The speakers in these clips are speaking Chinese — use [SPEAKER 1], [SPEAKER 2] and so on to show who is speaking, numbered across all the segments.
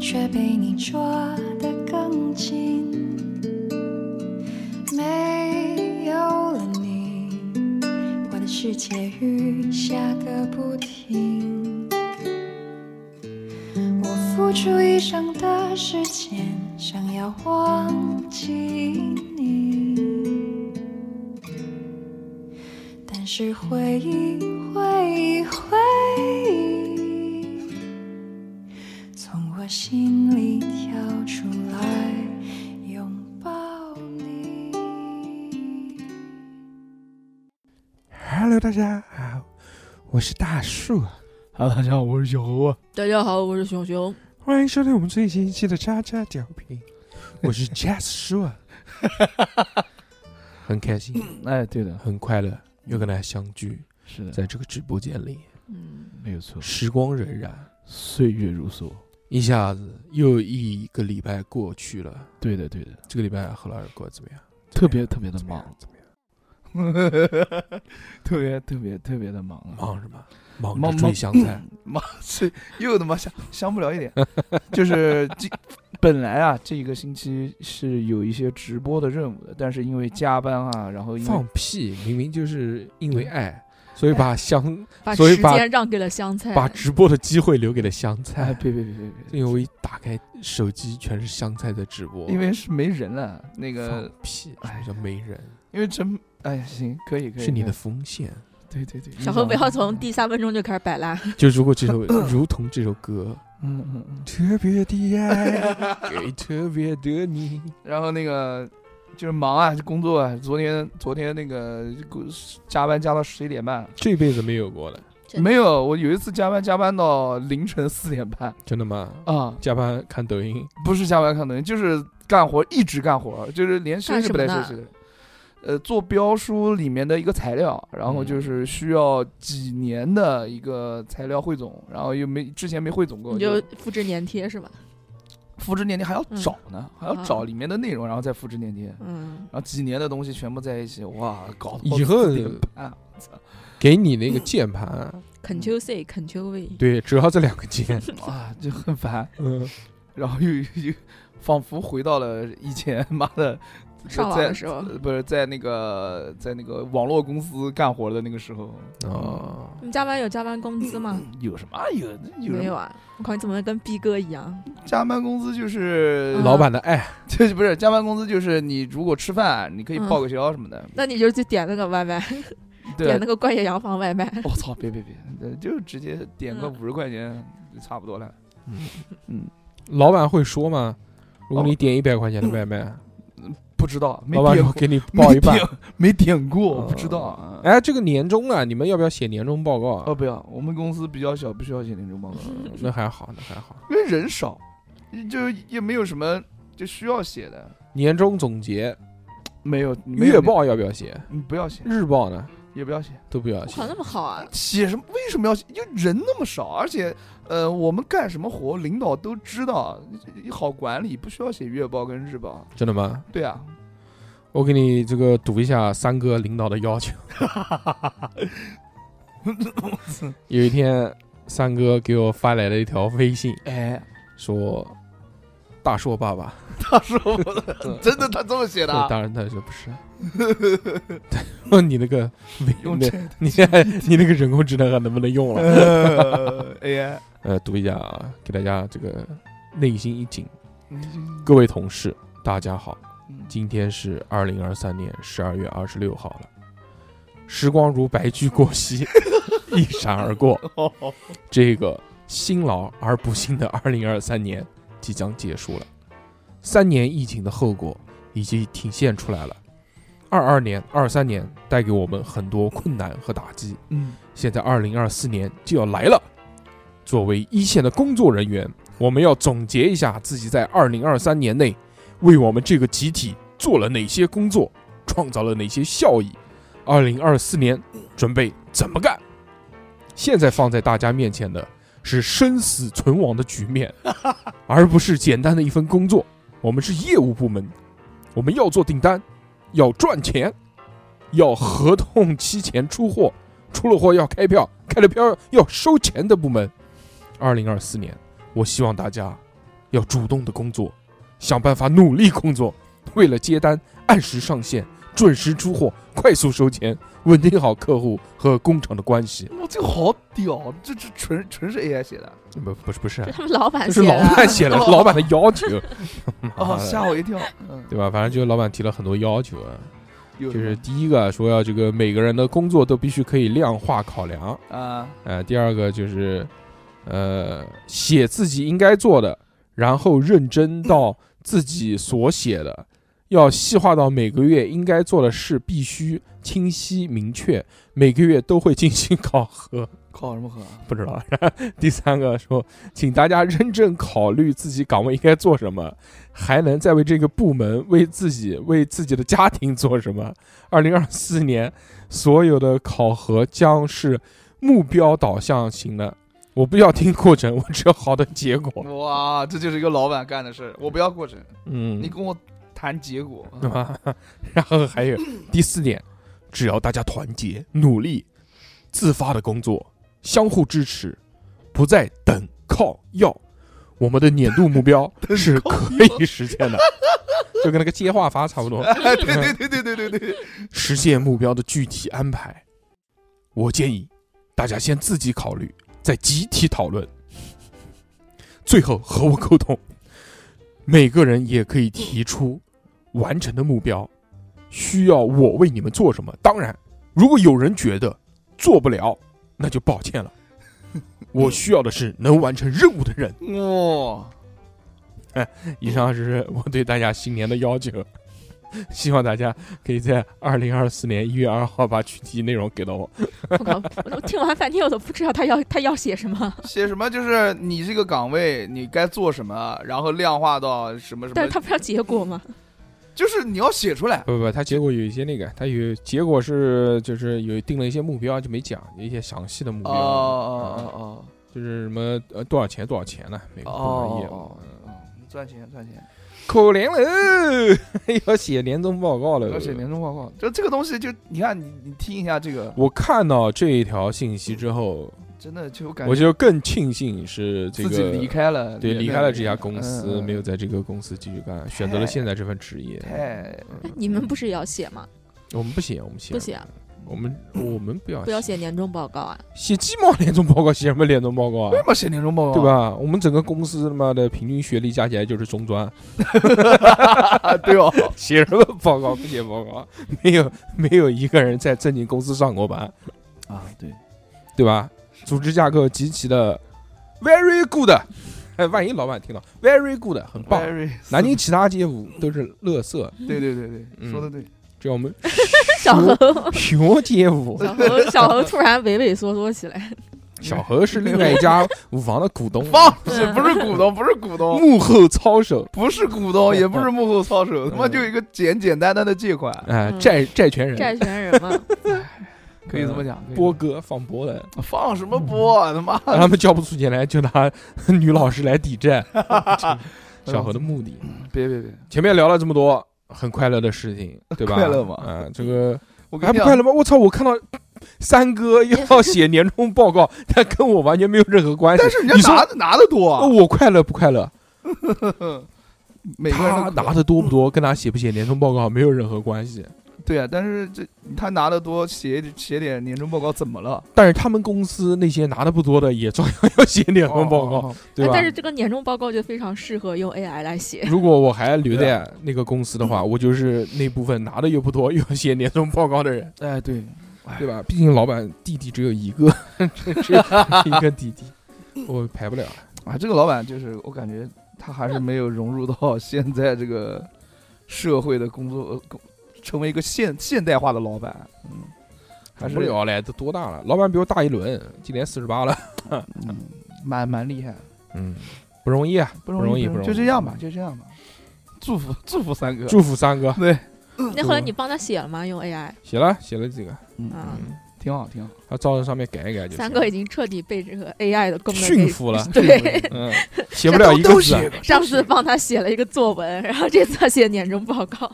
[SPEAKER 1] 却被你抓得更紧。没有了你，我的世界雨下个不停。我付出一生的时间，想要忘记你，但是回忆，回忆，回忆。从我心里跳出来，拥抱你。
[SPEAKER 2] Hello，大家好，我是大树，啊
[SPEAKER 3] 哈喽，大家好，我是小猴啊。
[SPEAKER 4] 大家好，我是熊熊。
[SPEAKER 2] 欢迎收听我们最新一期的渣渣调频，我是 Jazz 树，啊 很开心，
[SPEAKER 3] 哎，对的，
[SPEAKER 2] 很快乐，又跟大家相聚
[SPEAKER 3] 是的，
[SPEAKER 2] 在这个直播间里，
[SPEAKER 4] 嗯，
[SPEAKER 3] 没有错，
[SPEAKER 2] 时光荏苒，
[SPEAKER 3] 岁月如梭。
[SPEAKER 2] 一下子又一个礼拜过去了。
[SPEAKER 3] 对的，对的，
[SPEAKER 2] 这个礼拜何老师过得怎么样？
[SPEAKER 3] 特别特别的
[SPEAKER 2] 怎 么样
[SPEAKER 3] 忙，
[SPEAKER 2] 怎么样？
[SPEAKER 3] 特别特别特别的忙啊，
[SPEAKER 2] 忙什么？忙
[SPEAKER 3] 忙嗯
[SPEAKER 2] 着追香菜。
[SPEAKER 3] 忙是又他妈想想不了 一点，就是这本来啊，这一个星期是有一些直播的任务的，但是因为加班啊，然后因为
[SPEAKER 2] 放屁！明明就是因为爱，所以把香
[SPEAKER 4] 把
[SPEAKER 2] 所以
[SPEAKER 4] 时
[SPEAKER 2] 把
[SPEAKER 4] 间让给了香菜。
[SPEAKER 2] 把直播的机会留给了香
[SPEAKER 3] 哎，
[SPEAKER 2] 菜。
[SPEAKER 3] 别别别别别，
[SPEAKER 2] 因为我一打开手机，全是香菜在直播。
[SPEAKER 3] 因为是没人了，那
[SPEAKER 2] 放
[SPEAKER 3] 个
[SPEAKER 2] 屁！什
[SPEAKER 3] 哎
[SPEAKER 2] 么叫没人？
[SPEAKER 3] 因为真哎行，可以可以，
[SPEAKER 2] 是你
[SPEAKER 3] 可
[SPEAKER 2] 的
[SPEAKER 3] 以，
[SPEAKER 2] 风险。
[SPEAKER 3] 对对对，
[SPEAKER 4] 小何不要从第三分钟就开始摆烂。
[SPEAKER 2] 就如果这 首，如同这首歌，
[SPEAKER 3] 嗯嗯嗯。
[SPEAKER 2] 特别的 爱给特别的你。
[SPEAKER 3] 然后那个就是忙啊，工作啊。昨天昨天那个加班加到十一点半，
[SPEAKER 2] 这辈子没有过了，
[SPEAKER 4] 真的
[SPEAKER 3] 没有，我有一次加班加班到凌晨四点半
[SPEAKER 2] 真的吗？
[SPEAKER 3] 啊，
[SPEAKER 2] 加班看抖音，
[SPEAKER 3] 不是加班看抖音，就是干活一直干活，就是连休息不带休息的。呃，做标书里面的一个材料，然
[SPEAKER 4] 嗯
[SPEAKER 3] 后就是需要几年的一个材料汇总，然后又没之前没汇总过，
[SPEAKER 4] 你就复制粘贴是吧？
[SPEAKER 3] 复制粘贴还要
[SPEAKER 4] 嗯
[SPEAKER 3] 找呢，还要
[SPEAKER 4] 啊
[SPEAKER 3] 找里面的内容，然后再复制粘贴，然
[SPEAKER 4] 嗯，
[SPEAKER 3] 后几年的东西全部在一起，哇，搞得啊
[SPEAKER 2] 以后
[SPEAKER 3] 四点半
[SPEAKER 2] 给你那个键盘，
[SPEAKER 4] Ctrl C Ctrl V，
[SPEAKER 2] 对，只要这两个 键。
[SPEAKER 3] 啊，就很烦，
[SPEAKER 2] 嗯，
[SPEAKER 3] 然后又又仿佛回到了以前，妈的，
[SPEAKER 4] 上网
[SPEAKER 3] 在
[SPEAKER 4] 的时候，
[SPEAKER 3] 呃不是在那个在那个网络公司干活的那个时候，
[SPEAKER 2] 哦，
[SPEAKER 4] 你们加班有加班工资吗？
[SPEAKER 3] 有什么有有
[SPEAKER 4] 没
[SPEAKER 3] 什
[SPEAKER 4] 有
[SPEAKER 3] 么
[SPEAKER 4] 啊？我靠，你怎么能跟逼哥一样？
[SPEAKER 3] 加班工资就是
[SPEAKER 4] 嗯
[SPEAKER 2] 老板的爱，
[SPEAKER 3] 就是不是加班工资就是你如果吃饭你可以
[SPEAKER 4] 嗯
[SPEAKER 3] 报个销什么的，
[SPEAKER 4] 那你就去点那个外卖，
[SPEAKER 3] 对
[SPEAKER 4] 点那，个怪野洋房 外卖。
[SPEAKER 3] 我操，别别别，呃就直接点个
[SPEAKER 4] 嗯
[SPEAKER 3] 五十块钱就差不多了，
[SPEAKER 2] 老板会说吗？如果
[SPEAKER 3] 老
[SPEAKER 2] 你点一百块钱的外卖，
[SPEAKER 3] 不知道哦没
[SPEAKER 2] 老板
[SPEAKER 3] 点
[SPEAKER 2] 说
[SPEAKER 3] 过
[SPEAKER 2] 给你报一半哦
[SPEAKER 3] 没。点没点过，我不知道啊。
[SPEAKER 2] 哎，这个年终啊，你们要不要写年终报告啊？
[SPEAKER 3] 哦，不要，我们公司比较小，不需要写年终报告，
[SPEAKER 2] 那还好，那还好。
[SPEAKER 3] 因为人少，就也没有什么就需要写的，
[SPEAKER 2] 年终总结、
[SPEAKER 3] 没有没有
[SPEAKER 2] 月报要不要写？
[SPEAKER 3] 那，你不要写，
[SPEAKER 2] 日报呢？
[SPEAKER 3] 也不要写，
[SPEAKER 2] 都不要
[SPEAKER 4] 我
[SPEAKER 2] 写
[SPEAKER 4] 靠，。那么好啊！
[SPEAKER 3] 写什么？为什么要写？因为人那么少，而且呃，我们干什么活，领导都知道，好管理，不需要写月报跟日报。
[SPEAKER 2] 真的吗？
[SPEAKER 3] 对 啊，
[SPEAKER 2] 我给你这个读一下三哥领导的要求。 有一天，三哥给我发来了一条微信，
[SPEAKER 3] 哎，
[SPEAKER 2] 说：“大硕爸 爸。
[SPEAKER 3] 他说我 的， 真的他这么写的 啊？
[SPEAKER 2] 当然，他说不是。 对你那个
[SPEAKER 3] 用
[SPEAKER 2] 那
[SPEAKER 3] 这
[SPEAKER 2] 你你那个人工智能还能不能用 了？
[SPEAKER 3] 呃 AI，
[SPEAKER 2] 呃，读一下啊，给大家这个内心一紧。
[SPEAKER 3] 嗯
[SPEAKER 2] 各位同事，大家好，
[SPEAKER 3] 嗯
[SPEAKER 2] 今天是二零二三年十二月二十六号了。时光如白驹过隙，一闪而过。
[SPEAKER 3] 嗯
[SPEAKER 2] 这个辛劳而不幸的二零二三年即将结束了，三年疫情的后果已经体现出来了。二二年、二三年带给我们很多困难和打击，
[SPEAKER 3] 嗯，
[SPEAKER 2] 现在二零二四年就要来了。作为一线的工作人员，我们要总结一下自己在二零二三年内为我们这个集体做了哪些工作，创造了哪些效益。二零二四年准备怎么干？现在放在大家面前的是生死存亡的局面，而不是简单的一份工作。我们是业务部门，我们要做订单，要赚钱，要合同期前出货，出了货要开票，开了票要收钱的部门。二零二四年，我希望大家要主动的工作，想办法努力工作，为了接单按时上线、准时出货、快速收钱，稳定好客户和工厂的关系。
[SPEAKER 3] 我这个好屌，这这纯纯是 AI 写的
[SPEAKER 2] 不，不是，不是
[SPEAKER 4] 这，他们老板
[SPEAKER 2] 这
[SPEAKER 4] 写
[SPEAKER 2] 是
[SPEAKER 4] 的，啊
[SPEAKER 2] 老板写的，
[SPEAKER 3] 哦
[SPEAKER 2] 老板的要求，
[SPEAKER 3] 哦，吓我一跳。嗯，
[SPEAKER 2] 对吧？反正就是老板提了很多要求啊，
[SPEAKER 3] 就
[SPEAKER 2] 就是第一个啊说要这个每个人的工作都必须可以量化考量，
[SPEAKER 3] 啊，
[SPEAKER 2] 呃，第二个就是，呃，写自己应该做的，然后认真到自己所写的，要细化到每个月应该做的事，必须清晰明确，每个月都会进行考核。
[SPEAKER 3] 考什么核啊？
[SPEAKER 2] 不知道。 然后第三个说，请大家认真考虑自己岗位应该做什么，还能再为这个部门、为自己、为自己的家庭做什么。二零二四年，所有的考核将是目标导向型的。我不要听过程，我只要好的结果。
[SPEAKER 3] 哇，这就是一个老板干的事儿。我不要过程，
[SPEAKER 2] 嗯，
[SPEAKER 3] 你跟我谈结果。啊
[SPEAKER 2] 对吧？然后还有第四点，只要大家团结、努力、自发的工作，相互支持，不再等靠要，我们的年度目标 是可以实现的。就跟那个接话法差不多，
[SPEAKER 3] 哎，对 对对对对对对，
[SPEAKER 2] 实现目标的具体安排，我建议大家先自己考虑，再集体讨论，最后和我沟通。每个人也可以提出完成的目标，需要我为你们做什么。当然，如果有人觉得做不了，那就抱歉了。我需要的是能完成任务的人。
[SPEAKER 3] 哇、哦，
[SPEAKER 2] 以上是我对大家新年的要求，希望大家可以在二零二四年一月二号把具体内容给到我。
[SPEAKER 4] 我靠我听完半天我都不知道他要他要写什么，
[SPEAKER 3] 写什么？就是你这个岗位你该做什么，然后量化到什么什
[SPEAKER 4] 但是
[SPEAKER 3] 么，
[SPEAKER 4] 他不要结果吗？
[SPEAKER 3] 就是你要写出来。
[SPEAKER 2] 不不不，他结果有一些那个，他有结果是就是有定了一些目标，就没讲有一些详细的目
[SPEAKER 3] 哦
[SPEAKER 2] 标，
[SPEAKER 3] 哦
[SPEAKER 2] 嗯
[SPEAKER 3] 哦
[SPEAKER 2] 就是什么呃多少钱多少钱呢？每
[SPEAKER 3] 哦
[SPEAKER 2] 个部门业务。
[SPEAKER 3] 哦哦，赚钱赚钱，
[SPEAKER 2] 嗯可怜喽， 要写年终报告了。
[SPEAKER 3] 要写年终报告。就这个东西，就你看你你听一下这个，
[SPEAKER 2] 我看到这一条信息之后，
[SPEAKER 3] 真的就感
[SPEAKER 2] 我
[SPEAKER 3] 觉
[SPEAKER 2] 就更庆幸是这
[SPEAKER 3] 自
[SPEAKER 2] 个
[SPEAKER 3] 己离开了，
[SPEAKER 2] 对
[SPEAKER 3] 那
[SPEAKER 2] 离
[SPEAKER 3] 那
[SPEAKER 2] 开了
[SPEAKER 3] 个
[SPEAKER 2] 这家公司，
[SPEAKER 3] 嗯嗯
[SPEAKER 2] 没有在这个公司继续干，选择了现在这份职业。
[SPEAKER 3] 太
[SPEAKER 4] 哎你们不是也要写吗？
[SPEAKER 2] 我们不写，我们嗯写
[SPEAKER 4] 不写啊，
[SPEAKER 2] 我们我们不要
[SPEAKER 4] 不要写年终报告啊！
[SPEAKER 2] 写鸡毛年终报告，写什么年终报告啊
[SPEAKER 3] 为？什么写年终报告？
[SPEAKER 2] 对？吧？我们整个公司他妈的平均学历加起来就是中专，
[SPEAKER 3] 啊，对哦，
[SPEAKER 2] 写什么报告不写报告，没有没有一个人在正经公司上过班，
[SPEAKER 3] 啊对，
[SPEAKER 2] 对吧？组织架构极其的 very good，哎， 万一老板听到 very good，很棒。
[SPEAKER 3] Very
[SPEAKER 2] 南京其他街舞都是乐色，
[SPEAKER 3] 对对对对，
[SPEAKER 2] 嗯
[SPEAKER 3] 说的对，
[SPEAKER 2] 只有我们
[SPEAKER 4] 小
[SPEAKER 2] 熊
[SPEAKER 4] 猴，
[SPEAKER 2] 熊街舞。
[SPEAKER 4] 小猴，小猴突然畏畏缩缩起来，
[SPEAKER 2] 小何是另外一 家舞房的股东，
[SPEAKER 3] 放屁，不是股东，不是股 东，
[SPEAKER 2] 幕后操手，
[SPEAKER 3] 不是股东，也不是幕后 操手，他妈
[SPEAKER 2] 嗯
[SPEAKER 3] 就一个简简单单的借款，
[SPEAKER 2] 哎，
[SPEAKER 4] 嗯
[SPEAKER 2] 债债权人，
[SPEAKER 4] 债权人嘛，
[SPEAKER 3] 可以这么讲。可以
[SPEAKER 2] 波哥放波的，
[SPEAKER 3] 放什么播啊？他妈
[SPEAKER 2] 让他们交不出钱来，就拿 女老师来抵 债。小何的目的，
[SPEAKER 3] 别别别，
[SPEAKER 2] 前面聊了这么多很快乐的事情，对吧？
[SPEAKER 3] 快乐吗
[SPEAKER 2] 啊，这个
[SPEAKER 3] 我跟
[SPEAKER 2] 还
[SPEAKER 3] 你
[SPEAKER 2] 不
[SPEAKER 3] 讲
[SPEAKER 2] 快乐吗？我操！我看到三哥要写年终报告，但跟我完全没有任何关系。
[SPEAKER 3] 但是人
[SPEAKER 2] 你
[SPEAKER 3] 家
[SPEAKER 2] 说哦
[SPEAKER 3] 拿的拿的多
[SPEAKER 2] 那
[SPEAKER 3] 啊，嗯
[SPEAKER 2] 我快乐不快乐？
[SPEAKER 3] 每个人
[SPEAKER 2] 他
[SPEAKER 3] 都
[SPEAKER 2] 拿的多不多，跟他写不写年终报告没有任何关系。
[SPEAKER 3] 对啊，但是这他拿的多，写写点年终报告怎么了？
[SPEAKER 2] 但是他们公司那些拿的不多的，也照样要写年终报告，
[SPEAKER 3] 哦，
[SPEAKER 2] 对吧？
[SPEAKER 4] 但是这个年终报告就非常适合用 AI 来写，
[SPEAKER 2] 如果我还留 在那个公司的话，我就是那部分拿的又不多又要写年终报告的 人，
[SPEAKER 3] 哎对，
[SPEAKER 2] 对吧？毕竟老板弟弟只有一个， 只只有一个弟弟，我排不了。
[SPEAKER 3] 啊，这个老板就是我感觉他还是没有融入到 现在这个社会的工作，呃工成为一个现现代化的老板。嗯，还
[SPEAKER 2] 无
[SPEAKER 3] 是
[SPEAKER 2] 聊哎嘞，都多大了？老板比我大一轮，今年四十八了，
[SPEAKER 3] 嗯，蛮蛮厉害，
[SPEAKER 2] 嗯，不容易啊！不
[SPEAKER 3] 不
[SPEAKER 2] 容易
[SPEAKER 3] 易，
[SPEAKER 2] 不容易
[SPEAKER 3] 就这样吧，就这样吧。祝福祝福三哥，
[SPEAKER 2] 祝福三哥，
[SPEAKER 3] 对，
[SPEAKER 4] 那后来你帮他写了吗？用 AI
[SPEAKER 2] 写了写了几个，
[SPEAKER 3] 嗯，
[SPEAKER 4] 啊，
[SPEAKER 2] 嗯，
[SPEAKER 3] 挺好 挺好。
[SPEAKER 2] 他照着上面改一改就行
[SPEAKER 4] 三哥已经彻底被这个 AI 的功能
[SPEAKER 2] 驯
[SPEAKER 4] 给
[SPEAKER 2] 服了，
[SPEAKER 4] 对，
[SPEAKER 2] 嗯，写不了一个字啊，
[SPEAKER 4] 上次帮他写了一个作文，然后这次他写年终报 告，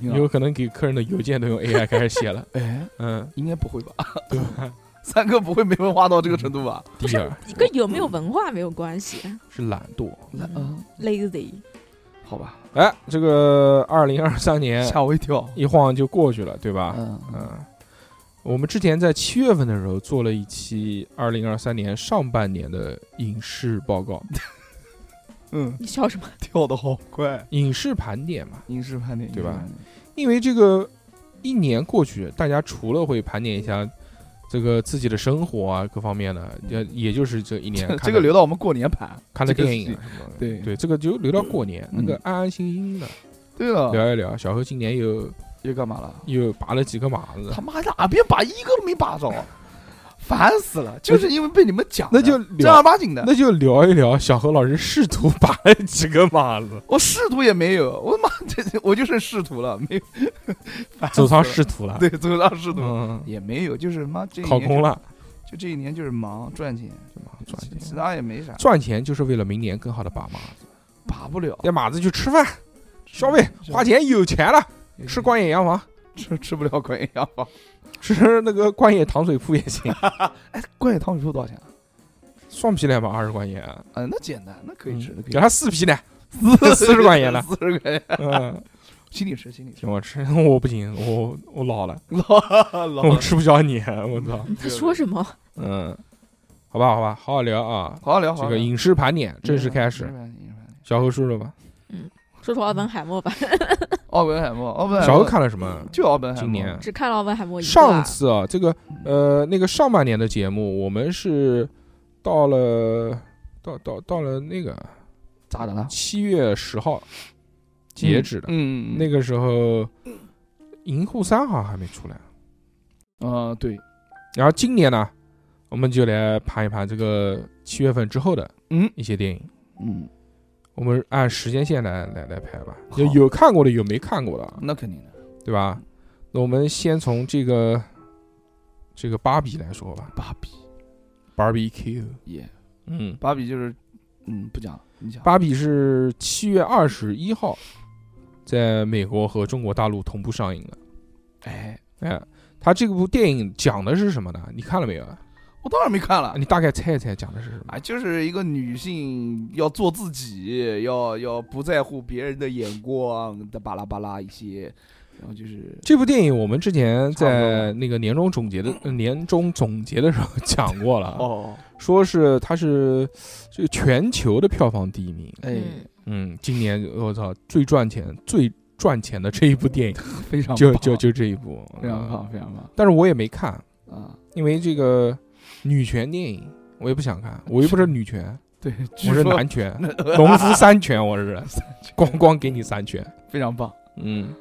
[SPEAKER 3] 挺 好
[SPEAKER 2] 有可能给客人的邮件都用 AI 开始写了，
[SPEAKER 3] 哎，
[SPEAKER 2] 嗯，
[SPEAKER 3] 应该不会吧？ 三哥不会没文化到这个程度吧？
[SPEAKER 2] 第二
[SPEAKER 4] 跟有没有文化没有关系
[SPEAKER 2] 是懒惰。
[SPEAKER 3] 嗯，
[SPEAKER 4] ，lazy。
[SPEAKER 3] 好吧，
[SPEAKER 2] 哎，这个二零二三年
[SPEAKER 3] 吓我一跳。
[SPEAKER 2] 一晃就过去了，对吧？
[SPEAKER 3] 嗯，
[SPEAKER 2] 嗯，我们之前在七月份的时候做了一期二零二三年上半年的影视报 告、
[SPEAKER 3] 嗯，
[SPEAKER 4] 你笑什么？
[SPEAKER 3] 跳的好快，
[SPEAKER 2] 影视盘点嘛。
[SPEAKER 3] 影啊视盘点
[SPEAKER 2] 对吧？因为这个一年过去，大家除了会盘点一下这个自己的生活啊各方面的，也也就是这一年
[SPEAKER 3] 这
[SPEAKER 2] 看
[SPEAKER 3] 这个
[SPEAKER 2] 的
[SPEAKER 3] 留到我们过年盘。
[SPEAKER 2] 看的
[SPEAKER 3] 这个
[SPEAKER 2] 电影
[SPEAKER 3] 是
[SPEAKER 2] 啊什么的。
[SPEAKER 3] 对
[SPEAKER 2] 对，这个就留到过年，
[SPEAKER 3] 嗯
[SPEAKER 2] 那个安安心心的
[SPEAKER 3] 对了，
[SPEAKER 2] 聊一聊。小何今年又
[SPEAKER 3] 又干嘛了？
[SPEAKER 2] 又拔了几个马子
[SPEAKER 3] 他，妈哪边把一个都没把着， 烦死了！就是因为被你们讲的，
[SPEAKER 2] 那就
[SPEAKER 3] 正儿
[SPEAKER 2] 聊，
[SPEAKER 3] 八经的，
[SPEAKER 2] 那就聊一聊小何老师试图拔了几个马子。
[SPEAKER 3] 我仕途也没有，我妈这这我就剩仕途了，没有烦死
[SPEAKER 2] 走
[SPEAKER 3] 了
[SPEAKER 2] 上仕途了，
[SPEAKER 3] 对走上仕途
[SPEAKER 2] 嗯，
[SPEAKER 3] 也没有，就是妈这一
[SPEAKER 2] 考
[SPEAKER 3] 年
[SPEAKER 2] 公了，
[SPEAKER 3] 就，就这一年就是忙赚钱，
[SPEAKER 2] 赚
[SPEAKER 3] 其其
[SPEAKER 2] 钱，
[SPEAKER 3] 他也没啥，
[SPEAKER 2] 赚钱就是为了明年更好的把马子，
[SPEAKER 3] 把不了，
[SPEAKER 2] 带马子去吃饭、消费、花钱，有钱了，吃
[SPEAKER 3] 官
[SPEAKER 2] 官野洋房，
[SPEAKER 3] 吃吃不了官野洋房。
[SPEAKER 2] 吃那个官野糖水铺也 行，
[SPEAKER 3] 哎，官野糖水铺多少钱啊？
[SPEAKER 2] 双皮奶嘛，二十块钱，嗯
[SPEAKER 3] 嗯，那简单，那可以吃，那可以
[SPEAKER 2] 给他四皮奶，
[SPEAKER 3] 吃，
[SPEAKER 2] 四十块钱了
[SPEAKER 3] 四十块钱，
[SPEAKER 2] 嗯，
[SPEAKER 3] 请你吃，请你吃
[SPEAKER 2] 挺，好吃，我不行，我我老了，
[SPEAKER 3] 老老
[SPEAKER 2] 我吃不消你，我操，
[SPEAKER 4] 你在说什么？
[SPEAKER 2] 嗯，好吧，好吧，好好聊嗯啊，
[SPEAKER 3] 好好聊，好
[SPEAKER 2] 这
[SPEAKER 3] 好
[SPEAKER 2] 个
[SPEAKER 3] 聊
[SPEAKER 2] 影视盘点正式开始，。小何说说吧，
[SPEAKER 4] 说说奥本海默吧，
[SPEAKER 3] 奥本海默，奥本海默，
[SPEAKER 2] 小何看了什么？
[SPEAKER 3] 就奥本海默，
[SPEAKER 2] 今年
[SPEAKER 4] 只看了奥本海默一个
[SPEAKER 2] 上
[SPEAKER 4] 啊。
[SPEAKER 2] 次啊，这个呃，那个上半年的节目，我们是到了到到到了那个
[SPEAKER 3] 咋的了？
[SPEAKER 2] 七月十号截止的，
[SPEAKER 3] 嗯，
[SPEAKER 2] 那个时候《银护三》好像还没出来。
[SPEAKER 3] 啊，对，
[SPEAKER 2] 然后今年呢，我们就来盘一盘这个七月份之后的
[SPEAKER 3] 嗯
[SPEAKER 2] 一些电影，
[SPEAKER 3] 嗯，
[SPEAKER 2] 我们按时间线来来来排吧，
[SPEAKER 3] 好
[SPEAKER 2] 有有看过的，有没看过的啊，
[SPEAKER 3] 那肯定的。
[SPEAKER 2] 对吧？那我们先从这个这个芭比来说吧
[SPEAKER 3] 芭比
[SPEAKER 2] ，Barbecue，
[SPEAKER 3] 耶，
[SPEAKER 2] 嗯。
[SPEAKER 3] 芭比就是，嗯，不讲了，你讲。
[SPEAKER 2] 芭比是七月二十一号在美国和中国大陆同步上映的。
[SPEAKER 3] 哎，
[SPEAKER 2] 哎，它这部电影讲的是什么呢？你看了没有啊？
[SPEAKER 3] 我当然没看了
[SPEAKER 2] 你。大概猜一猜讲的是什么？
[SPEAKER 3] 啊，就是一个女性要做自己，要要不在乎别人的眼光的巴拉巴拉一些，然后就是
[SPEAKER 2] 这部电影我们之前
[SPEAKER 3] 差不多
[SPEAKER 2] 在那个年终总结的呃年终总结的时候讲过了，
[SPEAKER 3] 哦，
[SPEAKER 2] 说是它是这个全球的票房第一名。
[SPEAKER 3] 哎，
[SPEAKER 4] 嗯
[SPEAKER 2] 嗯，今年我操最赚钱最赚钱的这一部 电影
[SPEAKER 3] 非常
[SPEAKER 2] 就
[SPEAKER 3] 棒
[SPEAKER 2] 就就这一部，
[SPEAKER 3] 非常
[SPEAKER 2] 嗯
[SPEAKER 3] 棒，非常棒
[SPEAKER 2] 但是我也没看，
[SPEAKER 3] 啊！
[SPEAKER 2] 因为这个女权电影我也不想看，我又不是女 权，
[SPEAKER 3] 对，
[SPEAKER 2] 我
[SPEAKER 3] 我
[SPEAKER 2] 是男 权，农夫三权，我是咣咣给你三权，
[SPEAKER 3] 非常棒，
[SPEAKER 2] 嗯，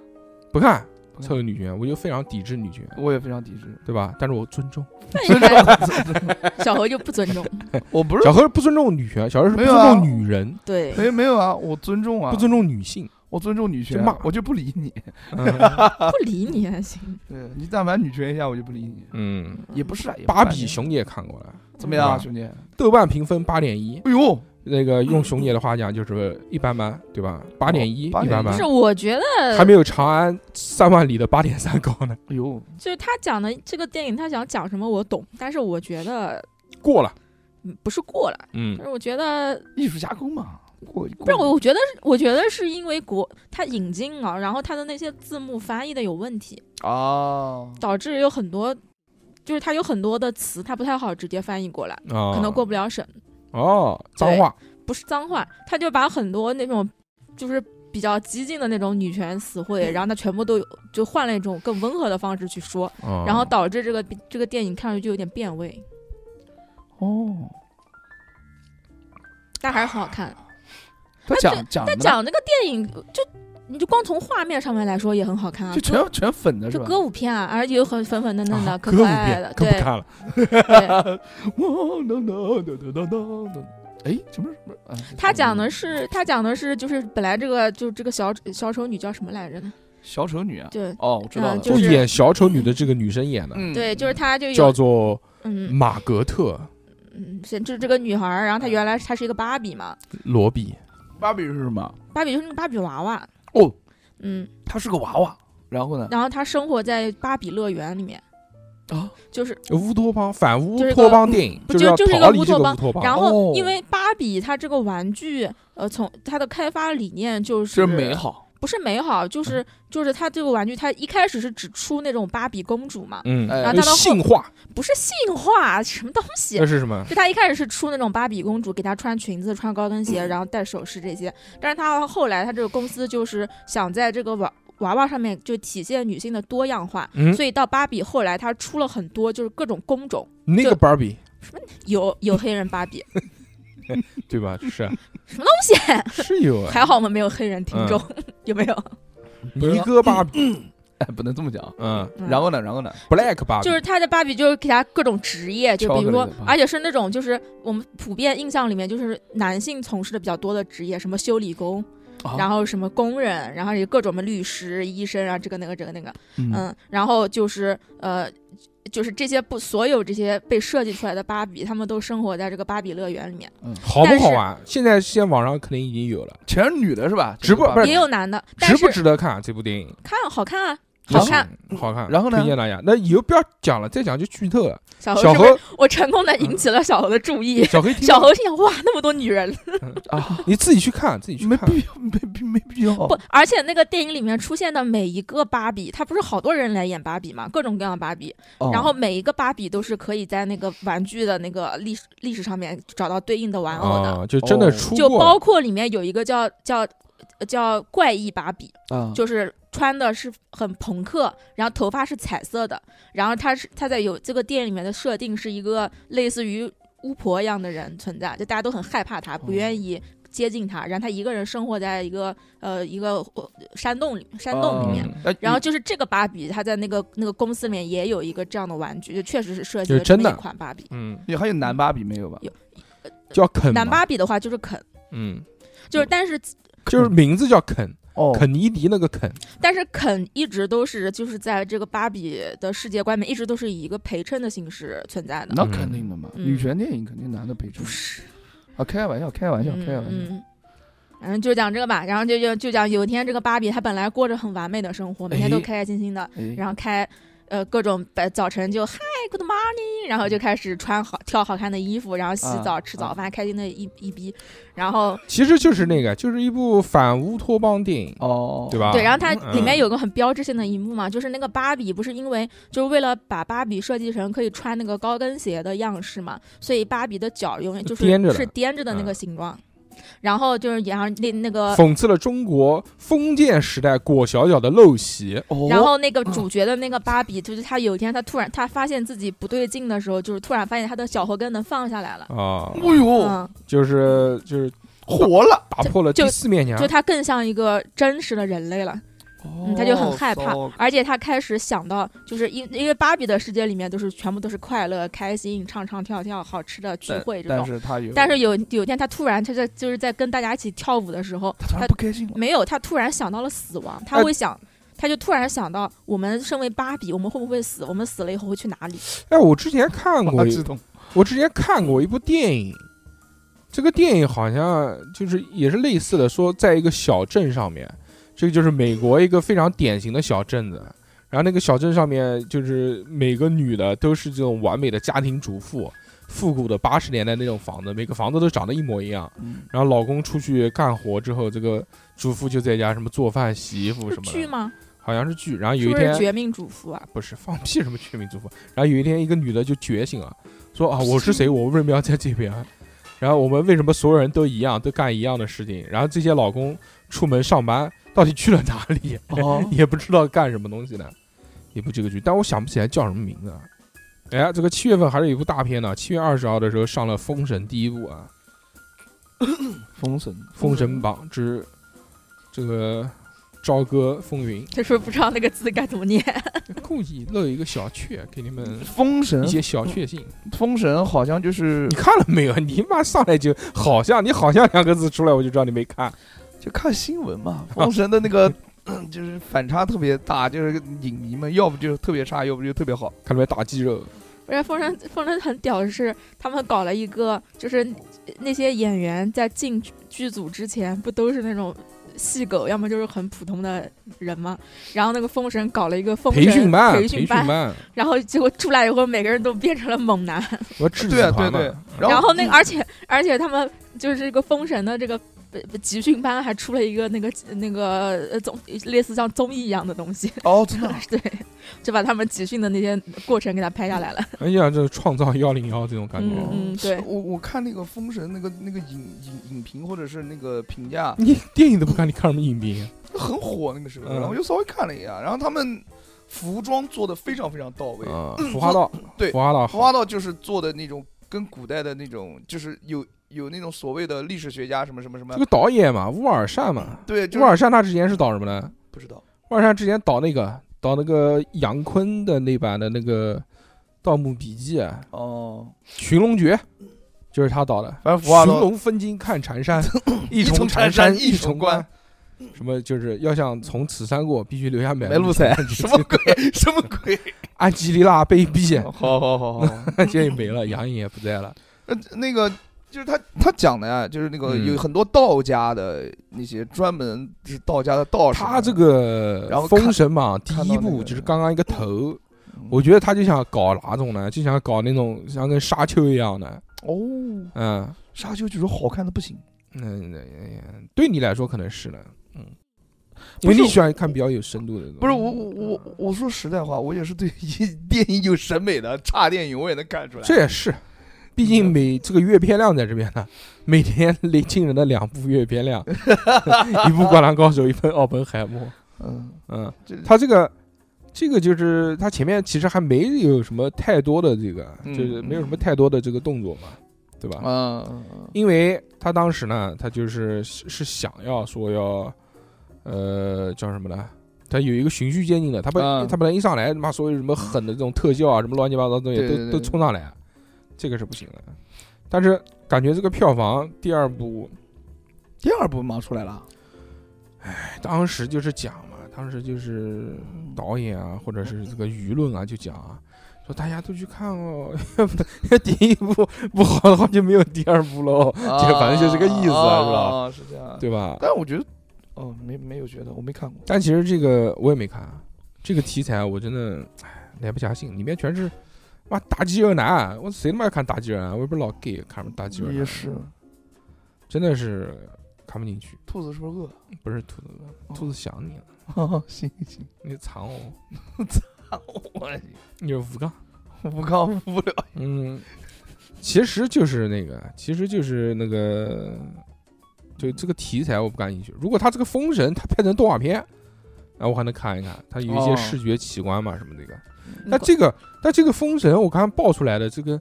[SPEAKER 2] 不看
[SPEAKER 3] 不看
[SPEAKER 2] 凑合女权，我就非常抵制女权，
[SPEAKER 3] 我也非常抵制。
[SPEAKER 2] 对吧？但是我尊重，
[SPEAKER 4] 那应该 小何就不尊 重，
[SPEAKER 2] 哎
[SPEAKER 3] 我不是
[SPEAKER 2] 小何不尊重女权，小何是不
[SPEAKER 3] 没
[SPEAKER 2] 尊
[SPEAKER 3] 有啊
[SPEAKER 2] 重女人，
[SPEAKER 4] 对，
[SPEAKER 3] 没没有啊，我尊重啊，
[SPEAKER 2] 不尊重女 性，
[SPEAKER 3] 我尊重女权啊
[SPEAKER 2] 就骂，
[SPEAKER 3] 我就不理你。
[SPEAKER 2] 嗯
[SPEAKER 4] 不理你还行。
[SPEAKER 3] 对你但凡女权一下，我就不理你。
[SPEAKER 2] 嗯，
[SPEAKER 3] 也不是啊，也不
[SPEAKER 2] 芭
[SPEAKER 3] 是啊
[SPEAKER 2] 比熊也看过了，
[SPEAKER 3] 怎么样
[SPEAKER 2] 对
[SPEAKER 3] 啊，
[SPEAKER 2] 吧
[SPEAKER 3] 兄弟？哎
[SPEAKER 2] 豆瓣评分八点一。
[SPEAKER 3] 啊呦，
[SPEAKER 2] 那个用熊姐的话讲就是一般般，对吧？哦八点一，一
[SPEAKER 3] 8.1
[SPEAKER 2] 般般
[SPEAKER 4] 不 是，，我觉得
[SPEAKER 2] 还没有长安三万里的八点三高呢。
[SPEAKER 3] 哎呦，
[SPEAKER 4] 就是他讲的这个电影，他想讲什么我懂，但是我觉得
[SPEAKER 2] 过了，
[SPEAKER 4] 嗯不是过了，
[SPEAKER 2] 嗯
[SPEAKER 4] 但，是我觉得
[SPEAKER 3] 艺术加工嘛，过
[SPEAKER 4] 不是我，我觉得是我觉得是因为国他引进啊，然后他的那些字幕翻译的有问题，
[SPEAKER 3] 啊，
[SPEAKER 4] 导致有很多就是他有很多的词他不太好直接翻译过来，
[SPEAKER 2] 啊，
[SPEAKER 4] 可能过不了审，
[SPEAKER 2] 哦，脏
[SPEAKER 4] 对
[SPEAKER 2] 话，
[SPEAKER 4] 不是脏话，他就把很多那种就是。比较激进的那种女权词汇，然后他全部都有，就换了一种更温和的方式去说，
[SPEAKER 2] 啊
[SPEAKER 4] 然后导致这个这个电影看上去就有点变味，
[SPEAKER 3] 哦，
[SPEAKER 4] 但还是很好看。
[SPEAKER 3] 他讲讲的
[SPEAKER 4] 他讲那个电影，就你就光从画面上面来说也很好看啊，
[SPEAKER 3] 就
[SPEAKER 4] 歌
[SPEAKER 3] 全全粉的是
[SPEAKER 4] 就
[SPEAKER 3] 吧？
[SPEAKER 4] 歌舞片啊，而且又很粉粉嫩嫩的，
[SPEAKER 2] 啊
[SPEAKER 4] 可
[SPEAKER 2] 歌
[SPEAKER 4] 可
[SPEAKER 2] 舞
[SPEAKER 4] 爱
[SPEAKER 2] 片
[SPEAKER 4] 的，
[SPEAKER 2] 更
[SPEAKER 4] 对
[SPEAKER 2] 不看了。
[SPEAKER 4] 对。
[SPEAKER 3] 哦噔噔噔噔噔噔噔哎，什么什么？哎
[SPEAKER 4] 他讲的是他讲的是就是本来这个就这个小小丑女叫什么来着呢？
[SPEAKER 3] 小丑女啊，
[SPEAKER 4] 就
[SPEAKER 3] 哦，我知道了，
[SPEAKER 4] 嗯就
[SPEAKER 2] 就是演小丑女的这个女生演的，
[SPEAKER 3] 嗯，
[SPEAKER 4] 对，就是她就
[SPEAKER 2] 叫
[SPEAKER 4] 有
[SPEAKER 2] 做
[SPEAKER 4] 嗯
[SPEAKER 2] 玛格特
[SPEAKER 4] 嗯，是就是这个女孩儿，然后她原来她是一个芭比嘛，
[SPEAKER 2] 罗比。
[SPEAKER 3] 芭比是什么？
[SPEAKER 4] 芭比就是那个芭比娃娃
[SPEAKER 3] 哦，
[SPEAKER 4] 嗯，
[SPEAKER 3] 她是个娃娃，然后呢？
[SPEAKER 4] 然后她生活在芭比乐园里面，
[SPEAKER 3] 啊，
[SPEAKER 4] 就是
[SPEAKER 2] 乌托邦反乌
[SPEAKER 4] 就是
[SPEAKER 2] 托
[SPEAKER 4] 个
[SPEAKER 2] 邦电影，
[SPEAKER 4] 不
[SPEAKER 2] 是要
[SPEAKER 4] 就是一
[SPEAKER 2] 逃
[SPEAKER 4] 个
[SPEAKER 2] 离
[SPEAKER 4] 乌
[SPEAKER 2] 这
[SPEAKER 4] 托
[SPEAKER 2] 个
[SPEAKER 4] 邦
[SPEAKER 2] 乌托邦。
[SPEAKER 4] 然
[SPEAKER 3] 哦
[SPEAKER 4] 后因为芭比它这个玩具，呃，从它的开发理念就是
[SPEAKER 3] 这美好，
[SPEAKER 4] 不是美好，就是就是它这个玩具，它一开始是只出那种芭比公主嘛，
[SPEAKER 2] 嗯，
[SPEAKER 3] 哎
[SPEAKER 4] 然后到了后
[SPEAKER 2] 性化
[SPEAKER 4] 不是性化什么东西
[SPEAKER 2] 那，是什么？
[SPEAKER 4] 就她一开始是出那种芭比公主，给她穿裙子、穿高跟鞋，然后戴首饰这些。但是她后来，她这个公司就是想在这个娃娃娃上面就体现女性的多样化，
[SPEAKER 2] 嗯，
[SPEAKER 4] 所以到芭比后来，她出了很多就是各种工种，
[SPEAKER 2] 那个
[SPEAKER 4] 就
[SPEAKER 2] 芭比
[SPEAKER 4] 有有黑人芭比，
[SPEAKER 2] 对吧？是啊
[SPEAKER 4] 什么东西？
[SPEAKER 2] 是有啊，
[SPEAKER 4] 还好我们没有黑人听众，有没有？
[SPEAKER 2] 尼哥芭比，
[SPEAKER 3] 哎，不能这么讲。
[SPEAKER 2] 嗯
[SPEAKER 4] 嗯
[SPEAKER 3] 然后呢，然后呢，
[SPEAKER 2] ，Black 芭比，
[SPEAKER 4] 就是他的芭比，就是给他各种职业，就比
[SPEAKER 3] 敲
[SPEAKER 4] 如说
[SPEAKER 3] 出来的吧，
[SPEAKER 4] 而且是那种就是我们普遍印象里面就是男性从事的比较多的职业，什么修理工，
[SPEAKER 3] 啊
[SPEAKER 4] 然后什么工人，然后有各种什么律师、医生啊，这个那个这个那个，
[SPEAKER 3] 嗯，
[SPEAKER 4] 嗯，然后就是呃。就是这些不，所有这些被设计出来的芭比，他们都生活在这个芭比乐园里面，
[SPEAKER 2] 好不
[SPEAKER 4] 但是
[SPEAKER 2] 好玩？现在现在网上肯定已经有了，
[SPEAKER 3] 全是女的是吧？
[SPEAKER 2] 直播
[SPEAKER 3] 这个芭比
[SPEAKER 4] 也有男的，但
[SPEAKER 2] 值
[SPEAKER 4] 是
[SPEAKER 2] 不值得看啊这部电影？
[SPEAKER 4] 看好看啊，
[SPEAKER 2] 不
[SPEAKER 4] 好
[SPEAKER 2] 行
[SPEAKER 4] 看。，
[SPEAKER 2] 好看。
[SPEAKER 3] 然后呢
[SPEAKER 2] 推荐大家，那以后不要讲了，再讲就剧透了。
[SPEAKER 4] 小
[SPEAKER 2] 小
[SPEAKER 4] 何是不是
[SPEAKER 2] 何，嗯
[SPEAKER 4] 我成功的引起了小何的注意？
[SPEAKER 2] 小黑听
[SPEAKER 4] 小
[SPEAKER 2] 到，
[SPEAKER 4] 何心想：哇，那么多女人，
[SPEAKER 3] 啊，
[SPEAKER 2] 你自己去看，自己去
[SPEAKER 3] 没
[SPEAKER 2] 看。
[SPEAKER 3] 必要，没必没必要。
[SPEAKER 4] 不，而且那个电影里面出现的每一个芭比，她不是好多人来演芭比嘛，各种各样的芭比，
[SPEAKER 3] 哦
[SPEAKER 4] 然后每一个芭比都是可以在那个玩具的那个历史历史上面找到对应的玩偶的，
[SPEAKER 2] 啊，就真的
[SPEAKER 3] 哦
[SPEAKER 2] 出
[SPEAKER 4] 就
[SPEAKER 2] 过
[SPEAKER 4] 包括里面有一个叫叫呃叫怪异芭比，
[SPEAKER 2] 嗯
[SPEAKER 3] 啊，
[SPEAKER 4] 就是穿的是很朋克，然后头发是彩色的，然后她是她在有这个电影里面的设定是一个类似于巫婆一样的人存在，就大家都很害怕她，不愿意接近她，然后她一个人生活在一个呃一个呃山洞里山洞里面。
[SPEAKER 2] 嗯
[SPEAKER 3] 哎，
[SPEAKER 4] 然后就是这个芭比，她在那个那个公司里面也有一个这样的玩具，就确实是设计
[SPEAKER 2] 就
[SPEAKER 4] 了
[SPEAKER 2] 是真
[SPEAKER 4] 这么
[SPEAKER 2] 的
[SPEAKER 4] 一款芭比。
[SPEAKER 2] 嗯，
[SPEAKER 3] 你还有男芭比没有吧？
[SPEAKER 2] 叫肯
[SPEAKER 4] 男
[SPEAKER 2] 嘛，
[SPEAKER 4] 芭比的话就是肯，
[SPEAKER 2] 嗯，
[SPEAKER 4] 就是但是
[SPEAKER 2] 就是名字叫肯，
[SPEAKER 3] 哦
[SPEAKER 2] 肯尼迪那个肯，
[SPEAKER 4] 但是肯一直都是就是在这个芭比的世界观里面，一直都是以一个陪衬的形式存在的。
[SPEAKER 3] 那肯定的嘛，
[SPEAKER 4] 嗯
[SPEAKER 3] 女权电影肯定男的陪衬
[SPEAKER 4] 不是，
[SPEAKER 3] 啊，开玩笑，开玩笑，开玩
[SPEAKER 4] 嗯
[SPEAKER 3] 笑。
[SPEAKER 4] 嗯反正就讲这个吧，然后就就就讲有一天这个芭比她本来过着很完美的生活，每天都
[SPEAKER 3] 哎
[SPEAKER 4] 开开心心的，
[SPEAKER 3] 哎，
[SPEAKER 4] 嗯然后开呃各种白早晨就嗨 good morning，然后就开始穿好挑好看的衣服，然后洗澡、
[SPEAKER 3] 啊
[SPEAKER 4] 吃早饭，开心的一一逼，然后
[SPEAKER 2] 其实就是那个，就是一部反乌托邦电影，
[SPEAKER 3] 哦，
[SPEAKER 2] 对吧？
[SPEAKER 4] 对，然后它
[SPEAKER 2] 嗯
[SPEAKER 4] 里面有个很标志性的一幕嘛，就是那个芭比不是因为就是为了把芭比设计成可以穿那个高跟鞋的样式嘛，所以芭比的脚永远就是
[SPEAKER 2] 颠着的
[SPEAKER 4] 是颠着的那
[SPEAKER 2] 嗯
[SPEAKER 4] 个形状，然后就是然后那那个。
[SPEAKER 2] 讽刺了中国封建时代裹小脚的陋习。
[SPEAKER 3] 哦，
[SPEAKER 4] 然后那个
[SPEAKER 2] 嗯
[SPEAKER 4] 主角的那个芭比，就是她有一天她突然她发现自己不对劲的时候，就是突然发现她的小后跟能放下来了，
[SPEAKER 2] 啊，
[SPEAKER 3] 哎呦，
[SPEAKER 4] 嗯，
[SPEAKER 2] 就是就是
[SPEAKER 3] 活了，
[SPEAKER 2] 打破了
[SPEAKER 4] 就
[SPEAKER 2] 第四面墙
[SPEAKER 4] 就，她更像一个真实的人类了，嗯，她就很害怕
[SPEAKER 3] 哦，
[SPEAKER 4] 而且她开始想到，就是因因为芭比的世界里面都是全部都是快乐、开心、唱唱跳跳、好吃的聚
[SPEAKER 3] 但
[SPEAKER 4] 会这
[SPEAKER 3] 但
[SPEAKER 4] 种。
[SPEAKER 3] 是他有，
[SPEAKER 4] 但是有有一天，她突然，她在就是在跟大家一起跳舞的时候，
[SPEAKER 3] 他突
[SPEAKER 4] 她
[SPEAKER 3] 然不开心了，
[SPEAKER 4] 没有，她突然想到了死亡，她
[SPEAKER 2] 呃
[SPEAKER 3] 哎
[SPEAKER 4] 会想，她就突然想到，我们身为芭比，我们会不会死？我们死了以后会去哪里？
[SPEAKER 2] 哎，我之前看
[SPEAKER 3] 好
[SPEAKER 2] 过，
[SPEAKER 3] 激动，
[SPEAKER 2] 我之前看过一部电影，这个电影好像就是也是类似的，说在一个小镇上面，这个就是美国一个非常典型的小镇子。然后那个小镇上面就是每个女的都是这种完美的家庭主妇，复古的八十年代那种房子，每个房子都长得一模一样。
[SPEAKER 3] 嗯
[SPEAKER 2] 然后老公出去干活之后，这个主妇就在家什么做饭、洗衣服什
[SPEAKER 4] 是
[SPEAKER 2] 么
[SPEAKER 4] 剧
[SPEAKER 2] 的，
[SPEAKER 4] 吗？
[SPEAKER 2] 好像是剧。然后有
[SPEAKER 4] 是
[SPEAKER 2] 一
[SPEAKER 4] 不
[SPEAKER 2] 天
[SPEAKER 4] 是绝命主妇啊？
[SPEAKER 2] 不是 放屁什么全民族服。然后有一天，一个女的就觉醒了，说啊，我是谁？我为什么要在这边？啊然后我们为什么所有人都一样，都干一样的事情？然后这些老公出门上班，到底去了哪里？
[SPEAKER 3] 哦
[SPEAKER 2] 也不知道干什么东西呢？一部这个剧，但我想不起来叫什么名字啊。哎，这个七月份还是有一部大片呢，七月二十号的时候上了《封神》第一部啊，
[SPEAKER 3] 封神
[SPEAKER 2] 《封神榜之这个朝歌风云哎
[SPEAKER 4] 她是不是不知道那个字该怎么念？》，
[SPEAKER 2] 故意漏一个小雀给你们
[SPEAKER 3] 封神
[SPEAKER 2] 一些小确幸。
[SPEAKER 3] 封神好像就是
[SPEAKER 2] 你看了没有？你妈上来就好像你好像两个字出来，我就知道你没看。
[SPEAKER 3] 就看新闻 嘛，封神的那个嗯就是反差特别大，就是影迷们要不就特别差，要不就特别好。
[SPEAKER 2] 看出来大肌肉，
[SPEAKER 4] 不是封神，封神很屌的是，他们搞了一个，就是那些演员在进剧剧组之前，不都是那种细狗，要么就是很普通的人嘛。然后那个封神搞了一个封神
[SPEAKER 2] 培训班，
[SPEAKER 4] 培
[SPEAKER 2] 训
[SPEAKER 4] 训班，
[SPEAKER 2] 班，
[SPEAKER 4] 然后结果出来以后，每个人都变成了猛男。
[SPEAKER 2] 我制
[SPEAKER 3] 对啊
[SPEAKER 2] 止
[SPEAKER 3] 对
[SPEAKER 2] 团
[SPEAKER 3] 对
[SPEAKER 2] 嘛，，
[SPEAKER 4] 然
[SPEAKER 3] 后
[SPEAKER 4] 后那个，而且而且他们就是这个封神的这个呃集训班，还出了一个那个那个呃综类似像综艺一样的东西，
[SPEAKER 3] 哦，真的啊
[SPEAKER 4] 对，就把他们集训的那些过程给他拍下来了。
[SPEAKER 2] 哎呀，这创造幺零幺这种感觉，
[SPEAKER 4] 嗯嗯，对，
[SPEAKER 3] 我我看那个《封神》那个那个影影影评或者是那个评价
[SPEAKER 2] 你电影都不看，你看什么影评？
[SPEAKER 3] 很火那个时候，
[SPEAKER 2] 嗯
[SPEAKER 3] 然后就稍微看了一下，啊然后他们服装做的非常非常到位，
[SPEAKER 2] 啊，服化道，
[SPEAKER 3] 嗯对
[SPEAKER 2] 服化道
[SPEAKER 3] 服
[SPEAKER 2] 好，
[SPEAKER 3] 化道就是做的那种跟古代的那种，就是有有那种所谓的历史学家什么什么什么
[SPEAKER 2] 这，个导演嘛，乌尔善嘛，
[SPEAKER 3] 对，就
[SPEAKER 2] 乌
[SPEAKER 3] 是
[SPEAKER 2] 尔善他之前是导什么呢？
[SPEAKER 3] 不知道
[SPEAKER 2] 乌尔善之前导那个导那个杨坤的那版的那个《盗墓笔记》啊，
[SPEAKER 3] 哦，
[SPEAKER 2] 《寻龙诀》，就是他导的。
[SPEAKER 3] 反正服化
[SPEAKER 2] 寻
[SPEAKER 3] 道
[SPEAKER 2] 龙分金看缠 山，一
[SPEAKER 3] 重
[SPEAKER 2] 重
[SPEAKER 3] 缠
[SPEAKER 2] 山
[SPEAKER 3] 山一重
[SPEAKER 2] 重
[SPEAKER 3] 关。
[SPEAKER 2] 什么就是要想从此山过，必须留下买
[SPEAKER 3] 买路
[SPEAKER 2] 财。
[SPEAKER 3] 什么哦鬼什么鬼？
[SPEAKER 2] 安吉丽娜被毙，
[SPEAKER 3] 好好好好，
[SPEAKER 2] 现在没了，杨颖也不在 了。
[SPEAKER 3] 呃， 那个就是他他讲的呀，就是那个
[SPEAKER 2] 嗯
[SPEAKER 3] 有很多道家的那些专门是道家的道士嘛，
[SPEAKER 2] 他这个
[SPEAKER 3] 然后
[SPEAKER 2] 《
[SPEAKER 3] 看
[SPEAKER 2] 封神榜》第
[SPEAKER 3] 看到
[SPEAKER 2] 一
[SPEAKER 3] 那
[SPEAKER 2] 部
[SPEAKER 3] 个
[SPEAKER 2] 就是刚刚一个头，
[SPEAKER 3] 嗯
[SPEAKER 2] 我觉得他就想搞哪种呢？就想搞那种像跟沙丘一样的，
[SPEAKER 3] 哦，
[SPEAKER 2] 嗯
[SPEAKER 3] 沙丘就是好看的不行，
[SPEAKER 2] 嗯，嗯对你来说可能是呢，嗯，因
[SPEAKER 3] 不
[SPEAKER 2] 为
[SPEAKER 3] 是
[SPEAKER 2] 你喜欢看比较有深度的东西。
[SPEAKER 3] 不是我我我我说实在话，我也是对一 电影有审美的，差电影我也能看出来。
[SPEAKER 2] 这也是，毕竟
[SPEAKER 3] 嗯
[SPEAKER 2] 每这个月片量在这边呢，每天 雷惊人的两部月片量， 一部《灌篮高手》，一部《奥本海默》。
[SPEAKER 3] 嗯，
[SPEAKER 2] 嗯
[SPEAKER 3] 这，
[SPEAKER 2] 他这个这个就是他前面其实还没有什么太多的这个，
[SPEAKER 3] 嗯
[SPEAKER 2] 就是没有什么太多的这个动作嘛，对吧？
[SPEAKER 3] 嗯嗯
[SPEAKER 2] 因为他当时呢，他就是是是想要说要，呃，叫什么呢？他有一个循序渐进的，他本、
[SPEAKER 3] 嗯
[SPEAKER 2] 他本来一上来，他妈所有什么狠的这种特效啊，什么乱七八糟的东西
[SPEAKER 3] 对对对
[SPEAKER 2] 都都冲上来，这个是不行的。但是感觉这个票房第二部，
[SPEAKER 3] 第二部忙出来 了，
[SPEAKER 2] 哎当时就是讲嘛，当时就是导演啊，或者是这个舆论啊，就讲啊，说大家都去看哦， 要不然第一部不好的话就没有第二部喽，
[SPEAKER 3] 这
[SPEAKER 2] 反正就是这个意思啊是吧
[SPEAKER 3] 吧？啊是这样。
[SPEAKER 2] 对吧？
[SPEAKER 3] 但我觉得，哦，没没有觉得，我没看过。
[SPEAKER 2] 但其实这个我也没看，啊这个题材我真的唉来不下兴，里面全是妈打击热男，啊我谁他妈要看打击热男？我也不是老 gay 看什么打击热男，啊
[SPEAKER 3] 也是，
[SPEAKER 2] 真的是看不进去。
[SPEAKER 3] 兔子是不是饿
[SPEAKER 2] 不是兔子
[SPEAKER 3] 哦
[SPEAKER 2] 饿，兔子想你了，
[SPEAKER 3] 了？ 行行，
[SPEAKER 2] 你藏我，
[SPEAKER 3] 我
[SPEAKER 2] 你是吴刚，
[SPEAKER 3] 不看无聊。
[SPEAKER 2] 嗯，其实就是那个，其实就是那个，就这个题材我不感兴趣。如果他这个《封神》他拍成动画片，啊，我还能看一看，他有一些
[SPEAKER 3] 哦
[SPEAKER 2] 视觉奇观嘛什么这个。
[SPEAKER 4] 那
[SPEAKER 2] 那这个，那这个封神，我刚爆出来的这个，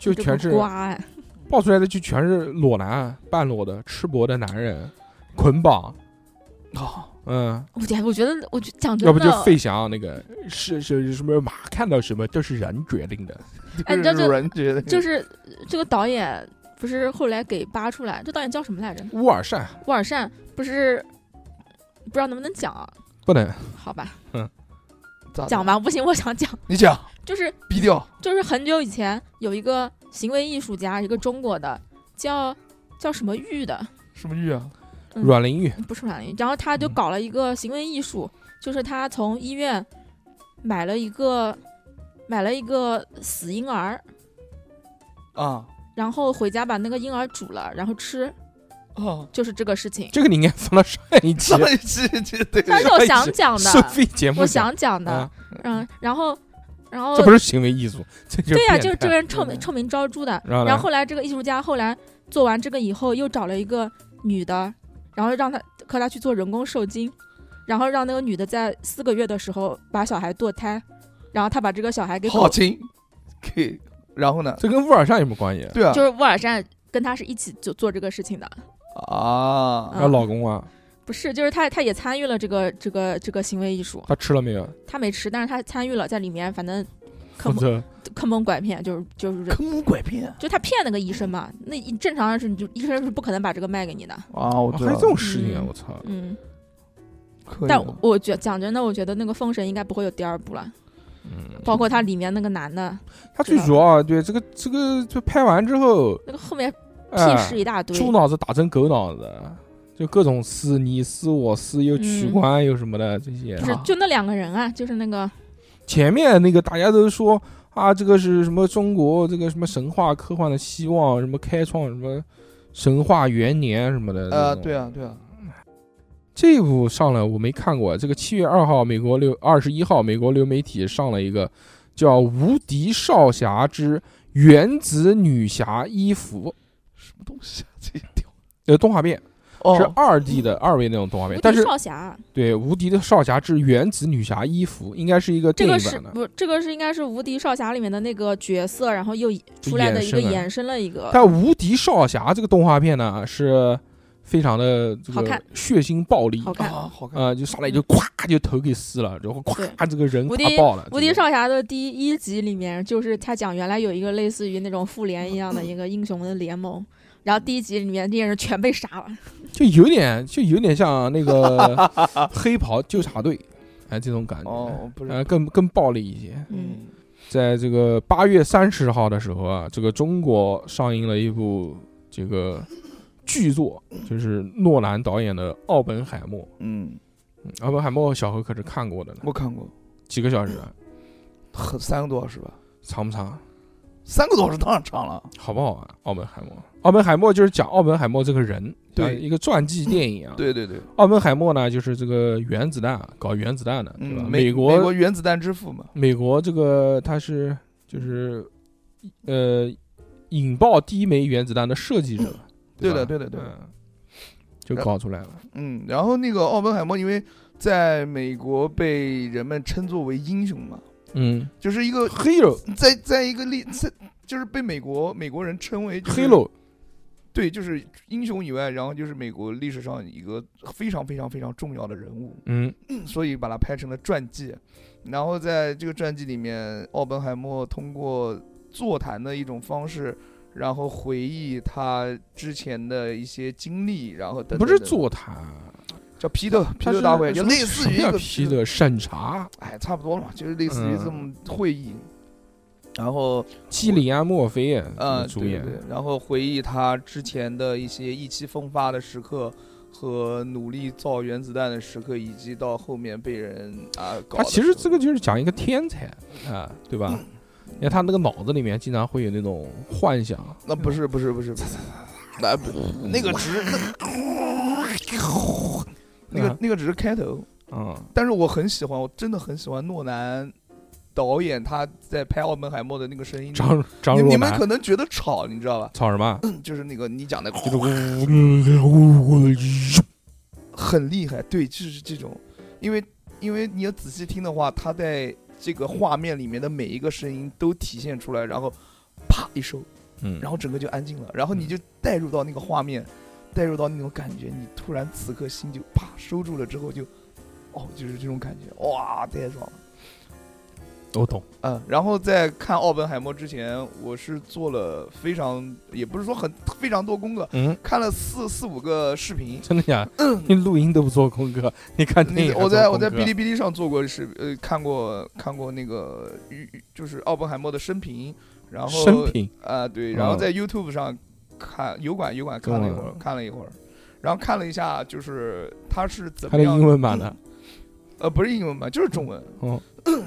[SPEAKER 2] 就全是
[SPEAKER 4] 瓜哎，
[SPEAKER 2] 爆出来的，就全是裸男、半裸的、赤膊的男人，捆绑，
[SPEAKER 3] 哦，
[SPEAKER 2] 嗯，
[SPEAKER 4] 我觉得我觉得我觉得讲真的，
[SPEAKER 2] 要不就费翔那个是是什么马看到什么都是人决定的，
[SPEAKER 4] 哎你知道这
[SPEAKER 3] 人觉得
[SPEAKER 4] 就是呃这个导演不是后来给扒出来，这导演叫什么来着？
[SPEAKER 2] 乌尔善
[SPEAKER 4] 沃尔善不是不知道能不能讲啊？
[SPEAKER 2] 不能，
[SPEAKER 4] 好吧，
[SPEAKER 3] 咋的
[SPEAKER 4] 讲，吧，不行，我想讲，
[SPEAKER 3] 你讲，
[SPEAKER 4] 就是
[SPEAKER 3] 逼掉。
[SPEAKER 4] 就是很久以前有一个行为艺术家，一个中国的叫叫什么玉的，
[SPEAKER 3] 什么玉啊？
[SPEAKER 4] 嗯
[SPEAKER 2] 阮玲玉，
[SPEAKER 4] 不是阮玲，然后他就
[SPEAKER 2] 嗯
[SPEAKER 4] 搞了一个行为艺术，就是他从医院买了一个买了一个死婴儿，
[SPEAKER 3] 啊
[SPEAKER 4] 然后回家把那个婴儿煮了，然后吃，
[SPEAKER 3] 啊！
[SPEAKER 4] 就是这个 事情。
[SPEAKER 2] 这个你应该放到上一期
[SPEAKER 3] 上一期这对，
[SPEAKER 4] 但是我想讲的，
[SPEAKER 2] 收费节目
[SPEAKER 4] 我
[SPEAKER 2] 讲，
[SPEAKER 4] 想讲的，
[SPEAKER 2] 啊，
[SPEAKER 4] 嗯，然后，然后
[SPEAKER 2] 这不是行为艺术， 这就是
[SPEAKER 4] 哦对呀、
[SPEAKER 2] 变
[SPEAKER 4] 就是
[SPEAKER 2] 态
[SPEAKER 4] 这个人臭
[SPEAKER 3] 对
[SPEAKER 4] 名臭名昭著的。
[SPEAKER 2] 嗯然后呢
[SPEAKER 4] 然后后来这个艺术家后来做完这个以后，又找了一个女的，然后让她和她去做人工受精，然后让那个女的在四个月的时候把小孩堕胎，然后他把这个小孩给
[SPEAKER 3] 好
[SPEAKER 4] 狗，
[SPEAKER 3] 亲，给，然后呢？
[SPEAKER 2] 这跟乌尔善有什么关系？
[SPEAKER 3] 对啊，
[SPEAKER 4] 就是沃尔善跟他是一起就做这个事情的，嗯
[SPEAKER 3] 啊，
[SPEAKER 2] 她老公啊，
[SPEAKER 4] 不是，就是他他也参与了这个这个这个行为艺术，
[SPEAKER 2] 他吃了没有？
[SPEAKER 4] 他没吃，但是他参与了在里面，反正
[SPEAKER 2] 负
[SPEAKER 4] 坑蒙
[SPEAKER 2] 责
[SPEAKER 4] 坑蒙拐骗，就是就是
[SPEAKER 3] 坑蒙拐骗
[SPEAKER 4] 就他骗那个医生嘛，那一正常人是你就医生是不可能把这个卖给你的。
[SPEAKER 3] 啊！我
[SPEAKER 2] 还
[SPEAKER 3] 知
[SPEAKER 2] 有
[SPEAKER 3] 道
[SPEAKER 2] 这种事情啊！
[SPEAKER 4] 嗯
[SPEAKER 2] 我操！
[SPEAKER 4] 嗯，
[SPEAKER 3] 可以
[SPEAKER 4] 但
[SPEAKER 3] 的
[SPEAKER 4] 我觉讲真的，我觉得那个《封神》应该不会有第二部了，
[SPEAKER 2] 嗯，
[SPEAKER 4] 包括它里面那个男的，
[SPEAKER 2] 他最主要啊对这个这个就拍完之后，
[SPEAKER 4] 那个后面
[SPEAKER 2] 哎
[SPEAKER 4] 屁事一大堆。
[SPEAKER 2] 猪脑子打成狗脑子，就各种撕，你撕我撕，又取
[SPEAKER 4] 嗯
[SPEAKER 2] 关又什么的这些
[SPEAKER 4] 不。是
[SPEAKER 3] 啊
[SPEAKER 4] 就那两个人啊，就是那个
[SPEAKER 2] 前面那个大家都说啊，这个是什么中国这个什么神话科幻的希望，什么开创什么神话元年什么的。
[SPEAKER 3] 呃，
[SPEAKER 2] 这种
[SPEAKER 3] 对，啊，对啊，
[SPEAKER 2] 这部上了我没看过，这个七月二号美国流二十一号美国流媒体上了一个叫《无敌少侠之原子女侠伊芙》
[SPEAKER 3] 什么东西啊，这一条
[SPEAKER 2] 的动画片，是
[SPEAKER 3] 哦，
[SPEAKER 2] 二 D 的二维那种动画
[SPEAKER 4] 无
[SPEAKER 2] 片，但
[SPEAKER 4] 敌
[SPEAKER 2] 是
[SPEAKER 4] 少侠，啊
[SPEAKER 2] 对《无敌的少侠之原子女侠伊芙》应该是一个
[SPEAKER 4] 这
[SPEAKER 2] 电
[SPEAKER 4] 个
[SPEAKER 2] 影
[SPEAKER 4] 是
[SPEAKER 2] 版的。
[SPEAKER 4] 不这个是应该是无敌少侠里面的那个角色，然后又出来的一个
[SPEAKER 2] 衍生啊了
[SPEAKER 4] 衍生了一个，
[SPEAKER 2] 但《无敌少侠》这个动画片呢，是非常的这
[SPEAKER 4] 好
[SPEAKER 2] 个
[SPEAKER 4] 看
[SPEAKER 2] 血腥暴力，
[SPEAKER 4] 好看嗯
[SPEAKER 3] 啊，好看，
[SPEAKER 2] 呃，就上来就咵就头给撕了，然后咵
[SPEAKER 4] 对
[SPEAKER 2] 这个人
[SPEAKER 4] 无
[SPEAKER 2] 咵
[SPEAKER 4] 敌
[SPEAKER 3] 啊
[SPEAKER 2] 爆了。
[SPEAKER 4] 无
[SPEAKER 2] 这
[SPEAKER 4] 敌
[SPEAKER 2] 个
[SPEAKER 4] 少侠的第一集里面，就是他讲原来有一个类似于那种复联一样
[SPEAKER 3] 嗯
[SPEAKER 4] 的一个英雄的联盟，然后第一集里面这些人全被杀了，
[SPEAKER 2] 就有点就有点像那 个黑袍纠察队，哎，这种感觉。
[SPEAKER 3] 哦，不
[SPEAKER 2] 呃，
[SPEAKER 3] 是，
[SPEAKER 2] 更更暴力一些。
[SPEAKER 4] 嗯，
[SPEAKER 2] 在这个八月三十号的时候啊，这个中国上映了一部这个巨作，就是诺兰导演的《奥本海默》。
[SPEAKER 3] 嗯，
[SPEAKER 2] 嗯奥本海默小何可是看过的呢，
[SPEAKER 3] 我看过，
[SPEAKER 2] 几个小时啊，
[SPEAKER 3] 很三个多小时吧，
[SPEAKER 2] 长不长？
[SPEAKER 3] 三个多小时当然长了，
[SPEAKER 2] 好不好
[SPEAKER 3] 啊
[SPEAKER 2] 玩？奥本海默，奥本海默就是讲奥本海默这个人，
[SPEAKER 3] 对
[SPEAKER 2] 啊一个传记电影啊。，
[SPEAKER 3] 对对对，
[SPEAKER 2] 奥本海默呢，就是这个原子弹啊搞原子弹的，对吧？
[SPEAKER 3] 嗯，
[SPEAKER 2] 美
[SPEAKER 3] 美
[SPEAKER 2] 国
[SPEAKER 3] 美国原子弹之父嘛，
[SPEAKER 2] 美国这个他是就是呃引爆第一枚原子弹的设计者，
[SPEAKER 3] 嗯对
[SPEAKER 2] 吧
[SPEAKER 3] 的对的对的
[SPEAKER 2] 嗯就搞出来了。
[SPEAKER 3] 嗯，然后那个奥本海默，因为在美国被人们称作为英雄嘛，
[SPEAKER 2] 嗯
[SPEAKER 3] 就是一个
[SPEAKER 2] ，hero
[SPEAKER 3] 在在一个历在就是被美国美国人称为、就是、
[SPEAKER 2] hero
[SPEAKER 3] 对，就是英雄以外，然后就是美国历史上一个非常非常非常重要的人物，
[SPEAKER 2] 嗯
[SPEAKER 3] 所以把它拍成了传记。然后在这个传记里面，奥本海默通过座谈的一种方式，然后回忆他之前的一些经历，然后等等
[SPEAKER 2] 不是
[SPEAKER 3] 等
[SPEAKER 2] 座谈，
[SPEAKER 3] 叫批斗批
[SPEAKER 2] 他
[SPEAKER 3] 斗
[SPEAKER 2] 是
[SPEAKER 3] 大会，就
[SPEAKER 2] 什么
[SPEAKER 3] 类似于
[SPEAKER 2] 什
[SPEAKER 3] 一
[SPEAKER 2] 么叫
[SPEAKER 3] 个
[SPEAKER 2] 批
[SPEAKER 3] 斗，
[SPEAKER 2] 的审查。
[SPEAKER 3] 哎，差不多了嘛，就是类似于这
[SPEAKER 2] 嗯
[SPEAKER 3] 么会议。然后，
[SPEAKER 2] 基里安·墨菲啊
[SPEAKER 3] 呃，
[SPEAKER 2] 主
[SPEAKER 3] 对对
[SPEAKER 2] 演，
[SPEAKER 3] 对，然后回忆他之前的一些意气风发的时刻，和努力造原子弹的时刻，以及到后面被人啊搞
[SPEAKER 2] 他
[SPEAKER 3] 的时候。嗯
[SPEAKER 2] 其实这个就是讲一个天才啊，对吧？因为他那个脑子里面经常会有那种幻想，啊
[SPEAKER 3] 那呃不是不是不是，不是那不那个只是那个那个只是开头，
[SPEAKER 2] 嗯，
[SPEAKER 3] 但是我很喜欢，我真的很喜欢诺兰导演他在拍《奥本海默》的那个声音。
[SPEAKER 2] 张张
[SPEAKER 3] 你
[SPEAKER 2] 若
[SPEAKER 3] 你们
[SPEAKER 2] 楠
[SPEAKER 3] 可能觉得吵，你知道吧？
[SPEAKER 2] 操什 么？
[SPEAKER 3] 嗯就是那个你讲的
[SPEAKER 2] 就是
[SPEAKER 3] 很厉害，对，就是这种，因为因为你要仔细听的话，他在这个画面里面的每一个声音都体现出来，然后啪一收，
[SPEAKER 2] 嗯，
[SPEAKER 3] 然后整个就安静了，然后你就带入到那个画面，带入到那种感觉，你突然此刻心就啪收住了之后就，哦，就是这种感觉，哇，太爽了。
[SPEAKER 2] 我懂。
[SPEAKER 3] 嗯，然后在看奥本海默之前，我是做了非常，也不是说很非常多功课，
[SPEAKER 2] 嗯，
[SPEAKER 3] 看了四四五个视频。
[SPEAKER 2] 真的假的？你录音都不做功课，你看电
[SPEAKER 3] 那
[SPEAKER 2] 影
[SPEAKER 3] 个
[SPEAKER 2] 还
[SPEAKER 3] 嗯我
[SPEAKER 2] 做
[SPEAKER 3] 在我
[SPEAKER 2] 功
[SPEAKER 3] 在
[SPEAKER 2] 课啊
[SPEAKER 3] 哔哩哔哩上做过视，呃，看过看过那个，就是奥本海默的生平，然后
[SPEAKER 2] 生平
[SPEAKER 3] 啊，对，然后
[SPEAKER 2] 嗯
[SPEAKER 3] 在 YouTube 上看油管油管看了一会儿，看了一会儿，然后看了一下，就是他是怎
[SPEAKER 2] 还
[SPEAKER 3] 么
[SPEAKER 2] 有
[SPEAKER 3] 样嗯
[SPEAKER 2] 英文版的，
[SPEAKER 3] 呃，不是英文版，就是中文。
[SPEAKER 2] 哦，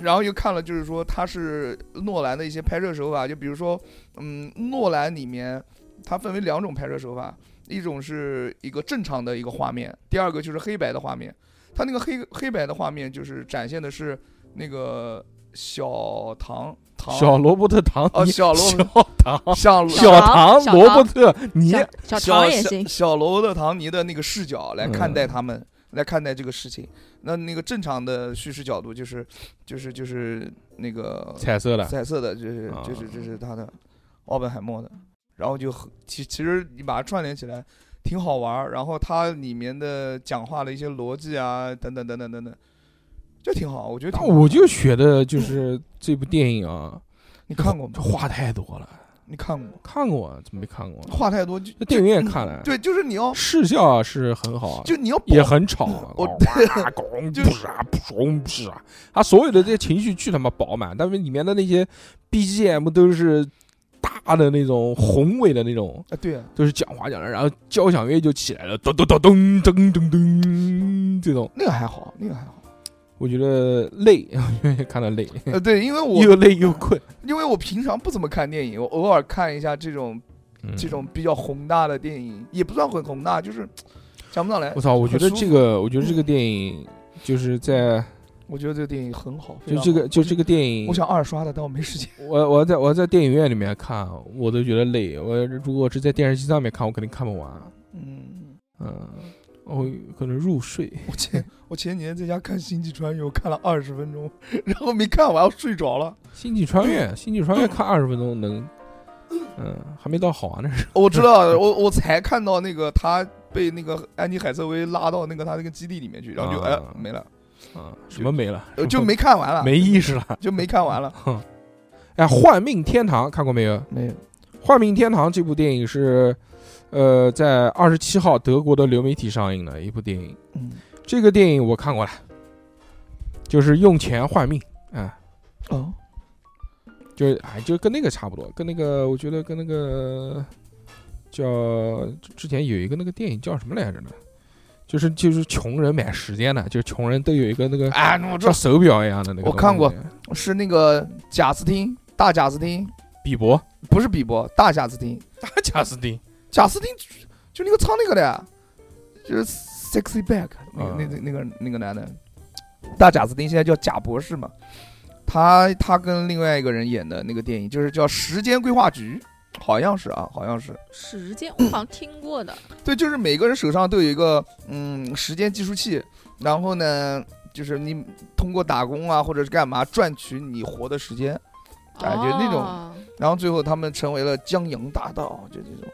[SPEAKER 3] 然后又看了，就是说他是诺兰的一些拍摄手法，就比如说，嗯，诺兰里面它分为两种拍摄手法，一种是一个正常的一个画面，第二个就是黑白的画面。它那个黑黑白的画面就是展现的是那个小唐唐
[SPEAKER 2] 小罗伯特·唐
[SPEAKER 3] 哦
[SPEAKER 2] 尼，
[SPEAKER 3] 小罗
[SPEAKER 2] 小唐，
[SPEAKER 3] 像
[SPEAKER 2] 小唐·
[SPEAKER 4] 小唐
[SPEAKER 2] 罗伯特·尼，
[SPEAKER 4] 小小
[SPEAKER 3] 小
[SPEAKER 4] 唐也
[SPEAKER 3] 小
[SPEAKER 4] 行，
[SPEAKER 3] 小罗伯特·唐尼的那个视角来看
[SPEAKER 2] 嗯
[SPEAKER 3] 待他们，来看待这个事情。那那个正常的叙事角度就是，就是就是那个
[SPEAKER 2] 彩色的，
[SPEAKER 3] 彩色的，就是
[SPEAKER 2] 啊
[SPEAKER 3] 就是就是他的奥本海默的，然后就很其其实你把它串联起来挺好玩儿，然后它里面的讲话的一些逻辑啊，等等等等等等，就挺好，我觉得挺
[SPEAKER 2] 那
[SPEAKER 3] 好
[SPEAKER 2] 我就觉得就是
[SPEAKER 3] 嗯
[SPEAKER 2] 这部电影啊，
[SPEAKER 3] 你看过吗？
[SPEAKER 2] 话太多了。
[SPEAKER 3] 你看过吗？
[SPEAKER 2] 看过，啊怎么没看过？
[SPEAKER 3] 话太多就
[SPEAKER 2] 那电影院看了，，
[SPEAKER 3] 对，就是你要
[SPEAKER 2] 视效啊是很好，
[SPEAKER 3] 就你要保
[SPEAKER 2] 也很吵啊，
[SPEAKER 3] 我
[SPEAKER 2] 哇，咣
[SPEAKER 3] 就
[SPEAKER 2] 不啊，砰不啊，他所有的这些情绪巨他妈饱满，但是里面的那些 BGM 都是大大的那种宏伟的那种，
[SPEAKER 3] 啊，对啊，
[SPEAKER 2] 就是讲话讲的，然后交响乐就起来了，咚咚咚咚咚咚咚，这种
[SPEAKER 3] 那个还好，那个还好。
[SPEAKER 2] 我觉得累， 看到累，
[SPEAKER 3] 呃，对，因为我
[SPEAKER 2] 又累又困。
[SPEAKER 3] 因为我平常不怎么看电影，我偶尔看一下这种
[SPEAKER 2] 嗯
[SPEAKER 3] 嗯这种比较宏大的电影，也不算很宏大，就是讲不上来
[SPEAKER 2] 我。操，我觉得
[SPEAKER 3] 很舒服
[SPEAKER 2] 这个，我觉得这个电影就是在
[SPEAKER 3] 我觉得这个电影很好，非
[SPEAKER 2] 就
[SPEAKER 3] 常
[SPEAKER 2] 这个
[SPEAKER 3] 好
[SPEAKER 2] 就这个电影
[SPEAKER 3] 我，想二刷的，但我没时间。
[SPEAKER 2] 我我在我在电影院里面看，我都觉得累。我如果是在电视机上面看，我肯定看不完。
[SPEAKER 3] 嗯，
[SPEAKER 2] 嗯，我可能入睡。
[SPEAKER 3] 我前我前年在家看《星际穿越》，我看了二十分钟， 然后没看完，我睡着了。
[SPEAKER 2] 星际穿越，星际穿越看二十分钟能，嗯，还没到好玩的时候。
[SPEAKER 3] 我知道， 我我才看到那个他被那个安妮海瑟薇拉到那个他那个基地里面去，然后就哎
[SPEAKER 2] 啊
[SPEAKER 3] 没了，
[SPEAKER 2] 啊，什么没了
[SPEAKER 3] 呃，就没看完了，
[SPEAKER 2] 没意识了。
[SPEAKER 3] 就没看完了。
[SPEAKER 2] 哎，《幻命天堂》看过没有？《
[SPEAKER 3] 没有，
[SPEAKER 2] 幻命天堂》这部电影是，呃，在二十七号德国的流媒体上映的一部电影。
[SPEAKER 3] 嗯，
[SPEAKER 2] 这个电影我看过了，就是用钱换命，啊、
[SPEAKER 3] 哦，
[SPEAKER 2] 就是哎，就跟那个差不多，跟那个我觉得跟那个叫之前有一个那个电影叫什么来着呢？就是就是穷人买时间的，就是穷人都有一个那个
[SPEAKER 3] 啊，那我知
[SPEAKER 2] 像
[SPEAKER 3] 道
[SPEAKER 2] 手表一样的那个东西。
[SPEAKER 3] 我看过是那个贾斯汀，大贾斯汀，
[SPEAKER 2] 比伯、
[SPEAKER 3] 不是比伯， 大贾斯汀，
[SPEAKER 2] 大贾斯汀，
[SPEAKER 3] 贾斯汀就那个唱那个的呀，就是 sexy back 那
[SPEAKER 2] 啊
[SPEAKER 3] 个、那个那个那个男的，大贾斯汀现在叫贾博士嘛，他他跟另外一个人演的那个电影就是叫《时间规划局》，好像是啊，好像是，
[SPEAKER 4] 时间我好像听过的，
[SPEAKER 3] 对，就是每个人手上都有一个嗯时间计数器，然后呢。就是你通过打工啊，或者是干嘛赚取你活的时间，感觉那种
[SPEAKER 4] 哦
[SPEAKER 3] 然后最后他们成为了江洋大盗，就这种，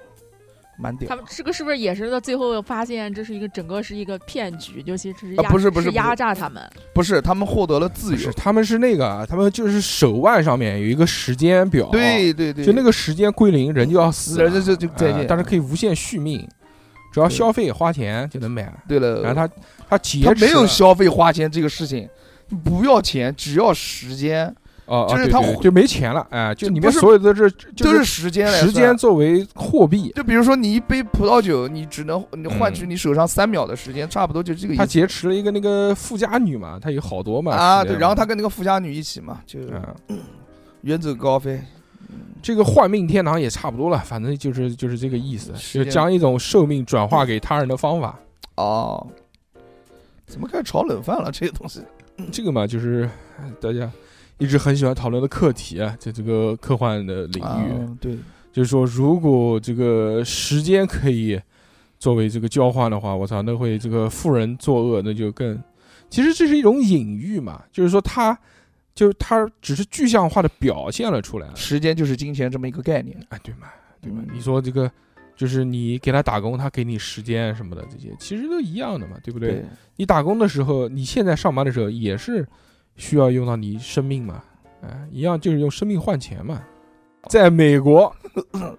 [SPEAKER 3] 蛮屌
[SPEAKER 4] 他。们这个是不是也是到最后发现这是一个整个是一个骗局，就其实是
[SPEAKER 3] 啊
[SPEAKER 4] 压、
[SPEAKER 3] 不是不是不是
[SPEAKER 4] 压榨他们，
[SPEAKER 3] 不是，他们获得了自
[SPEAKER 2] 不
[SPEAKER 3] 由
[SPEAKER 2] 是，。他们是那个，啊他们就是手腕上面有一个时间表，，
[SPEAKER 3] 对对啊对，
[SPEAKER 2] 哦就那个时间归零，人就要死了，
[SPEAKER 3] 人就就就
[SPEAKER 2] 呃
[SPEAKER 3] 再见。
[SPEAKER 2] 但是可以无限续命，只要
[SPEAKER 3] 对
[SPEAKER 2] 消费花钱就能买。
[SPEAKER 3] 对了，
[SPEAKER 2] 然后他他啊劫
[SPEAKER 3] 他
[SPEAKER 2] 持
[SPEAKER 3] 没有
[SPEAKER 2] 了
[SPEAKER 3] 消费花钱这个事情，不要钱，只要时间，
[SPEAKER 2] 哦，哦
[SPEAKER 3] 就是
[SPEAKER 2] 对
[SPEAKER 3] 他
[SPEAKER 2] 对
[SPEAKER 3] 回
[SPEAKER 2] 就没钱了，哎，就
[SPEAKER 3] 就
[SPEAKER 2] 你
[SPEAKER 3] 不
[SPEAKER 2] 们
[SPEAKER 3] 是
[SPEAKER 2] 所有的这就
[SPEAKER 3] 就是是时间来
[SPEAKER 2] 时间
[SPEAKER 3] 算。
[SPEAKER 2] 作为货币，
[SPEAKER 3] 就比如说你一杯葡萄酒，你只能你换取你手上三秒的时间，差不多就是这个
[SPEAKER 2] 嗯他
[SPEAKER 3] 意思
[SPEAKER 2] 劫持了一个那个富家女嘛，他有好多嘛
[SPEAKER 3] 啊。
[SPEAKER 2] 之类
[SPEAKER 3] 对，
[SPEAKER 2] 的
[SPEAKER 3] 然后
[SPEAKER 2] 嘛
[SPEAKER 3] 他跟那个富家女一起嘛，就
[SPEAKER 2] 嗯
[SPEAKER 3] 远走高飞。
[SPEAKER 2] 这个幻命天堂也差不多了，反正就是就是这个意思，
[SPEAKER 3] 时
[SPEAKER 2] 就
[SPEAKER 3] 间
[SPEAKER 2] 将一种寿命转化给他人的方法。
[SPEAKER 3] 哦，怎么开始炒冷饭了？这些东西，
[SPEAKER 2] 这个嘛，就是哎大家一直很喜欢讨论的课题啊，在这个科幻的领
[SPEAKER 3] 啊
[SPEAKER 2] 域，，
[SPEAKER 3] 对，
[SPEAKER 2] 就是说，如果这个时间可以作为这个交换的话，我操，那会这个富人作恶，那就更……其实这是一种隐喻嘛，就是说他，就是他只是具象化的表现了出来。
[SPEAKER 3] 时间就是金钱这么一个概念，
[SPEAKER 2] 哎，对嘛，
[SPEAKER 3] 对
[SPEAKER 2] 嗯你说这个。就是你给他打工，他给你时间什么的，这些其实都一样的嘛，对不对？
[SPEAKER 3] 对，
[SPEAKER 2] 你打工的时候，你现在上班的时候也是需要用到你生命嘛，哎，一样就是用生命换钱嘛。在美 国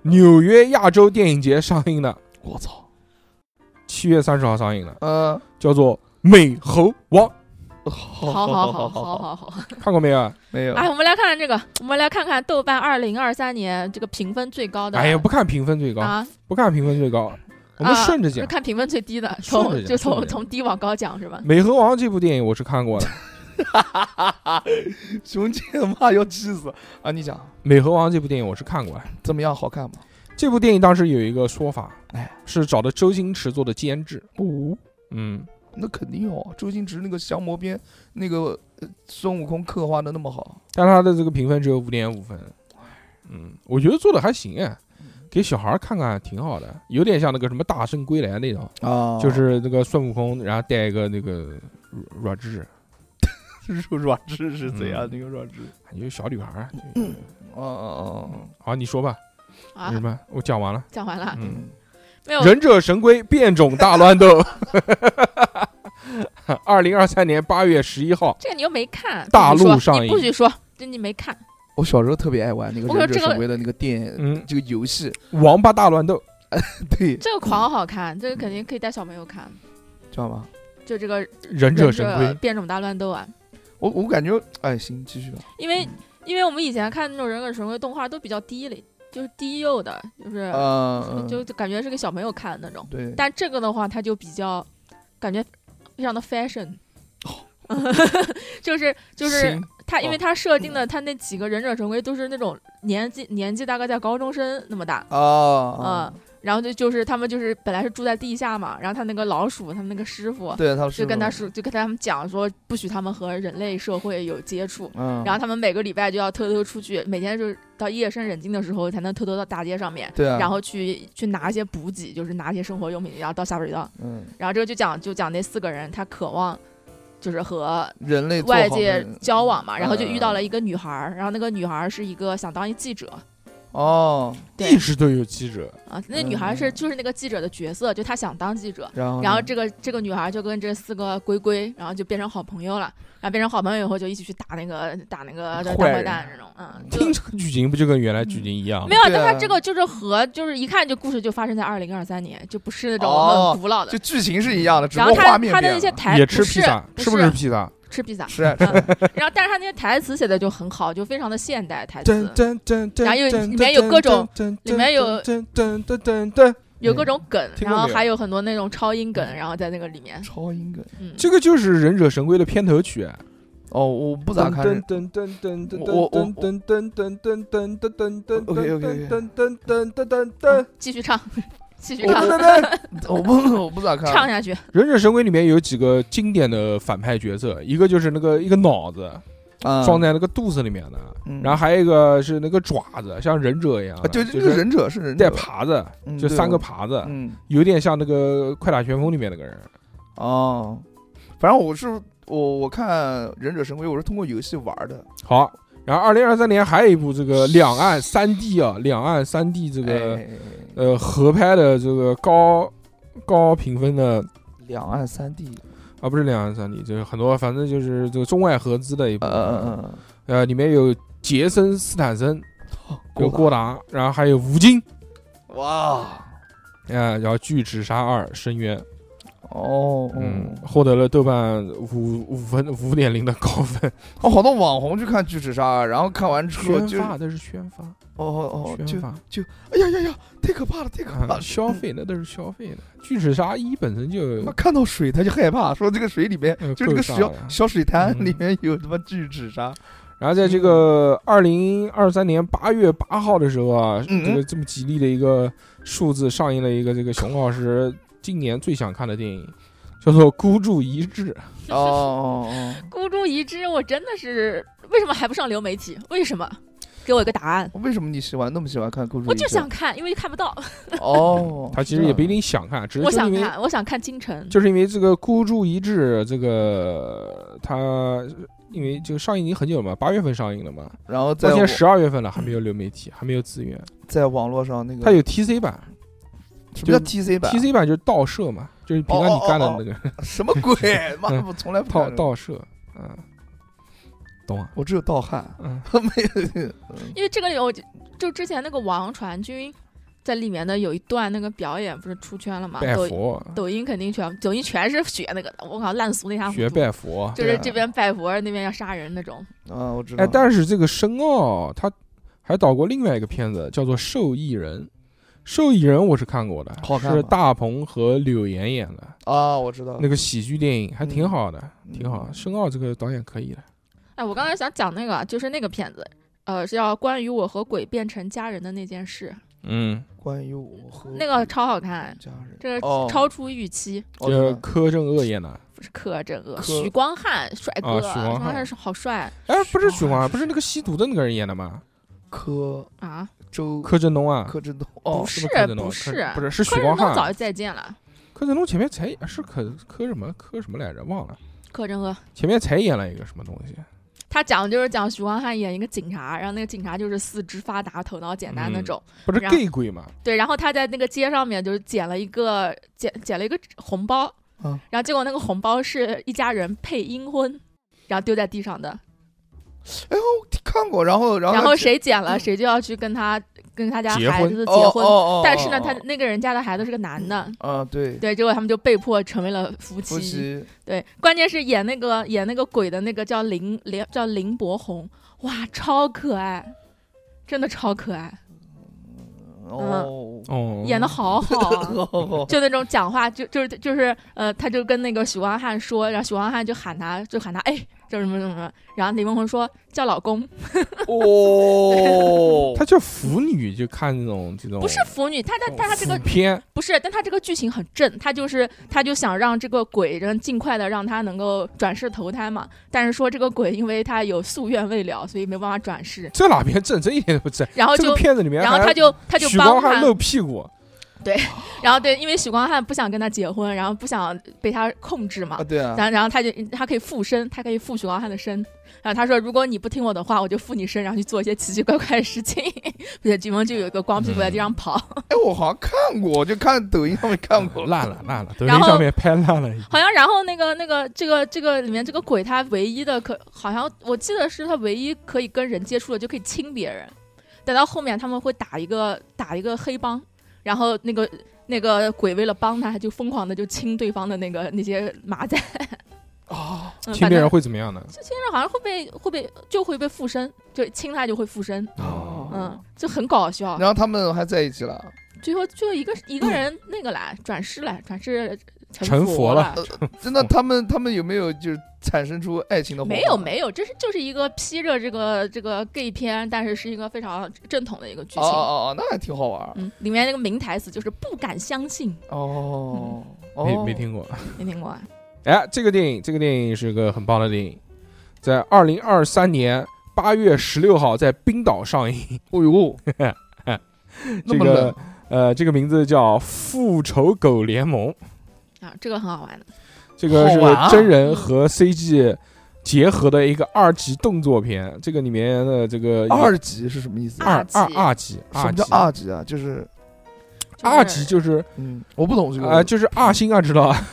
[SPEAKER 2] 纽约亚洲电影节上映的，
[SPEAKER 3] 我操，
[SPEAKER 2] 七月三十号上映的，
[SPEAKER 3] 嗯，
[SPEAKER 2] 叫做《美猴王
[SPEAKER 3] 哦好
[SPEAKER 4] 好好好好好好。》，
[SPEAKER 2] 看过没有啊？
[SPEAKER 3] 没有，
[SPEAKER 4] 哎，我们来看看这个，我们来看看豆瓣二零二三年这个评分最高的。
[SPEAKER 2] 哎呀，不看评分最高，
[SPEAKER 4] 啊，
[SPEAKER 2] 不看评分最高，我们
[SPEAKER 4] 啊
[SPEAKER 2] 顺着
[SPEAKER 4] 就
[SPEAKER 2] 讲。
[SPEAKER 4] 看评分最低的，
[SPEAKER 2] 顺着
[SPEAKER 4] 从
[SPEAKER 2] 讲顺着
[SPEAKER 4] 就从
[SPEAKER 2] 讲
[SPEAKER 4] 从低往高讲是吧
[SPEAKER 2] 《美猴王》这部电影我是看 过的，《
[SPEAKER 3] 熊姐妈要气死啊！你讲
[SPEAKER 2] 美猴王》这部电影我是看过的。
[SPEAKER 3] 怎么样？好看吗？
[SPEAKER 2] 这部电影当时有一个说法，
[SPEAKER 3] 哎，
[SPEAKER 2] 是找的周星驰做的监制，
[SPEAKER 3] 哦，
[SPEAKER 2] 嗯，
[SPEAKER 3] 那肯定哦。周星驰那个降魔篇，那个呃孙悟空刻画的那么好，
[SPEAKER 2] 但他的这个评分只有五点五分，嗯，我觉得做的还行哎，给小孩儿看看挺好的，有点像那个什么《大圣归来》那种，
[SPEAKER 3] 啊
[SPEAKER 2] 就是那个孙悟空，然后带一个那个软软质，
[SPEAKER 3] 软质是
[SPEAKER 2] 怎样
[SPEAKER 3] 那个软质？
[SPEAKER 2] 感觉小女孩儿。
[SPEAKER 3] 哦哦
[SPEAKER 2] 好，你说吧，
[SPEAKER 4] 啊
[SPEAKER 2] 有
[SPEAKER 4] 哦
[SPEAKER 2] 什，么？我讲完了。
[SPEAKER 4] 讲完了，
[SPEAKER 2] 嗯，
[SPEAKER 4] 没有
[SPEAKER 2] 忍者神龟变种大乱斗， 二零二三年八月十一号，
[SPEAKER 4] 这个你又没看，
[SPEAKER 2] 大陆
[SPEAKER 4] 不许说
[SPEAKER 2] 上映
[SPEAKER 4] 你不许说，这你没看，
[SPEAKER 3] 我小时候特别爱玩那个
[SPEAKER 4] 我说
[SPEAKER 3] 忍者
[SPEAKER 4] 这个
[SPEAKER 3] 神龟的那个电，
[SPEAKER 2] 嗯，
[SPEAKER 3] 这个游戏。
[SPEAKER 2] 王八大乱斗，
[SPEAKER 3] 对，知
[SPEAKER 4] 这个狂好看，这个肯定可以带小朋友看，
[SPEAKER 3] 道吗？
[SPEAKER 4] 就这个
[SPEAKER 2] 忍者神龟，
[SPEAKER 4] 变种大乱斗啊，
[SPEAKER 3] 我我感觉，哎，行，继续吧。
[SPEAKER 4] 因为
[SPEAKER 3] 嗯
[SPEAKER 4] 因为我们以前看那种忍者神龟动画都比较低龄就是低幼的，就是
[SPEAKER 2] 啊
[SPEAKER 3] 嗯，
[SPEAKER 4] 就就感觉是给小朋友看的那种。
[SPEAKER 3] 对，
[SPEAKER 4] 但这个的话，它就比较感觉非常的 fashion，就是就是
[SPEAKER 3] 行
[SPEAKER 4] 它，因为它设
[SPEAKER 3] 嗯
[SPEAKER 4] 定的它那几个忍者神龟都是那种年纪年纪大概在高中生那么大，
[SPEAKER 3] 啊，
[SPEAKER 4] 嗯，然后就就是他们就是本来是住在地下嘛，然后他那个老鼠，他们那个师傅
[SPEAKER 3] 对，他
[SPEAKER 4] 就跟他
[SPEAKER 3] 他，
[SPEAKER 4] 说，就跟他们讲说不许他们和人类社会有接触，
[SPEAKER 3] 嗯，
[SPEAKER 4] 然后他们每个礼拜就要偷偷出去，每天就是到夜深人静的时候才能偷偷到大街上面，
[SPEAKER 3] 对啊，
[SPEAKER 4] 然后去去拿一些补给，就是拿一些生活用品，然后到下水道，
[SPEAKER 3] 嗯，
[SPEAKER 4] 然后这个就讲就讲那四个人他渴望。就是和
[SPEAKER 3] 人类做好
[SPEAKER 4] 外界
[SPEAKER 3] 人
[SPEAKER 4] 交往嘛，然后就遇到
[SPEAKER 3] 嗯
[SPEAKER 4] 了一个女孩儿，然后那个女孩儿是一个想当一记者，
[SPEAKER 3] 哦，
[SPEAKER 4] 对
[SPEAKER 2] 一直都有记者，
[SPEAKER 4] 啊，那女孩是
[SPEAKER 3] 嗯哦
[SPEAKER 4] 就是那个记者的角色，就她想当记者，
[SPEAKER 3] 然后
[SPEAKER 4] 然后
[SPEAKER 3] 呢
[SPEAKER 4] 这个这个女孩就跟这四个龟龟，然后就变成好朋友了，然后变成好朋友以后就一起去打那个打那个大
[SPEAKER 3] 坏
[SPEAKER 4] 坏
[SPEAKER 3] 人
[SPEAKER 4] 蛋这种， 嗯，就
[SPEAKER 2] 听这个剧情不就跟原来剧情一样
[SPEAKER 4] 没
[SPEAKER 2] 吗？
[SPEAKER 4] 有，
[SPEAKER 3] 对
[SPEAKER 4] 但
[SPEAKER 3] 啊
[SPEAKER 4] 它这个就是和就是一看就故事就发生在二零二三年，就不是那种
[SPEAKER 3] 哦
[SPEAKER 4] 很古老的
[SPEAKER 3] 就。剧情是一样的，只
[SPEAKER 4] 然
[SPEAKER 3] 不
[SPEAKER 4] 后
[SPEAKER 3] 过
[SPEAKER 4] 它
[SPEAKER 3] 画面
[SPEAKER 4] 它的
[SPEAKER 3] 变
[SPEAKER 4] 那些
[SPEAKER 3] 了
[SPEAKER 4] 台
[SPEAKER 2] 也
[SPEAKER 4] 不
[SPEAKER 2] 吃
[SPEAKER 4] 是
[SPEAKER 2] 披萨，
[SPEAKER 4] 不
[SPEAKER 2] 是不是披萨？
[SPEAKER 4] 吃披萨？
[SPEAKER 3] 是啊
[SPEAKER 4] 嗯然后但是它那些台词写的就很好，就非常的现代台词。
[SPEAKER 2] 噔噔噔噔，
[SPEAKER 4] 然后有里面有各种
[SPEAKER 2] 噔，
[SPEAKER 4] 里面有嗯
[SPEAKER 2] 噔噔噔噔噔。
[SPEAKER 4] 有各种梗，
[SPEAKER 2] 嗯听
[SPEAKER 4] 然
[SPEAKER 2] 过
[SPEAKER 4] 后
[SPEAKER 2] 没有
[SPEAKER 4] 还有很多那种超英梗，然后在那个里面，
[SPEAKER 3] 超英梗。
[SPEAKER 4] 嗯，
[SPEAKER 2] 这个就是《忍者神龟》的片头曲，
[SPEAKER 3] 哦，我不咋看
[SPEAKER 2] 噔
[SPEAKER 3] 人，
[SPEAKER 2] 噔噔噔噔噔
[SPEAKER 3] 我我
[SPEAKER 2] 噔噔噔噔噔噔噔噔噔噔
[SPEAKER 3] OK，OK，OK 嗯
[SPEAKER 2] 噔噔噔噔噔噔。
[SPEAKER 4] 继续唱，继续
[SPEAKER 3] 我
[SPEAKER 4] 唱
[SPEAKER 3] 不，咋看，我 不我不咋看，
[SPEAKER 4] 唱 下去。
[SPEAKER 2] 《忍者神龟》里面有几个经典的反派角色，一个就是那个一个脑子
[SPEAKER 3] 嗯
[SPEAKER 2] 装在那个肚子里面的，
[SPEAKER 3] 嗯
[SPEAKER 2] 然后还有一个是那个爪子，像忍者一样
[SPEAKER 3] 啊
[SPEAKER 2] 的，
[SPEAKER 3] 对，
[SPEAKER 2] 就
[SPEAKER 3] 那个
[SPEAKER 2] 是
[SPEAKER 3] 忍者是忍者
[SPEAKER 2] 带，耙子，
[SPEAKER 3] 嗯
[SPEAKER 2] 就
[SPEAKER 3] 对
[SPEAKER 2] 三个
[SPEAKER 3] 我
[SPEAKER 2] 耙子，
[SPEAKER 3] 嗯，
[SPEAKER 2] 有点像那个《快打旋风》里面那个人。
[SPEAKER 3] 哦，反正我是我我看忍者神龟，我是通过游戏玩的，
[SPEAKER 2] 好，然后二零二三年还有一部这个两岸三地
[SPEAKER 3] 哎
[SPEAKER 2] 啊，两岸三地这
[SPEAKER 3] 这
[SPEAKER 2] 个、呃合拍的这个高高评分的
[SPEAKER 3] 两岸三地，
[SPEAKER 2] 啊，不是两岸三地，就是很多反正就是这个中外合资的一部，
[SPEAKER 3] 呃呃
[SPEAKER 2] 呃，里面有杰森斯坦森，
[SPEAKER 3] 呃，
[SPEAKER 2] 有
[SPEAKER 3] 过
[SPEAKER 2] 郭达，然后还有吴京，
[SPEAKER 3] 哇
[SPEAKER 2] 啊、然后《巨齿鲨二：深渊》，
[SPEAKER 3] 哦，
[SPEAKER 2] 嗯，获得了豆瓣五五分五点零的高 分，
[SPEAKER 3] 哦，好多网红去看巨齿鲨，然后看完之后
[SPEAKER 2] 宣
[SPEAKER 3] 就哦
[SPEAKER 2] 发那是宣发，
[SPEAKER 3] 哦哦，就
[SPEAKER 2] 宣发。
[SPEAKER 3] 哎呀呀呀，太可怕了，太可怕
[SPEAKER 2] 啊，
[SPEAKER 3] 了，
[SPEAKER 2] 消费那都是消费的，《巨齿鲨一》本身就
[SPEAKER 3] 他妈看到水他就害怕，说这个水里面
[SPEAKER 2] 嗯
[SPEAKER 3] 就是这个
[SPEAKER 2] 够大
[SPEAKER 3] 小
[SPEAKER 2] 了
[SPEAKER 3] 小水潭
[SPEAKER 2] 嗯
[SPEAKER 3] 里面有他妈巨齿 鲨，
[SPEAKER 2] 然后在这个二零二三年八月八号的时候啊，
[SPEAKER 3] 嗯
[SPEAKER 2] 这个这么吉利的一个数字上映了一个这个熊老师今年最想看的电影，叫做《孤注一掷》。
[SPEAKER 3] 哦哦哦，
[SPEAKER 4] 孤注一掷，我真的是为什么还不上流媒体？为什么？给我一个答案。
[SPEAKER 3] 哦为什么你喜欢那么喜欢看孤注
[SPEAKER 4] 我
[SPEAKER 3] 一掷？
[SPEAKER 4] 就想看，因为看不到。
[SPEAKER 3] 哦，
[SPEAKER 2] 他其实也不一
[SPEAKER 3] 定
[SPEAKER 2] 定想看，只是
[SPEAKER 4] 我
[SPEAKER 2] 就是
[SPEAKER 4] 想
[SPEAKER 2] 因为
[SPEAKER 4] 看，我想看京城。
[SPEAKER 2] 就是因为这个《孤注一掷》这个它因为这个上映已经很久了嘛，八月份上映了嘛，
[SPEAKER 3] 然后
[SPEAKER 2] 到
[SPEAKER 3] 在
[SPEAKER 2] 现在
[SPEAKER 3] 网
[SPEAKER 2] 十二月份了，还没有流媒体，还没有资源。
[SPEAKER 3] 在网络上那个，
[SPEAKER 2] 它有 TC 版
[SPEAKER 3] 什么叫
[SPEAKER 2] 就
[SPEAKER 3] TC 版
[SPEAKER 2] ，TC 版就是盗摄嘛，就是平常你干的那个
[SPEAKER 3] 什么 鬼？妈，
[SPEAKER 2] 嗯
[SPEAKER 3] 我从来不
[SPEAKER 2] 盗
[SPEAKER 3] 看这个，
[SPEAKER 2] 盗摄，嗯，懂啊，
[SPEAKER 3] 我只有盗汗，
[SPEAKER 2] 嗯。
[SPEAKER 3] 没有。
[SPEAKER 4] 因为这个里我就就之前那个王传君在里面的有一段那个表演不是出圈了吗？
[SPEAKER 2] 拜
[SPEAKER 4] 抖
[SPEAKER 2] 佛，
[SPEAKER 4] 抖音肯定全抖音全是学那个的，我靠烂俗那啥
[SPEAKER 2] 学拜佛。
[SPEAKER 4] 就
[SPEAKER 3] 对
[SPEAKER 4] 是
[SPEAKER 3] 啊
[SPEAKER 4] 这边拜佛，那边要杀人那种。
[SPEAKER 3] 啊，我知道。
[SPEAKER 2] 哎，但是这个申奥他还导过另外一个片子，叫做《受益人》。《受益人》我是看过的，
[SPEAKER 3] 好看
[SPEAKER 2] 是
[SPEAKER 3] 吗
[SPEAKER 2] 大鹏和柳岩演的
[SPEAKER 3] 啊，我知道
[SPEAKER 2] 那个喜剧电影，还挺
[SPEAKER 3] 嗯
[SPEAKER 2] 好的，挺好。
[SPEAKER 3] 嗯
[SPEAKER 2] 申奥这个导演可以的。
[SPEAKER 4] 哎，我刚才想讲那个，就是那个片子，呃，是要关于我和鬼变成家人的那件事，
[SPEAKER 2] 嗯，
[SPEAKER 3] 关于我和
[SPEAKER 4] 那个超好看，
[SPEAKER 3] 家人，
[SPEAKER 4] 这个
[SPEAKER 3] 哦
[SPEAKER 4] 超出预期。
[SPEAKER 2] 就是
[SPEAKER 3] 哦
[SPEAKER 2] 柯震恶演的。
[SPEAKER 4] 不是柯震恶，
[SPEAKER 3] 柯
[SPEAKER 4] 许光汉帅哥，
[SPEAKER 2] 啊许光汉
[SPEAKER 4] 是好帅
[SPEAKER 2] 哎，不是
[SPEAKER 3] 申
[SPEAKER 2] 许光汉，
[SPEAKER 3] 奥是
[SPEAKER 2] 不是
[SPEAKER 3] 谁
[SPEAKER 2] 那个吸毒的那个人演的吗？
[SPEAKER 3] 柯
[SPEAKER 4] 啊！
[SPEAKER 3] 周
[SPEAKER 2] 柯震东啊，
[SPEAKER 3] 柯震东哦
[SPEAKER 4] 不
[SPEAKER 2] 是不
[SPEAKER 4] 是
[SPEAKER 2] 柯震东
[SPEAKER 4] 不
[SPEAKER 2] 柯
[SPEAKER 4] 是
[SPEAKER 2] 不是是
[SPEAKER 4] 柯
[SPEAKER 2] 许
[SPEAKER 4] 震
[SPEAKER 2] 光
[SPEAKER 4] 东早
[SPEAKER 2] 汉
[SPEAKER 4] 就。再见了，
[SPEAKER 2] 柯震东前面才演是柯柯什么柯什么来着？忘了，
[SPEAKER 4] 柯震恶。
[SPEAKER 2] 前面才演了一个什么东西。
[SPEAKER 4] 他讲的就是讲许光汉演一个警察，然后那个警察就是四肢发达、头脑简
[SPEAKER 2] 嗯
[SPEAKER 4] 单那种。
[SPEAKER 2] 不是
[SPEAKER 4] 然后
[SPEAKER 2] gay 鬼嘛？
[SPEAKER 4] 对，然后他在那个街上面就是捡了一个捡捡了一个红包，
[SPEAKER 3] 嗯
[SPEAKER 4] 然后结果那个红包是一家人配阴婚，然后丢在地上的，
[SPEAKER 3] 看过，然后然后
[SPEAKER 4] 然
[SPEAKER 3] 然
[SPEAKER 4] 后谁捡了谁就要去跟他跟他家
[SPEAKER 2] 结
[SPEAKER 4] 孩
[SPEAKER 2] 婚
[SPEAKER 4] 子
[SPEAKER 3] 哦
[SPEAKER 4] 结
[SPEAKER 3] 哦哦，
[SPEAKER 4] 但是呢，
[SPEAKER 3] 哦
[SPEAKER 4] 他
[SPEAKER 3] 哦
[SPEAKER 4] 那个人家的孩子是个男的，
[SPEAKER 3] 啊对
[SPEAKER 4] 对，结果他们就被迫成为了夫
[SPEAKER 3] 夫妻
[SPEAKER 4] 对，关键是演那个演那个鬼的那个叫林林叫林柏宏，哇，超可爱，真的超可爱。
[SPEAKER 3] 哦，
[SPEAKER 2] 哦，
[SPEAKER 4] 演的好好啊。
[SPEAKER 3] 哦，
[SPEAKER 4] 就那种讲话，就就是就是呃，他就跟那个许光汉说，然后许光汉就喊他，就喊他，哎，就是什么什么什么，然后李梦红说叫老公，
[SPEAKER 3] 哦，
[SPEAKER 2] 他叫腐女，就看这种这种
[SPEAKER 4] 不是腐女，他他但他这个
[SPEAKER 2] 腐片，
[SPEAKER 4] 不是，但他这个剧情很正，他就是他就想让这个鬼人尽快的让他能够转世投胎嘛，但是说这个鬼因为他有夙愿未了，所以没办法转世，
[SPEAKER 2] 这哪边正？这一点都不正。
[SPEAKER 4] 然后
[SPEAKER 2] 这
[SPEAKER 4] 哦就
[SPEAKER 2] 个片子里面
[SPEAKER 4] 然
[SPEAKER 2] 还，
[SPEAKER 4] 后他就他就
[SPEAKER 2] 许
[SPEAKER 4] 帮
[SPEAKER 2] 光
[SPEAKER 4] 他
[SPEAKER 2] 汉露屁股，
[SPEAKER 4] 然后对，因为许光汉不想跟他结婚，然后不想被他控制嘛
[SPEAKER 3] 啊，，对啊，
[SPEAKER 4] 然后然后他就他可以附身，他可以附许光汉的身。然后他说，如果你不听我的话，我就附你身，然后去做一些奇奇怪怪的事情。 对，举梦就有一个光屁股在地上跑。
[SPEAKER 3] 哎，我好像看过，就看抖音上面看过，
[SPEAKER 2] 烂了烂了，抖音
[SPEAKER 4] 然后
[SPEAKER 2] 上面拍烂了已经。
[SPEAKER 4] 好像然后那个那个这个这个里面这个鬼他唯一的可好像我记得是他唯一可以跟人接触的就可以亲别人。等到后面他们会打一个打一个黑帮，然后那个那个鬼为了帮他，他就疯狂的就亲对方的那个那些马 仔。
[SPEAKER 3] 啊，
[SPEAKER 4] 嗯
[SPEAKER 2] 亲
[SPEAKER 4] 反
[SPEAKER 2] 别
[SPEAKER 4] 正
[SPEAKER 2] 人会怎么样呢？
[SPEAKER 4] 但是好像会被会被就会被附身，就亲他就会附身，
[SPEAKER 2] 哦
[SPEAKER 4] 嗯，就很搞笑。
[SPEAKER 3] 然后他们还在一起了，
[SPEAKER 4] 最后就一个一个人那个啦，转世啦，转世
[SPEAKER 2] 成佛
[SPEAKER 4] 佛
[SPEAKER 2] 了
[SPEAKER 3] 真
[SPEAKER 2] 嗯
[SPEAKER 3] 的，他们他们有没有就是产生出爱情的火花？
[SPEAKER 4] 没有没有，这是就是一个披着这个这个 gay 片，但是是一个非常正统的一个剧情。
[SPEAKER 3] 哦哦哦，那还挺好玩儿
[SPEAKER 4] 嗯，里面那个名台词就是不敢相信，
[SPEAKER 3] 哦，
[SPEAKER 2] 嗯
[SPEAKER 3] 哦
[SPEAKER 2] 没没听过。
[SPEAKER 4] 没听过啊？
[SPEAKER 2] 哎，这个电影，这个电影是个很棒的电影，在二零二三年八月十六号在冰岛上映。
[SPEAKER 3] 哦呦，那
[SPEAKER 2] 这
[SPEAKER 3] 么
[SPEAKER 2] 个
[SPEAKER 3] 冷
[SPEAKER 2] 呃，这个名字叫《复仇狗联盟》，
[SPEAKER 4] 啊，这个很好玩的，
[SPEAKER 2] 这个是
[SPEAKER 3] 好玩啊
[SPEAKER 2] 真人和 CG 结合的一个二级动作片。这个里面的这个
[SPEAKER 3] 二级是什么意思？
[SPEAKER 2] 二
[SPEAKER 4] 级
[SPEAKER 2] 二二级，
[SPEAKER 3] 什么
[SPEAKER 2] 级
[SPEAKER 3] 叫二级啊？就是
[SPEAKER 4] 就是
[SPEAKER 2] 二级就是
[SPEAKER 3] 嗯，我不懂这个
[SPEAKER 2] 啊，就是二星啊，知道啊？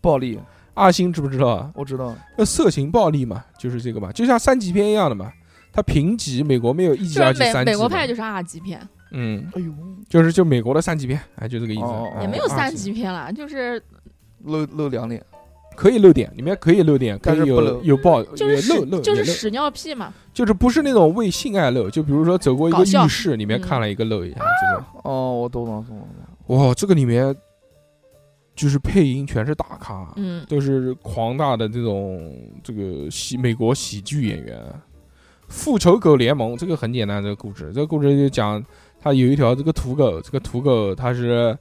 [SPEAKER 3] 暴力，
[SPEAKER 2] 二星知不知道啊？
[SPEAKER 3] 我知道。
[SPEAKER 2] 那色情暴力嘛，就是这个嘛，就像三级片一样的嘛。它评级美国没有一级、
[SPEAKER 4] 就
[SPEAKER 2] 二
[SPEAKER 4] 是
[SPEAKER 2] 级、
[SPEAKER 4] 美
[SPEAKER 2] 三级
[SPEAKER 4] 美
[SPEAKER 2] 的，
[SPEAKER 4] 国派就是二级片，
[SPEAKER 2] 嗯，
[SPEAKER 3] 哎呦，
[SPEAKER 2] 就是就美国的三级片，哎，就这个意思。
[SPEAKER 3] 哦哦哦
[SPEAKER 2] 哎
[SPEAKER 4] 也没有
[SPEAKER 2] 二级
[SPEAKER 4] 三级片啦，就是
[SPEAKER 3] 露露两脸，
[SPEAKER 2] 可以露点，里面可以露点，可
[SPEAKER 3] 但
[SPEAKER 2] 以
[SPEAKER 3] 是不
[SPEAKER 2] 有
[SPEAKER 3] 露
[SPEAKER 2] 有暴，
[SPEAKER 4] 就
[SPEAKER 2] 哦
[SPEAKER 4] 是
[SPEAKER 2] 也露露
[SPEAKER 4] 屎就是
[SPEAKER 2] 也露
[SPEAKER 4] 屎尿屁嘛，
[SPEAKER 2] 就是不是那种为性爱露，就比如说走过一个
[SPEAKER 4] 搞笑
[SPEAKER 2] 浴室，里面看了一个露一下，这种
[SPEAKER 3] 哦，我懂了，懂了，懂了
[SPEAKER 2] 哇，这个里面就是配音全是大咖，
[SPEAKER 4] 嗯，
[SPEAKER 2] 都是狂大的这种这个喜美国喜剧演员。复仇狗联盟这个很简单，这个故事，这个故事就讲他有一条这个土狗，这个土狗它是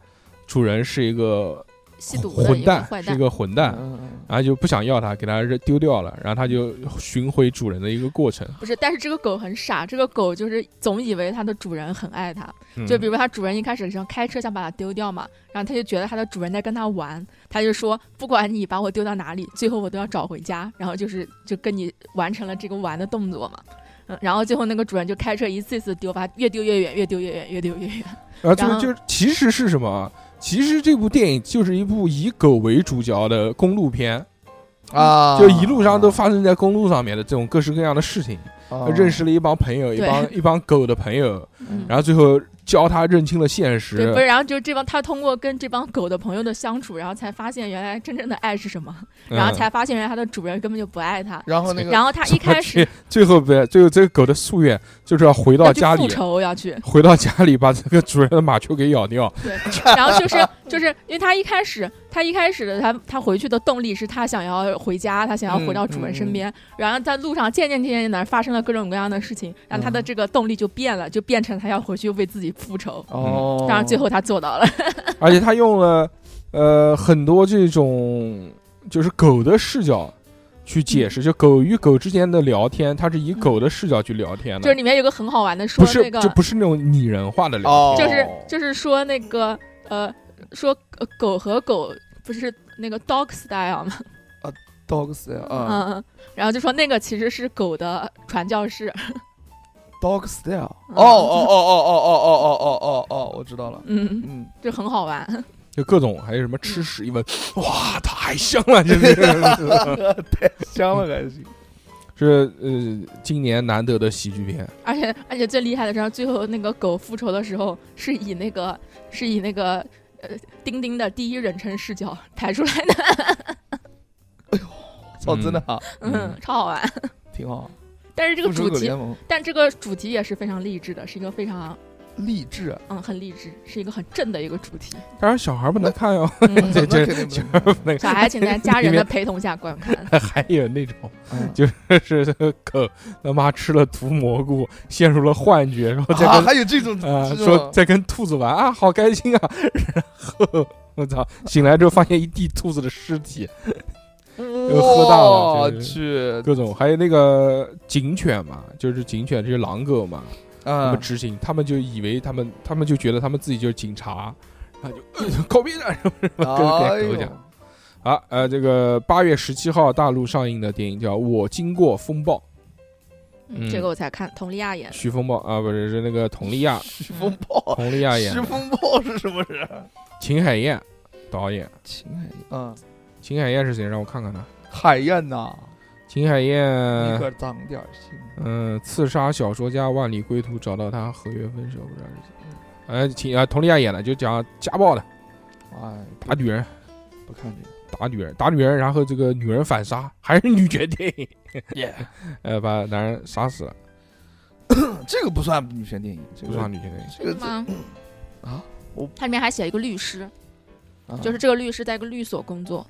[SPEAKER 2] 主人是一个
[SPEAKER 4] 吸毒的
[SPEAKER 2] 哦混
[SPEAKER 4] 一个
[SPEAKER 2] 蛋，
[SPEAKER 4] 坏
[SPEAKER 2] 是一
[SPEAKER 4] 蛋，
[SPEAKER 2] 个混蛋，
[SPEAKER 3] 嗯嗯
[SPEAKER 2] 然后就不想要它，给它扔丢掉了，然后它就寻回主人的一个过程。
[SPEAKER 4] 不是，但是这个狗很傻，这个狗就是总以为它的主人很爱它，
[SPEAKER 2] 嗯
[SPEAKER 4] 就比如它主人一开始想开车想把它丢掉嘛，然后它就觉得它的主人在跟它玩，它就说不管你把我丢到哪里，最后我都要找回家，然后就是就跟你完成了这个玩的动作嘛。嗯，然后最后那个主人就开车一次一次丢，把它越丢越远，越丢越远，越丢越远。
[SPEAKER 2] 然后就
[SPEAKER 4] 然
[SPEAKER 2] 是
[SPEAKER 4] 后
[SPEAKER 2] 就是，其实是什么啊？其实这部电影就是一部以狗为主角的公路片，
[SPEAKER 3] 嗯啊，
[SPEAKER 2] 就一路上都发生在公路上面的这种各式各样的事情。
[SPEAKER 3] 啊
[SPEAKER 2] 认识了一帮朋友，一
[SPEAKER 4] 对
[SPEAKER 2] 帮一帮狗的朋友，
[SPEAKER 4] 嗯，
[SPEAKER 2] 然后最后教他认清了现
[SPEAKER 4] 对，
[SPEAKER 2] 实
[SPEAKER 4] 不。是，然后就这帮他通过跟这帮狗的朋友的相处，然后才发现原来真正的爱是什么，
[SPEAKER 2] 嗯
[SPEAKER 4] 然后才发现原来它的主人根本就不爱它。
[SPEAKER 2] 哦
[SPEAKER 3] 然后那个
[SPEAKER 4] 然后它一开始
[SPEAKER 2] 最后不最后这个狗的夙愿就是要回到
[SPEAKER 4] 要去
[SPEAKER 2] 家
[SPEAKER 4] 复
[SPEAKER 2] 里，
[SPEAKER 4] 仇要去，
[SPEAKER 2] 回到家里把这个主人的马球给咬 掉。
[SPEAKER 4] 然后就是就是因为他一开始他一开始的他他回去的动力是他想要回家，他想要回到主人
[SPEAKER 2] 嗯
[SPEAKER 4] 身边，然后在路上渐渐渐渐的发生了各种各样的事情，然后
[SPEAKER 2] 嗯
[SPEAKER 4] 他的这个动力就变了，就变成他要回去为自己复仇。
[SPEAKER 3] 哦，
[SPEAKER 2] 嗯
[SPEAKER 4] 当然，最后他做到了。
[SPEAKER 2] 而且他用了呃很多这种就是狗的视角去解
[SPEAKER 4] 嗯
[SPEAKER 2] 释，就狗与狗之间的聊天，它是以狗的视角去聊天
[SPEAKER 4] 就是
[SPEAKER 2] 的，
[SPEAKER 4] 里面有个很好玩的说
[SPEAKER 2] 不是
[SPEAKER 4] 那个
[SPEAKER 2] 就不是那种拟人化的聊
[SPEAKER 3] 哦
[SPEAKER 2] 天，
[SPEAKER 4] 就是就是说那个呃说呃狗和狗不是那个 dog style 吗？
[SPEAKER 3] dogs 啊
[SPEAKER 4] 嗯嗯，然后就说那个其实是狗的传教士。
[SPEAKER 3] ，dog style，哦哦
[SPEAKER 4] 嗯
[SPEAKER 3] 哦哦哦哦哦哦哦哦，我知道了，
[SPEAKER 4] 嗯，
[SPEAKER 3] 嗯，
[SPEAKER 4] 就很好玩。
[SPEAKER 2] 就各种还有什么吃屎一闻，
[SPEAKER 4] 嗯
[SPEAKER 2] 哇，太香了， 就是。
[SPEAKER 3] 香了还 行，
[SPEAKER 2] 是呃，今年难得的喜剧片，
[SPEAKER 4] 而且而且最厉害的是，最后那个狗复仇的时候，是以那个是以那个呃钉钉的第一人称视角拍出来 的，
[SPEAKER 3] 操，真的啊，
[SPEAKER 4] 嗯
[SPEAKER 2] 嗯，
[SPEAKER 4] 超好玩。
[SPEAKER 3] 挺好。啊
[SPEAKER 4] 但是这
[SPEAKER 3] 复
[SPEAKER 4] 个
[SPEAKER 3] 仇
[SPEAKER 4] 主
[SPEAKER 3] 者
[SPEAKER 4] 题
[SPEAKER 3] 联，盟，
[SPEAKER 4] 但这个主题也是非常励志的，是一个非常
[SPEAKER 3] 励志啊，
[SPEAKER 4] 嗯，很励志，是一个很正的一 个主题。
[SPEAKER 2] 当然小孩不能看 哟，
[SPEAKER 4] 嗯
[SPEAKER 2] 这
[SPEAKER 3] 那
[SPEAKER 2] 这
[SPEAKER 3] 肯定不能
[SPEAKER 2] 那个
[SPEAKER 4] 小孩请在家人
[SPEAKER 2] 里
[SPEAKER 4] 的
[SPEAKER 2] 面
[SPEAKER 4] 陪同下观看。
[SPEAKER 2] 还有那种
[SPEAKER 3] 嗯
[SPEAKER 2] 就是 狗他妈吃了毒蘑菇，陷入了幻觉，然后再
[SPEAKER 3] 啊，
[SPEAKER 2] 跟
[SPEAKER 3] 还有这种
[SPEAKER 2] 啊、
[SPEAKER 3] 这种
[SPEAKER 2] 说在跟兔子玩啊，好开心啊！ 然后 我操，醒来之后发现一地兔子的尸 体，又喝大了
[SPEAKER 3] 我
[SPEAKER 2] 这是
[SPEAKER 3] 去，
[SPEAKER 2] 各种还有那个警犬嘛，就是警犬这些狼狗嘛，他
[SPEAKER 3] 嗯
[SPEAKER 2] 们，执行，他们就以为他们，他们就觉得他们自己就是警察，然后就 靠边站什么什么，
[SPEAKER 3] 哎
[SPEAKER 2] 跟跟狗
[SPEAKER 3] 呦
[SPEAKER 2] 讲。啊，呃，这个八月十七号大陆上映的电影叫《我经过风暴》，嗯
[SPEAKER 4] 嗯这个我才看，佟丽娅演。
[SPEAKER 2] 徐风暴啊，不是是那个佟丽娅，
[SPEAKER 3] 徐风暴，
[SPEAKER 2] 佟丽娅演
[SPEAKER 3] 徐
[SPEAKER 2] 的，
[SPEAKER 3] 风暴是什么人？啊
[SPEAKER 2] 秦海燕导演，
[SPEAKER 3] 秦海，嗯，
[SPEAKER 2] 秦海燕是谁？让我看看呢。
[SPEAKER 3] 海燕呐，
[SPEAKER 2] 啊秦海燕，
[SPEAKER 3] 你可长点心。
[SPEAKER 2] 嗯，刺杀小说家万里归途，找到他合约分手，不知道是谁。呃，秦啊，佟丽娅演的，就讲家暴的，
[SPEAKER 3] 哎，
[SPEAKER 2] 打女人，
[SPEAKER 3] 不看这个。
[SPEAKER 2] 打女人，打女人，然后这个女人反杀，还是女权电 影，
[SPEAKER 3] 耶，
[SPEAKER 2] 呃，把男人杀死了，
[SPEAKER 3] 这个不算女权电影，这
[SPEAKER 2] 不
[SPEAKER 3] 个
[SPEAKER 2] 算女权电影。
[SPEAKER 3] 这个
[SPEAKER 4] 吗？
[SPEAKER 3] 啊，
[SPEAKER 4] 它里面还写了一个律师，
[SPEAKER 3] 啊
[SPEAKER 4] 就是这个律师在一个律所工作。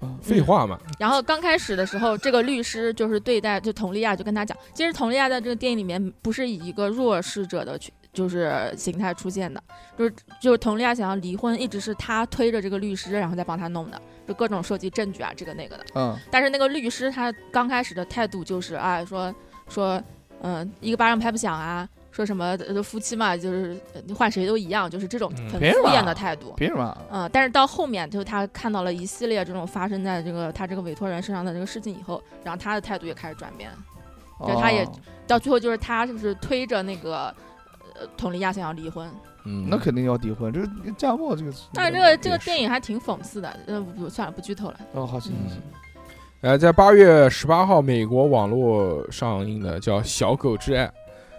[SPEAKER 3] 啊
[SPEAKER 2] 废话嘛，
[SPEAKER 4] 然后刚开始的时候，这个律师就是对待就佟丽娅就跟他讲，其实佟丽娅在这个电影里面不是以一个弱势者的去就是形态出现的，就是就是佟丽娅想要离婚，一直是他推着这个律师，然后再帮他弄的，就各种收集证据啊，这个那个的。
[SPEAKER 3] 嗯，
[SPEAKER 4] 但是那个律师他刚开始的态度就是啊，说说，嗯、一个巴掌拍不响啊，说什么呃夫妻嘛，就是呃换谁都一样，就是这种
[SPEAKER 2] 嗯
[SPEAKER 4] 很
[SPEAKER 3] 别
[SPEAKER 4] 敷衍
[SPEAKER 3] 嘛
[SPEAKER 4] 的态度。
[SPEAKER 3] 凭什么？
[SPEAKER 4] 嗯，但是到后面，就是他看到了一系列这种发生在这个他这个委托人身上的这个事情以后，然后他的态度也开始转变，对他也
[SPEAKER 3] 哦
[SPEAKER 4] 到最后就是他就是推着那个呃佟丽娅想要离婚。
[SPEAKER 2] 嗯
[SPEAKER 3] 那肯定要离婚，这个家暴这个词。
[SPEAKER 4] 但是这个这个
[SPEAKER 2] 也是
[SPEAKER 4] 电影还挺讽刺的，呃，不算了，不剧透 了。
[SPEAKER 3] 哦，好行行行，
[SPEAKER 2] 呃，在八月十八号，美国网络上映的叫《小狗之爱》，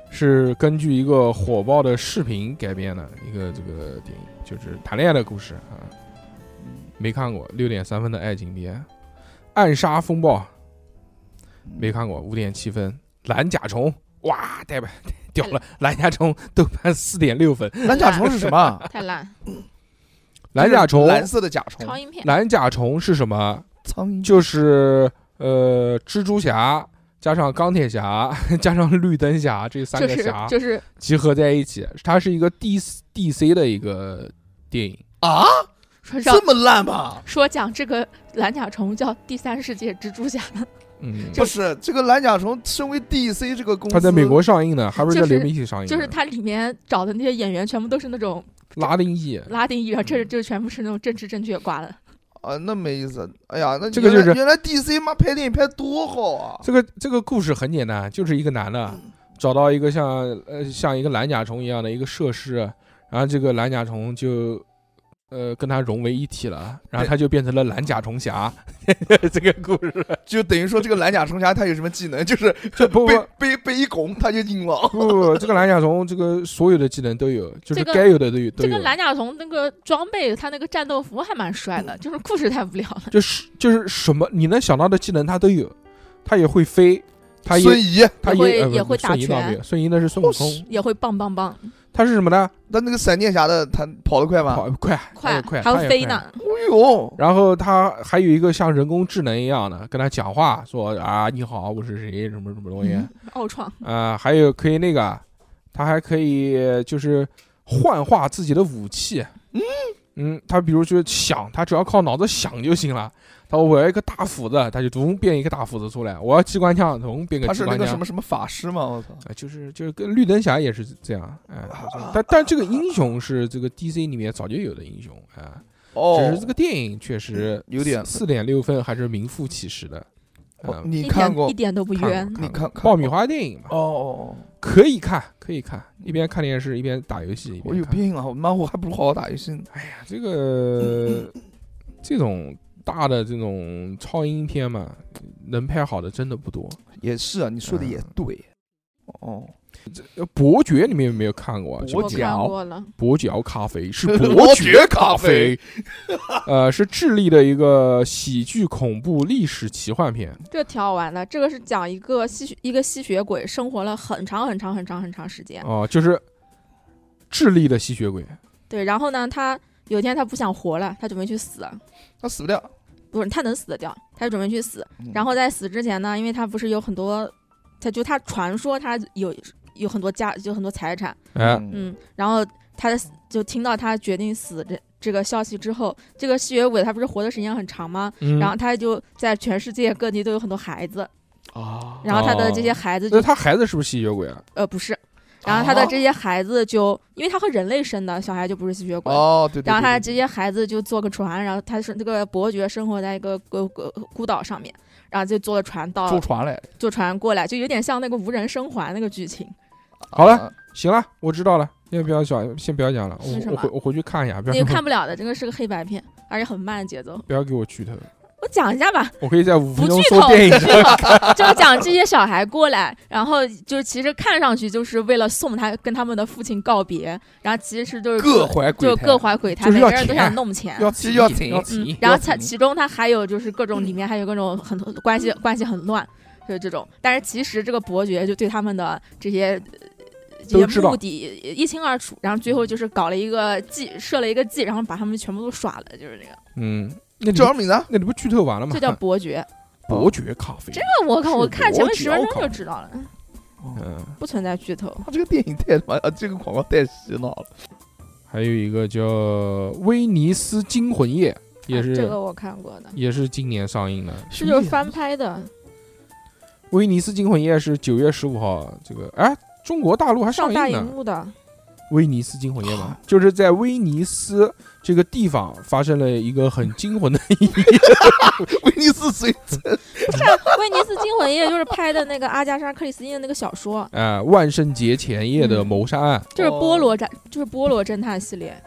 [SPEAKER 2] 是根据一个火爆的视频改编的一个这个电影，就是谈恋爱的故事啊。没看过，六点三分的爱情片，《暗杀风暴》嗯没看过，五点七分，《蓝甲虫》哇，太棒 屌了，《蓝甲虫》豆瓣四点六分，《
[SPEAKER 3] 蓝甲虫是什么？
[SPEAKER 4] 太烂，
[SPEAKER 2] 蓝甲虫
[SPEAKER 3] 就是》蓝色的甲虫，
[SPEAKER 4] 超英片。
[SPEAKER 2] 蓝甲虫是什么？啊
[SPEAKER 3] 苍蝇
[SPEAKER 2] 就是呃，蜘蛛侠加上钢铁侠 加上绿灯侠这三
[SPEAKER 4] 就
[SPEAKER 2] 个
[SPEAKER 4] 是
[SPEAKER 2] 侠
[SPEAKER 4] 就是
[SPEAKER 2] 集合在一起，它是一个 D D C 的一个电影。
[SPEAKER 3] 啊，
[SPEAKER 4] 说让
[SPEAKER 3] 这么烂吗？
[SPEAKER 4] 说讲这个蓝甲虫叫第三世界蜘蛛侠，
[SPEAKER 2] 嗯，
[SPEAKER 3] 不是，这个蓝甲虫身为 DC 这个公司，
[SPEAKER 2] 它在美国上映呢，还不是在
[SPEAKER 4] 就是
[SPEAKER 2] 流媒体上映呢？
[SPEAKER 4] 就是它里面找的那些演员全部都是那种
[SPEAKER 2] 拉丁裔。
[SPEAKER 4] 拉丁裔，然后这
[SPEAKER 2] 嗯
[SPEAKER 4] 就全部是那种政治正确挂的。
[SPEAKER 3] 啊，那没意思。哎呀，那
[SPEAKER 2] 这个
[SPEAKER 3] 原来
[SPEAKER 2] 就是
[SPEAKER 3] 原来 DC 妈拍电影拍多好啊！
[SPEAKER 2] 这个这个故事很简单，就是一个男的
[SPEAKER 4] 嗯
[SPEAKER 2] 找到一个像呃像一个蓝甲虫一样的一个设施，然后这个蓝甲虫就呃跟他融为一体了，然后他就变成了蓝甲虫 侠。这个故事
[SPEAKER 3] 就等于说这个蓝甲虫侠他有什么技能，就是
[SPEAKER 2] 这不不
[SPEAKER 3] 被被被一拱他就硬了。
[SPEAKER 2] 不不，不，这个蓝甲虫这个所有的技能都有，就是
[SPEAKER 4] 这个
[SPEAKER 2] 该有的都有都
[SPEAKER 4] 这个
[SPEAKER 2] 有。
[SPEAKER 4] 蓝甲虫那个装备，它那个战斗服还蛮帅 的，就是故事太无聊了。
[SPEAKER 2] 就是就是什么你能想到的技能它都有，它也会飞，它
[SPEAKER 3] 孙
[SPEAKER 2] 也
[SPEAKER 3] 怡，
[SPEAKER 2] 它
[SPEAKER 4] 也会
[SPEAKER 2] 也呃不
[SPEAKER 4] 也会打
[SPEAKER 2] 孙怡倒
[SPEAKER 4] 拳
[SPEAKER 2] 没有孙怡那是孙悟
[SPEAKER 3] 哦
[SPEAKER 2] 空
[SPEAKER 3] 是，
[SPEAKER 4] 也会棒棒棒，
[SPEAKER 2] 它是什么呢？
[SPEAKER 3] 那那个闪电侠的他跑得快吗？
[SPEAKER 2] 跑快它
[SPEAKER 4] 快
[SPEAKER 2] 也哎快，
[SPEAKER 4] 还
[SPEAKER 2] 它
[SPEAKER 4] 会
[SPEAKER 2] 也
[SPEAKER 4] 飞
[SPEAKER 2] 快。
[SPEAKER 4] 呢。
[SPEAKER 3] 哎呦，
[SPEAKER 2] 然后它还有一个像人工智能一样的跟它讲话，说啊你好，我是谁，什么什么东西啊、
[SPEAKER 4] 嗯奥创，
[SPEAKER 2] 呃还有可以那个，它还可以就是幻化自己的武器。嗯，他比如就是想，他只要靠脑子想就行了。他说我要一个大斧子，他就咚变一个大斧子出来；我要机关枪，咚变个
[SPEAKER 3] 他
[SPEAKER 2] 机
[SPEAKER 3] 是那
[SPEAKER 2] 关
[SPEAKER 3] 个
[SPEAKER 2] 枪。
[SPEAKER 3] 什么什么法师吗？我操！
[SPEAKER 2] 啊，就是就是跟绿灯侠也是这样，哎，
[SPEAKER 4] 啊
[SPEAKER 2] 但但这个英雄是这个 DC 里面早就有的英雄啊，只
[SPEAKER 3] 哦
[SPEAKER 2] 是这，个电影确实
[SPEAKER 3] 有点
[SPEAKER 2] 四点六分，还是名副其实的。
[SPEAKER 3] 哦
[SPEAKER 2] 啊，
[SPEAKER 4] 一
[SPEAKER 3] 你
[SPEAKER 4] 点
[SPEAKER 3] 看过
[SPEAKER 4] 一？点都不
[SPEAKER 2] 看
[SPEAKER 4] 冤
[SPEAKER 2] 过。
[SPEAKER 3] 你看看
[SPEAKER 2] 爆米花电影嘛
[SPEAKER 3] 哦，哦哦，
[SPEAKER 2] 可以看，可以看，一边看电视一边打游戏，一
[SPEAKER 3] 我
[SPEAKER 2] 边
[SPEAKER 3] 有
[SPEAKER 2] 看。
[SPEAKER 3] 病啊！我妈我还不如好好打游戏呢。
[SPEAKER 2] 哎呀，这个这种大的这种超英片嘛，能拍好的真的不多。
[SPEAKER 3] 也是啊，你说的也对。
[SPEAKER 2] 嗯
[SPEAKER 3] 哦，
[SPEAKER 2] 呃伯爵你们有没有看过啊？
[SPEAKER 3] 伯
[SPEAKER 2] 这
[SPEAKER 3] 我
[SPEAKER 2] 个
[SPEAKER 4] 我
[SPEAKER 2] 电影
[SPEAKER 4] 看
[SPEAKER 3] 讲
[SPEAKER 4] 过了，
[SPEAKER 2] 伯爵咖啡 是
[SPEAKER 3] 伯
[SPEAKER 2] 爵
[SPEAKER 3] 爵咖
[SPEAKER 2] 啡
[SPEAKER 3] 啡，
[SPEAKER 2] 呃，是智利的一个喜剧恐怖历史奇幻片。
[SPEAKER 4] 这挺好玩的。这个是讲一个吸血一个吸血鬼生活了很长很长很长很长时间，
[SPEAKER 2] 哦、就是哦智利的吸血鬼，
[SPEAKER 4] 对，然后呢，他有一天他不想活了，他准备去死，
[SPEAKER 3] 他死不掉。
[SPEAKER 4] 不是他能死得掉，他就准备去死。
[SPEAKER 3] 嗯
[SPEAKER 4] 然后在死之前呢，因为他不是有很多，他就他传说他有有很多家，有很多财产，
[SPEAKER 2] 哎，
[SPEAKER 4] 嗯，然后他的死就听到他决定死这这个消息之后，这个吸血鬼他不是活的时间很长吗？
[SPEAKER 2] 嗯
[SPEAKER 4] 然后他就在全世界各地都有很多孩子，
[SPEAKER 3] 啊，
[SPEAKER 4] 然后他的这些孩子就、
[SPEAKER 2] 那他孩子是不是吸血鬼啊？
[SPEAKER 4] 呃不是，然后他的
[SPEAKER 3] 哦
[SPEAKER 4] 这些孩子就、因为他和人类生的小孩就不是吸血鬼，
[SPEAKER 3] 哦，对对对，
[SPEAKER 4] 然后他
[SPEAKER 3] 对
[SPEAKER 4] 这些孩子就坐个船，然后他是这个伯爵生活在一个孤孤孤岛上面，然后就坐了船到
[SPEAKER 3] 坐船啊来，
[SPEAKER 4] 坐船过来，就有点像那个无人生还那个剧情。
[SPEAKER 2] 好了
[SPEAKER 3] 啊，
[SPEAKER 2] 行了，我知道了，先不要讲，先不要讲了，
[SPEAKER 4] 是什
[SPEAKER 2] 我
[SPEAKER 4] 么
[SPEAKER 2] 我回我回去看一下，不
[SPEAKER 4] 那个
[SPEAKER 2] 要
[SPEAKER 4] 看不了的，这个是个黑白片，而且很慢节奏。
[SPEAKER 2] 不要给我剧透，
[SPEAKER 4] 我讲一下吧，
[SPEAKER 2] 我可以在五分
[SPEAKER 4] 不
[SPEAKER 2] 钟
[SPEAKER 4] 剧
[SPEAKER 2] 说
[SPEAKER 4] 透，
[SPEAKER 2] 电
[SPEAKER 4] 不
[SPEAKER 2] 影
[SPEAKER 4] 剧透，就是讲这些小孩过来，然后就其实看上去就是为了送他跟他们的父亲告别，然后其实就是
[SPEAKER 3] 各怀鬼
[SPEAKER 4] 就
[SPEAKER 3] 胎，
[SPEAKER 4] 各怀鬼胎，
[SPEAKER 2] 就是
[SPEAKER 4] 每
[SPEAKER 2] 要
[SPEAKER 4] 个人都
[SPEAKER 2] 钱
[SPEAKER 4] 想弄钱。
[SPEAKER 2] 要
[SPEAKER 3] 这要停
[SPEAKER 2] 要
[SPEAKER 4] 嗯
[SPEAKER 2] 起，，
[SPEAKER 4] 然后
[SPEAKER 3] 要
[SPEAKER 4] 它
[SPEAKER 3] 紧
[SPEAKER 4] 其中它还有就是各种里面还有各种很多关系关系很乱，就是这种。但是其实这个伯爵就对他们的这些呃
[SPEAKER 2] 都
[SPEAKER 4] 这
[SPEAKER 2] 知
[SPEAKER 4] 些
[SPEAKER 2] 道
[SPEAKER 4] 目的一清二楚，然后最后就是搞了一个计，设了一个计，然后把他们全部都耍了，就是那个，
[SPEAKER 2] 嗯，那你
[SPEAKER 3] 叫什么名字啊？
[SPEAKER 2] 那你不剧透完了吗
[SPEAKER 4] 这？叫伯爵。
[SPEAKER 2] 伯爵咖啡，
[SPEAKER 4] 这我靠，
[SPEAKER 2] 是
[SPEAKER 4] 我看前面
[SPEAKER 2] 伯爵
[SPEAKER 4] 十分
[SPEAKER 2] 我靠
[SPEAKER 4] 钟就知道了，
[SPEAKER 2] 嗯，
[SPEAKER 4] 不存在剧透。
[SPEAKER 3] 哦他这个电影太他妈，啊这个广告太洗脑了。
[SPEAKER 4] 嗯
[SPEAKER 2] 还有一个叫《威尼斯惊魂夜》，也
[SPEAKER 4] 啊
[SPEAKER 2] 是、
[SPEAKER 4] 这个我看过的，
[SPEAKER 2] 也是今年上映的，
[SPEAKER 4] 这就是翻拍的，
[SPEAKER 2] 《威尼斯惊魂夜》是九月十五号，这个哎，中国大陆还
[SPEAKER 4] 上
[SPEAKER 2] 上
[SPEAKER 4] 大
[SPEAKER 2] 映
[SPEAKER 4] 荧
[SPEAKER 2] 呢。
[SPEAKER 4] 幕的。
[SPEAKER 2] 威尼斯惊魂夜嘛，就是在威尼斯这个地方发生了一个很惊魂的
[SPEAKER 3] 威尼斯水
[SPEAKER 4] 不是啊《威尼斯惊魂夜》，就是拍的那个阿加莎·克里斯汀的那个小说。
[SPEAKER 2] 呃万圣节前夜的
[SPEAKER 4] 嗯
[SPEAKER 2] 谋杀案，
[SPEAKER 4] 就是
[SPEAKER 3] 哦
[SPEAKER 4] 菠萝战，就是菠萝侦探系列。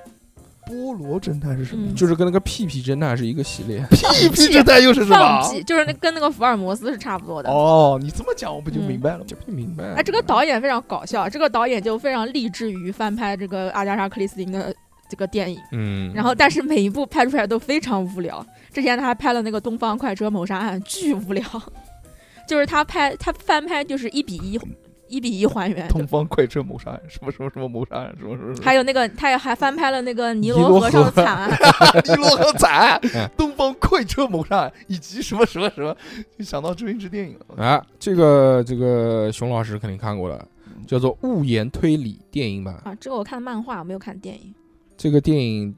[SPEAKER 3] 菠萝侦探是什么
[SPEAKER 4] 嗯？
[SPEAKER 2] 就是跟那个屁屁侦探是一个系列。
[SPEAKER 3] 屁屁侦探又是什么
[SPEAKER 4] 放？屁，啊就是那跟那个福尔摩斯是差不多的。嗯
[SPEAKER 3] 哦，你这么讲我不就明白了吗？
[SPEAKER 2] 就不明白了
[SPEAKER 4] 哎，这个导演非常搞笑，这个导演就非常立志于翻拍这个阿加莎·克里斯汀的这个电影，
[SPEAKER 2] 嗯，
[SPEAKER 4] 然后但是每一部拍出来都非常无聊。之前他还拍了那个《东方快车谋杀案》，巨无聊， 就是他拍他翻拍就是一比一，一比一还原的。
[SPEAKER 3] 东方快车谋杀案，什么什么什么谋杀案，什么什么什么
[SPEAKER 4] 还有那个，他也还翻拍了那个
[SPEAKER 2] 尼
[SPEAKER 4] 尼
[SPEAKER 2] 罗
[SPEAKER 4] 罗河上的惨 案，
[SPEAKER 3] 尼罗河惨案
[SPEAKER 2] 嗯、
[SPEAKER 3] 东方快车谋杀案以及什么什么什么，就想到周星驰电影了。
[SPEAKER 2] 啊，这个这个熊老师肯定看过了，叫做《物言推理》电影版。
[SPEAKER 4] 嗯啊，这个我看漫画，我没有看电影。
[SPEAKER 2] 这个电影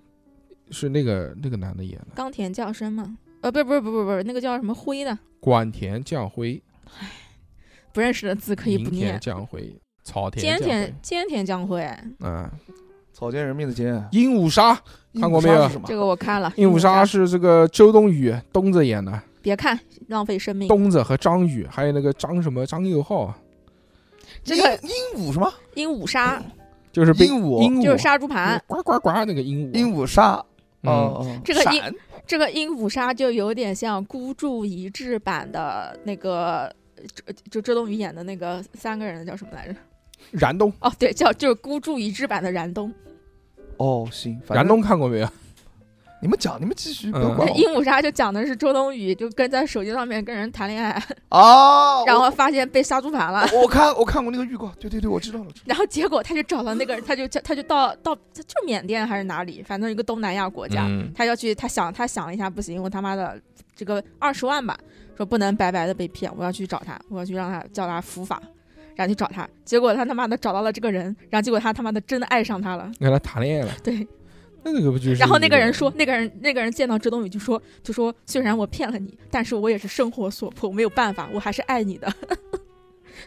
[SPEAKER 2] 是那个那个男的演的，
[SPEAKER 4] 冈田将生嘛，呃，不是不是不是不是，那个叫什么辉的，
[SPEAKER 2] 管田将辉、
[SPEAKER 4] 不认识的字可以
[SPEAKER 2] 明
[SPEAKER 4] 不
[SPEAKER 2] 田
[SPEAKER 4] 念。
[SPEAKER 2] 将辉、草田将
[SPEAKER 4] 菅田
[SPEAKER 2] 辉
[SPEAKER 4] 菅田将晖，
[SPEAKER 2] 啊，
[SPEAKER 3] 草菅人命的菅，
[SPEAKER 2] 《鹦鹉杀》《看过没有
[SPEAKER 3] 鹦鹉杀是什么
[SPEAKER 4] 这个我看了。
[SPEAKER 2] 鹦鹉杀》是这个周冬雨东子演的，
[SPEAKER 4] 别看，浪费生命。
[SPEAKER 2] 东子和张宇，还有那个张什么张佑浩啊，
[SPEAKER 4] 这个
[SPEAKER 3] 鹦鹦鹉什么？
[SPEAKER 4] 鹦鹉杀
[SPEAKER 2] 就是被
[SPEAKER 3] 鹦鹉
[SPEAKER 2] 鹦鹉
[SPEAKER 4] 就是杀猪盘，
[SPEAKER 2] 呱呱呱那个鹦鹉，啊
[SPEAKER 3] 鹦鹉杀。
[SPEAKER 2] 嗯，
[SPEAKER 3] 哦，
[SPEAKER 4] 这个
[SPEAKER 3] 闪
[SPEAKER 4] 鹦这个鹦鹉杀就有点像孤注一掷版的那个。就就周冬雨演的那个三个人的叫什么来着？
[SPEAKER 2] 燃冬，
[SPEAKER 4] 哦，对，叫就是孤注一掷版的燃冬。
[SPEAKER 3] 哦，行，反
[SPEAKER 2] 燃
[SPEAKER 3] 正
[SPEAKER 2] 冬看过没有？
[SPEAKER 3] 你们讲，你们继续，不要
[SPEAKER 2] 嗯
[SPEAKER 3] 管
[SPEAKER 4] 鹦鹉杀就讲的是周冬雨就跟在手机上面跟人谈恋爱，
[SPEAKER 3] 我。啊，
[SPEAKER 4] 然后发现被杀猪盘了，
[SPEAKER 3] 我我看我看过那个预告，对对对，我知道了。
[SPEAKER 4] 然后结果他就找了那个人，他就叫他就到到就缅甸还是哪里，反正一个东南亚国家，
[SPEAKER 2] 嗯，
[SPEAKER 4] 他要去，他想他想了一下，不行，我他妈的这个二十万吧，说不能白白的被骗，我要去找他，我要去让他叫他伏法，然后去找他，结果他他妈的找到了这个人，然后结果他他妈的真的爱上他了，
[SPEAKER 2] 跟他谈恋爱了，
[SPEAKER 4] 对，
[SPEAKER 2] 那个不就是？
[SPEAKER 4] 然后那个人说，那个人那个人见到周冬雨就说就说，虽然我骗了你，但是我也是生活所迫，没有办法，我还是爱你的，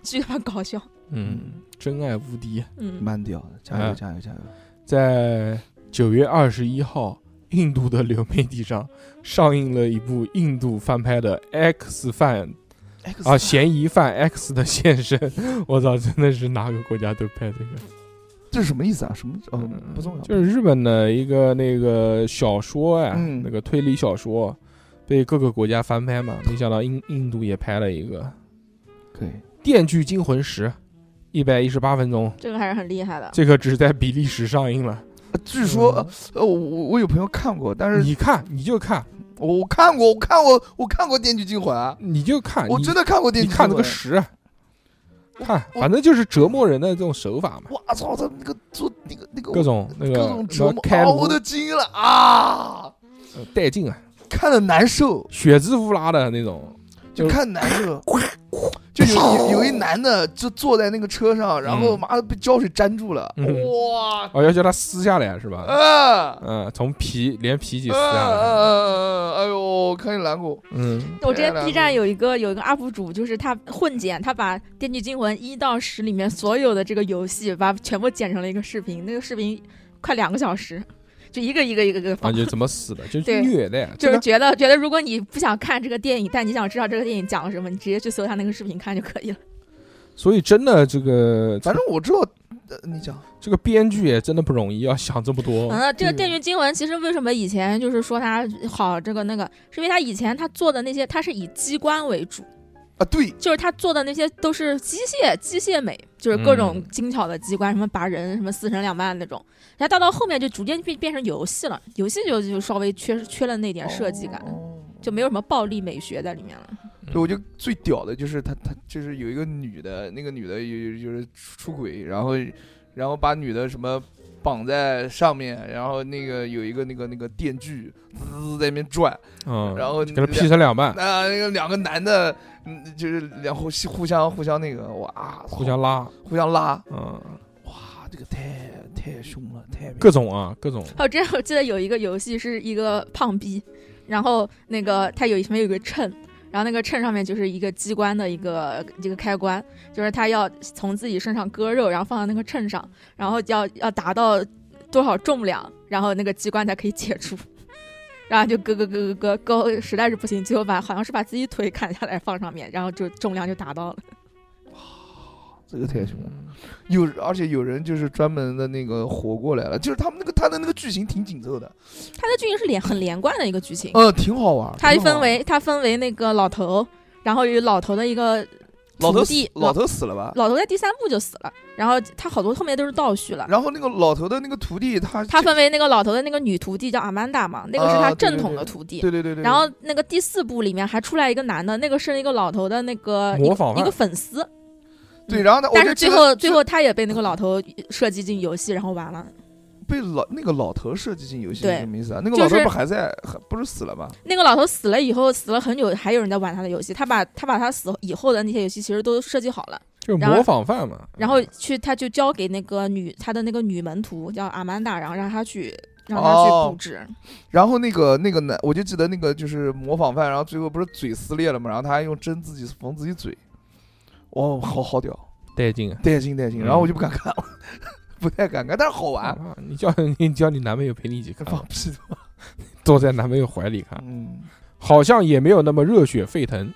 [SPEAKER 4] 巨他妈搞笑，
[SPEAKER 2] 嗯，真爱无敌。
[SPEAKER 4] 嗯，
[SPEAKER 3] 慢点，加
[SPEAKER 2] 油
[SPEAKER 3] 油
[SPEAKER 2] 嗯
[SPEAKER 3] 加油加油！
[SPEAKER 2] 在九月二十一号，印度的流媒体上上映了一部印度翻拍的 X 犯啊，嫌疑犯 X 的现身。 我操，真的是哪个国家都拍这个，
[SPEAKER 3] 这是什么意思啊？什么？哦，
[SPEAKER 4] 嗯
[SPEAKER 3] 不重要。
[SPEAKER 2] 嗯就是日本的一个那个小说呀、
[SPEAKER 3] 嗯
[SPEAKER 2] 那个推理小说，被各个国家翻拍嘛。没想到印印度也拍了一个《
[SPEAKER 3] 可以。
[SPEAKER 2] 电锯惊魂十》，一百一十八分钟，
[SPEAKER 4] 这个还是很厉害的，
[SPEAKER 2] 这个只在比利时上映了。
[SPEAKER 3] 呃据说
[SPEAKER 2] 嗯
[SPEAKER 3] 呃，呃我我我有朋友看过，但是
[SPEAKER 2] 你看，你就看，
[SPEAKER 3] 我我看过，我看过，我看过《电锯惊魂》啊，
[SPEAKER 2] 你就看，
[SPEAKER 3] 我
[SPEAKER 2] 你
[SPEAKER 3] 真的看过《电
[SPEAKER 2] 你
[SPEAKER 3] 锯惊
[SPEAKER 2] 看
[SPEAKER 3] 魂
[SPEAKER 2] 这》。个十，啊看，反正就是折磨人的这种手法嘛，
[SPEAKER 3] 我操，他那个做那个那个
[SPEAKER 2] 各种那
[SPEAKER 3] 各种
[SPEAKER 2] 个什
[SPEAKER 3] 折
[SPEAKER 2] 么
[SPEAKER 3] 磨，
[SPEAKER 2] 开
[SPEAKER 3] 啊，
[SPEAKER 2] 颅
[SPEAKER 3] 我都惊了啊！
[SPEAKER 2] 呃带劲啊，
[SPEAKER 3] 看了难受，
[SPEAKER 2] 血滋呼啦的那种，
[SPEAKER 3] 就看难受。就有有有一男的就坐在那个车上，然后
[SPEAKER 2] 嗯
[SPEAKER 3] 妈的被胶水粘住了，
[SPEAKER 2] 嗯
[SPEAKER 3] 哇！
[SPEAKER 2] 哦，要叫他撕下来是吧？
[SPEAKER 3] 啊！
[SPEAKER 2] 嗯，从皮连皮
[SPEAKER 3] 嗯
[SPEAKER 2] 起撕下来，
[SPEAKER 3] 嗯嗯，哎呦，看你难过，
[SPEAKER 2] 嗯，
[SPEAKER 4] 我之前
[SPEAKER 3] 对了
[SPEAKER 4] B 站有一个有一个 UP 主，就是他混剪，他把《电锯惊魂》一到十里面所有的这个游戏，把全部剪成了一个视频，那个视频快两个小时，就一个一个一个一个
[SPEAKER 2] 啊，
[SPEAKER 4] 放。
[SPEAKER 2] 就怎么死的，就是
[SPEAKER 4] 对
[SPEAKER 2] 虐待，啊这
[SPEAKER 4] 就是
[SPEAKER 2] 个
[SPEAKER 4] 觉得觉得，如果你不想看这个电影，但你想知道这个电影讲了什么，你直接去搜他那个视频看就可以了。
[SPEAKER 2] 所以真的这个
[SPEAKER 3] 反正我知道，呃你讲，
[SPEAKER 2] 这个编剧也真的不容易，要想这么多，
[SPEAKER 4] 嗯，这个
[SPEAKER 3] 哦对
[SPEAKER 4] 《电锯惊魂》其实为什么以前就是说它好这个那个，是因为它以前它做的那些，它是以机关为主，
[SPEAKER 3] 啊，对，
[SPEAKER 4] 就是他做的那些都是机械机械美，就是各种
[SPEAKER 2] 嗯
[SPEAKER 4] 精巧的机关，什么拔人，什么撕成两半那种。然后到到后面就逐渐变变成游戏了，游戏就就稍微缺缺了那点设计感，
[SPEAKER 3] 哦
[SPEAKER 4] 就没有什么暴力美学在里面了。
[SPEAKER 2] 嗯
[SPEAKER 3] 对，我就最屌的就是他，他就是有一个女的，那个女的有就是出出轨，然后然后把女的什么绑在上面，然后那个有一个那个那个电锯滋滋滋在那边转，
[SPEAKER 2] 嗯，
[SPEAKER 3] 然后
[SPEAKER 2] 给他劈成两半，
[SPEAKER 3] 那、那个两个男的，嗯，就是两互互相互相那个哇，
[SPEAKER 2] 互相拉，
[SPEAKER 3] 互相拉，
[SPEAKER 2] 嗯，
[SPEAKER 3] 哇，这个太太凶了，太
[SPEAKER 2] 各种啊，各 种，
[SPEAKER 4] 还有之哦前我记得有一个游戏是一个胖逼，然后那个他有前面有一个秤，然后那个秤上面就是一个机关的一个一个开关，就是他要从自己身上割肉，然后放到那个秤上，然后要要达到多少重量，然后那个机关才可以解除。 然后就割割割割割割，实在是不行，最后把好像是把自己腿砍下来放上面，然后就重量就达到了。
[SPEAKER 3] 这个太凶了。
[SPEAKER 2] 嗯
[SPEAKER 3] 有，而且有人就是专门的那个活过来了，就是他们那个他的那个剧情挺紧凑的，
[SPEAKER 4] 他的剧情是连很连贯的一个剧情，
[SPEAKER 2] 嗯
[SPEAKER 3] 呃，挺好玩。
[SPEAKER 4] 它
[SPEAKER 3] 挺好
[SPEAKER 4] 分
[SPEAKER 3] 玩
[SPEAKER 4] 为它分为那个老头，然后有老头的一个
[SPEAKER 3] 老头
[SPEAKER 4] 徒
[SPEAKER 3] 死
[SPEAKER 4] 弟，
[SPEAKER 3] 老
[SPEAKER 4] 老
[SPEAKER 3] 头死了吧？
[SPEAKER 4] 老头在第三部就死了，然后他好多后面都是倒叙了。
[SPEAKER 3] 然后那个老头的那个徒弟他
[SPEAKER 4] 他分为那个老头的那个女徒弟叫阿曼达嘛，那个是
[SPEAKER 3] 啊
[SPEAKER 4] 他
[SPEAKER 3] 对
[SPEAKER 4] 正
[SPEAKER 3] 对
[SPEAKER 4] 统
[SPEAKER 3] 对
[SPEAKER 4] 的徒弟。
[SPEAKER 3] 对对对对，
[SPEAKER 4] 然后那个第四部里面还出来一个男的，那个是一个老头的那个一
[SPEAKER 2] 模
[SPEAKER 4] 个
[SPEAKER 2] 仿
[SPEAKER 4] 一
[SPEAKER 2] 犯
[SPEAKER 4] 个粉丝，
[SPEAKER 3] 对，然后呢，我
[SPEAKER 4] 但
[SPEAKER 3] 就是记
[SPEAKER 4] 最
[SPEAKER 3] 得
[SPEAKER 4] 后最
[SPEAKER 3] 是
[SPEAKER 4] 后他也被那个老头设计进游戏，然后完了。
[SPEAKER 3] 被老那个老头设计进游戏是
[SPEAKER 4] 对
[SPEAKER 3] 什么意思啊？那个
[SPEAKER 4] 就
[SPEAKER 3] 老头
[SPEAKER 4] 是
[SPEAKER 3] 不还在，还不是死了吗？
[SPEAKER 4] 那个老头死了以后，死了很久，还有人在玩他的游戏。他把他把他死以后的那些游戏其实都设计好了，
[SPEAKER 2] 就是
[SPEAKER 4] 然后
[SPEAKER 2] 模仿犯嘛，嗯
[SPEAKER 4] 然后去他就交给那个女他的那个女门徒叫阿曼达，然后让他去让他
[SPEAKER 3] 哦
[SPEAKER 4] 去布置。
[SPEAKER 3] 然后那个那个男，我就记得那个就是模仿犯，然后最后不是嘴撕裂了嘛，然后他还用针自己缝自己嘴，哦，好好屌，
[SPEAKER 2] 带劲啊。
[SPEAKER 3] 带劲带劲。
[SPEAKER 2] 嗯
[SPEAKER 3] 然后我就不敢看了， 不太敢看，但是好玩。
[SPEAKER 2] 啊！你叫 你叫你男朋友陪你一起
[SPEAKER 4] 嗯
[SPEAKER 2] 看，
[SPEAKER 3] 放屁的，
[SPEAKER 2] 坐在男朋友怀里看，
[SPEAKER 3] 嗯，
[SPEAKER 2] 好像也没有那么热血沸腾。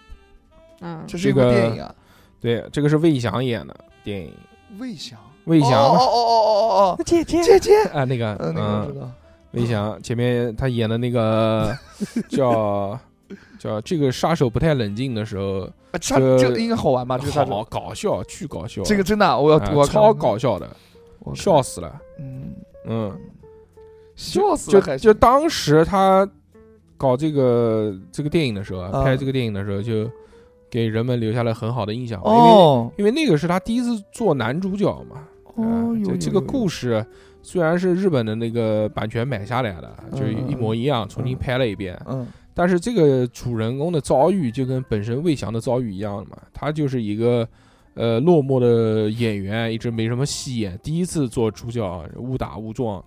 [SPEAKER 4] 嗯，
[SPEAKER 3] 这是一
[SPEAKER 2] 这
[SPEAKER 3] 部
[SPEAKER 2] 个
[SPEAKER 3] 电影啊，
[SPEAKER 2] 对，这个是魏翔演的电影，
[SPEAKER 3] 魏翔，
[SPEAKER 2] 魏翔
[SPEAKER 3] 哦
[SPEAKER 2] 嘛
[SPEAKER 3] 哦哦哦哦 哦，
[SPEAKER 2] 姐姐
[SPEAKER 3] 姐姐，
[SPEAKER 2] 啊，那个
[SPEAKER 3] 嗯，那个我知
[SPEAKER 2] 嗯，
[SPEAKER 3] 道。
[SPEAKER 2] 魏翔前面他演的那 个叫叫这个杀手不太冷静的时候，
[SPEAKER 3] 啊这
[SPEAKER 2] 这
[SPEAKER 3] 这应该好玩吧？啊这个杀
[SPEAKER 2] 好
[SPEAKER 3] 手，
[SPEAKER 2] 搞笑，巨搞笑，
[SPEAKER 3] 这个真的啊，我要
[SPEAKER 2] 啊
[SPEAKER 3] 我要看
[SPEAKER 2] 超搞，笑的，
[SPEAKER 3] 我要看
[SPEAKER 2] 笑，死了，
[SPEAKER 3] 嗯，
[SPEAKER 2] 嗯，
[SPEAKER 3] 笑死
[SPEAKER 2] 就
[SPEAKER 3] 了，还
[SPEAKER 2] 就当时他搞这个这个电影的时候啊，
[SPEAKER 3] 啊
[SPEAKER 2] 拍这个电影的时候，就给人们留下了很好的印象嘛，
[SPEAKER 3] 哦
[SPEAKER 2] 因为因为那个是他第一次做男主角嘛，
[SPEAKER 3] 哦，
[SPEAKER 2] 嗯
[SPEAKER 3] 有
[SPEAKER 2] 就这个故
[SPEAKER 3] 事，
[SPEAKER 2] 事虽然是日本的那个版权买下来的，就
[SPEAKER 3] 嗯嗯
[SPEAKER 2] 一模一样，重新拍了一遍，
[SPEAKER 3] 嗯，
[SPEAKER 2] 但是这个主人公的遭遇就跟本身魏翔的遭遇一样嘛，他就是一个。呃，落寞的演员一直没什么戏演，第一次做主角，误打误撞。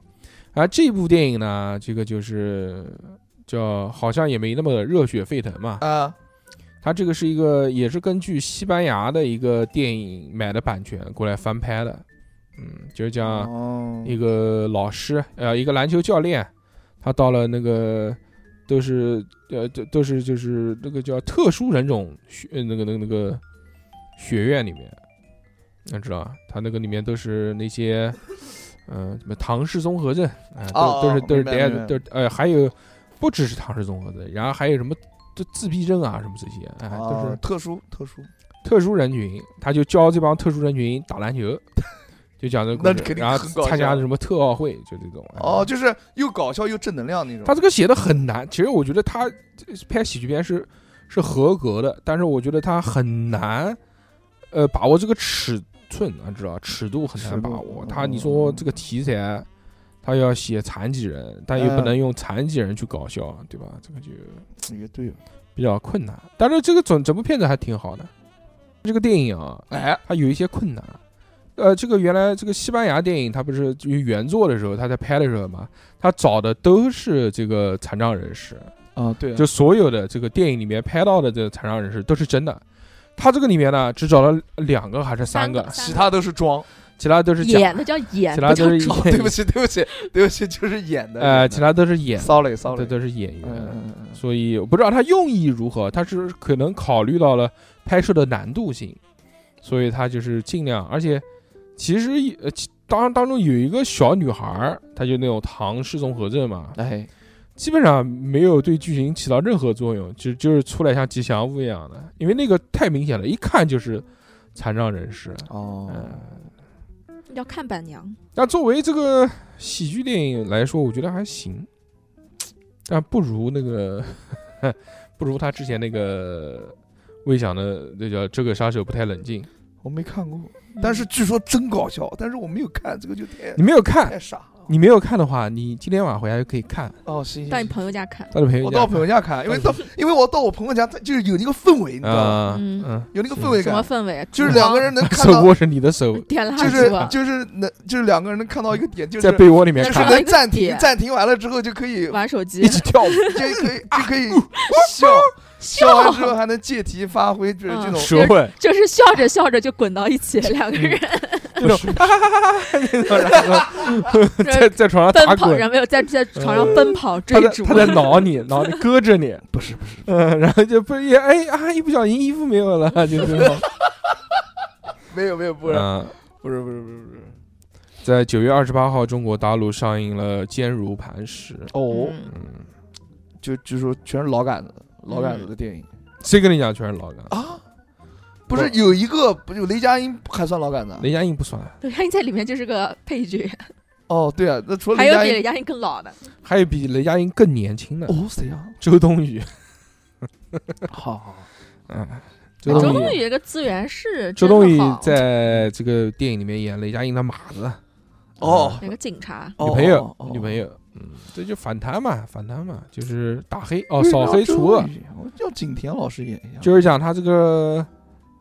[SPEAKER 2] 而这部电影呢，这个就是叫好像也没那么热血沸腾嘛。
[SPEAKER 3] 啊，
[SPEAKER 2] 它这个是一个也是根据西班牙的一个电影买的版权过来翻拍的，嗯，就是讲
[SPEAKER 3] 哦
[SPEAKER 2] 一个老师，呃，一个篮球教练，他到了那个呃都是呃都都是就是那个叫特殊人种学呃那个那个那个学院里面，你知道吧？他那个里面都是那些嗯、呃什么唐氏综合症啊、都、
[SPEAKER 3] 哦
[SPEAKER 2] 都是
[SPEAKER 3] 哦
[SPEAKER 2] 都是
[SPEAKER 3] 明白
[SPEAKER 2] 大
[SPEAKER 3] 明
[SPEAKER 2] 家
[SPEAKER 3] 白
[SPEAKER 2] 都是呃还有不只是唐氏综合症，然后还有什么自自闭症啊什么这些，哎、都
[SPEAKER 3] 哦
[SPEAKER 2] 是
[SPEAKER 3] 特殊特殊，
[SPEAKER 2] 特殊人群，他就教这帮特殊人群打篮球， 就讲这个
[SPEAKER 3] 那
[SPEAKER 2] 故事
[SPEAKER 3] 肯，定
[SPEAKER 2] 然后
[SPEAKER 3] 很搞
[SPEAKER 2] 参加
[SPEAKER 3] 笑
[SPEAKER 2] 什么特奥会，就这种。
[SPEAKER 3] 哦，
[SPEAKER 2] 哎，
[SPEAKER 3] 就是又搞笑又正能量那种。
[SPEAKER 2] 他这个写的很难，其实我觉得他拍喜剧片是是合格的，但是我觉得他很难呃，把握这个尺寸啊，知道尺度很难
[SPEAKER 3] 尺
[SPEAKER 2] 把
[SPEAKER 3] 度
[SPEAKER 2] 握。
[SPEAKER 3] 嗯
[SPEAKER 2] 他你说这个题材，他要写残疾人，但又不
[SPEAKER 3] 嗯
[SPEAKER 2] 能用残疾人去搞笑，对吧？这个就
[SPEAKER 3] 也对，
[SPEAKER 2] 比较困难。但是这个整整部片子还挺好的，这个电影啊，
[SPEAKER 3] 哎，
[SPEAKER 2] 它有一些困难。呃，这个原来这个西班牙电影，它不是就原作的时候，他在拍的时候嘛，他找的都是这个残障人士，
[SPEAKER 3] 啊，对啊，
[SPEAKER 2] 就所有的这个电影里面拍到的这个残障人士都是真的。他这个里面呢，只找了两个还是三个，
[SPEAKER 4] 三
[SPEAKER 3] 其他都 是装。
[SPEAKER 2] 其他都是假
[SPEAKER 4] 演，那叫演，
[SPEAKER 2] 其他
[SPEAKER 4] 不叫
[SPEAKER 2] 都是
[SPEAKER 4] 装
[SPEAKER 3] 哦，对不起，对不起，对不起，就是演的。
[SPEAKER 2] 呃，其他都是演，
[SPEAKER 3] sorry sorry，
[SPEAKER 2] 这都是演
[SPEAKER 3] 嗯嗯
[SPEAKER 2] 员。
[SPEAKER 3] 嗯嗯
[SPEAKER 2] 所以我不知道他用意如何，他是可能考虑到了拍摄的难度性，所以他就是尽量，而且其实也呃其当当中有一个小女孩儿，她就那种唐氏综合症嘛，
[SPEAKER 3] 哎，
[SPEAKER 2] 基本上没有对剧情起到任何作用，就就是出来像吉祥物一样的，因为那个太明显了，一看就是残障人士。
[SPEAKER 3] 哦
[SPEAKER 2] 嗯，，
[SPEAKER 4] 要看板娘，
[SPEAKER 2] 那作为这个喜剧电影来说，我觉得还行，但不如那个， 不如他之前那个魏翔的那叫《这个杀手不太冷静》。
[SPEAKER 3] 我没看过，
[SPEAKER 4] 嗯
[SPEAKER 3] 但是据说真搞笑，但是我没有看，这个就太
[SPEAKER 2] 你没有看，
[SPEAKER 3] 太傻了。
[SPEAKER 2] 你没有看的话，你今天晚上回来就可以看，
[SPEAKER 3] 哦，行，行
[SPEAKER 4] 到你
[SPEAKER 3] 行
[SPEAKER 4] 朋友家看，
[SPEAKER 2] 到你朋友
[SPEAKER 3] 我
[SPEAKER 2] 家
[SPEAKER 3] 到朋友家看，因为到因为我到我朋友家，他就是有那个氛围，你知道吗？
[SPEAKER 2] 啊，
[SPEAKER 4] 嗯
[SPEAKER 2] 嗯，
[SPEAKER 3] 有那个氛围
[SPEAKER 4] 什么
[SPEAKER 3] 感，
[SPEAKER 4] 氛围？
[SPEAKER 3] 就是两个人能 看
[SPEAKER 2] 手
[SPEAKER 3] 到，
[SPEAKER 2] 握着你的手，
[SPEAKER 4] 点蜡
[SPEAKER 3] 就
[SPEAKER 4] 烛
[SPEAKER 3] 是
[SPEAKER 4] 啊，
[SPEAKER 3] 就是能就是两个人能看到一个点，就是
[SPEAKER 2] 在被窝里面
[SPEAKER 3] 就是
[SPEAKER 4] 看
[SPEAKER 2] 看，
[SPEAKER 3] 能暂
[SPEAKER 4] 一个
[SPEAKER 3] 停，
[SPEAKER 4] 点
[SPEAKER 3] 暂停完了之后就可以
[SPEAKER 4] 玩手机
[SPEAKER 2] 一，起跳舞，啊
[SPEAKER 3] 就可以就可以笑，笑完之后还能借题发挥，就是这
[SPEAKER 4] 嗯
[SPEAKER 3] 种
[SPEAKER 2] 舌吻，
[SPEAKER 4] 就是笑着笑着就滚到 一起，两个人
[SPEAKER 2] 这种， 哈哈哈哈那 种然后嗯在在床上
[SPEAKER 4] 奔
[SPEAKER 2] 打
[SPEAKER 4] 跑，
[SPEAKER 2] 滚呃
[SPEAKER 4] 然，后没有在在床上奔跑追
[SPEAKER 2] 他在
[SPEAKER 4] 逐，嗯
[SPEAKER 2] 他在挠你，挠 你，搁着你。
[SPEAKER 3] 不是不是，
[SPEAKER 2] 嗯，然后就不也哎啊，一不小心衣服没有 了，就这种。
[SPEAKER 3] 没有没有不是
[SPEAKER 2] 嗯，
[SPEAKER 3] 不是不是不是不是
[SPEAKER 2] 在九月二十八号，中国大陆上映了《坚如磐石》。
[SPEAKER 3] 哦，
[SPEAKER 4] 嗯
[SPEAKER 2] 嗯，
[SPEAKER 3] 就就说全是老杆子老杆
[SPEAKER 4] 嗯
[SPEAKER 3] 子的电影
[SPEAKER 2] 谁跟你讲全是老杆？
[SPEAKER 3] 啊，不是有一个不有雷佳音还算老杆子啊
[SPEAKER 2] 雷佳音不算，
[SPEAKER 4] 对，他在里面就是个配角，
[SPEAKER 3] 哦对啊，那除了
[SPEAKER 4] 还
[SPEAKER 3] 雷
[SPEAKER 4] 有
[SPEAKER 3] 佳
[SPEAKER 4] 比
[SPEAKER 3] 音
[SPEAKER 4] 雷佳音更老的，
[SPEAKER 2] 还有比雷佳音更年轻的
[SPEAKER 3] 哦谁呀？
[SPEAKER 2] 周冬雨。
[SPEAKER 3] 好好
[SPEAKER 2] 嗯，
[SPEAKER 3] 周
[SPEAKER 2] 周
[SPEAKER 4] 周
[SPEAKER 2] 冬
[SPEAKER 4] 冬
[SPEAKER 2] 雨，
[SPEAKER 4] 雨这个资源是
[SPEAKER 2] 周冬雨
[SPEAKER 4] 真的好
[SPEAKER 2] 在这个电影里面演雷佳音的马子
[SPEAKER 3] 哦
[SPEAKER 4] 那个警察，
[SPEAKER 3] 哦
[SPEAKER 2] 女朋友
[SPEAKER 3] 哦哦，
[SPEAKER 2] 女朋友。嗯，这就反贪嘛，反贪嘛，就是打黑哦，
[SPEAKER 3] 为什
[SPEAKER 2] 扫
[SPEAKER 3] 么要
[SPEAKER 2] 黑除恶
[SPEAKER 3] 周。瑜，我叫景甜老师演一下，
[SPEAKER 2] 就是讲他这个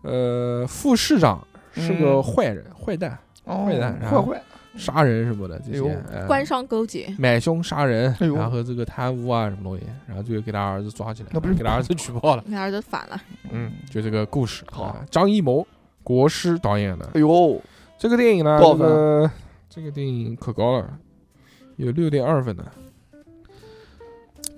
[SPEAKER 2] 呃副市长是个
[SPEAKER 3] 嗯
[SPEAKER 2] 坏人、坏蛋，
[SPEAKER 3] 哦
[SPEAKER 2] 坏蛋然
[SPEAKER 3] 坏
[SPEAKER 2] 后
[SPEAKER 3] 坏，
[SPEAKER 2] 杀人什么的这
[SPEAKER 3] 哎呦
[SPEAKER 2] 些，呃
[SPEAKER 4] 官商勾结，
[SPEAKER 2] 买凶杀人，
[SPEAKER 3] 哎呦
[SPEAKER 2] 然后这个贪污啊什么东西，然后最后给他儿子抓起来，
[SPEAKER 3] 那不是
[SPEAKER 2] 给他儿子举报了，
[SPEAKER 4] 那儿子反了，
[SPEAKER 2] 嗯，就这个故事。
[SPEAKER 3] 好
[SPEAKER 2] 啊张艺谋国师导演的
[SPEAKER 3] 哎呦，
[SPEAKER 2] 这个电影呢，
[SPEAKER 3] 多少
[SPEAKER 2] 这
[SPEAKER 3] 分啊
[SPEAKER 2] 个这个电影可高了，有六点二分的。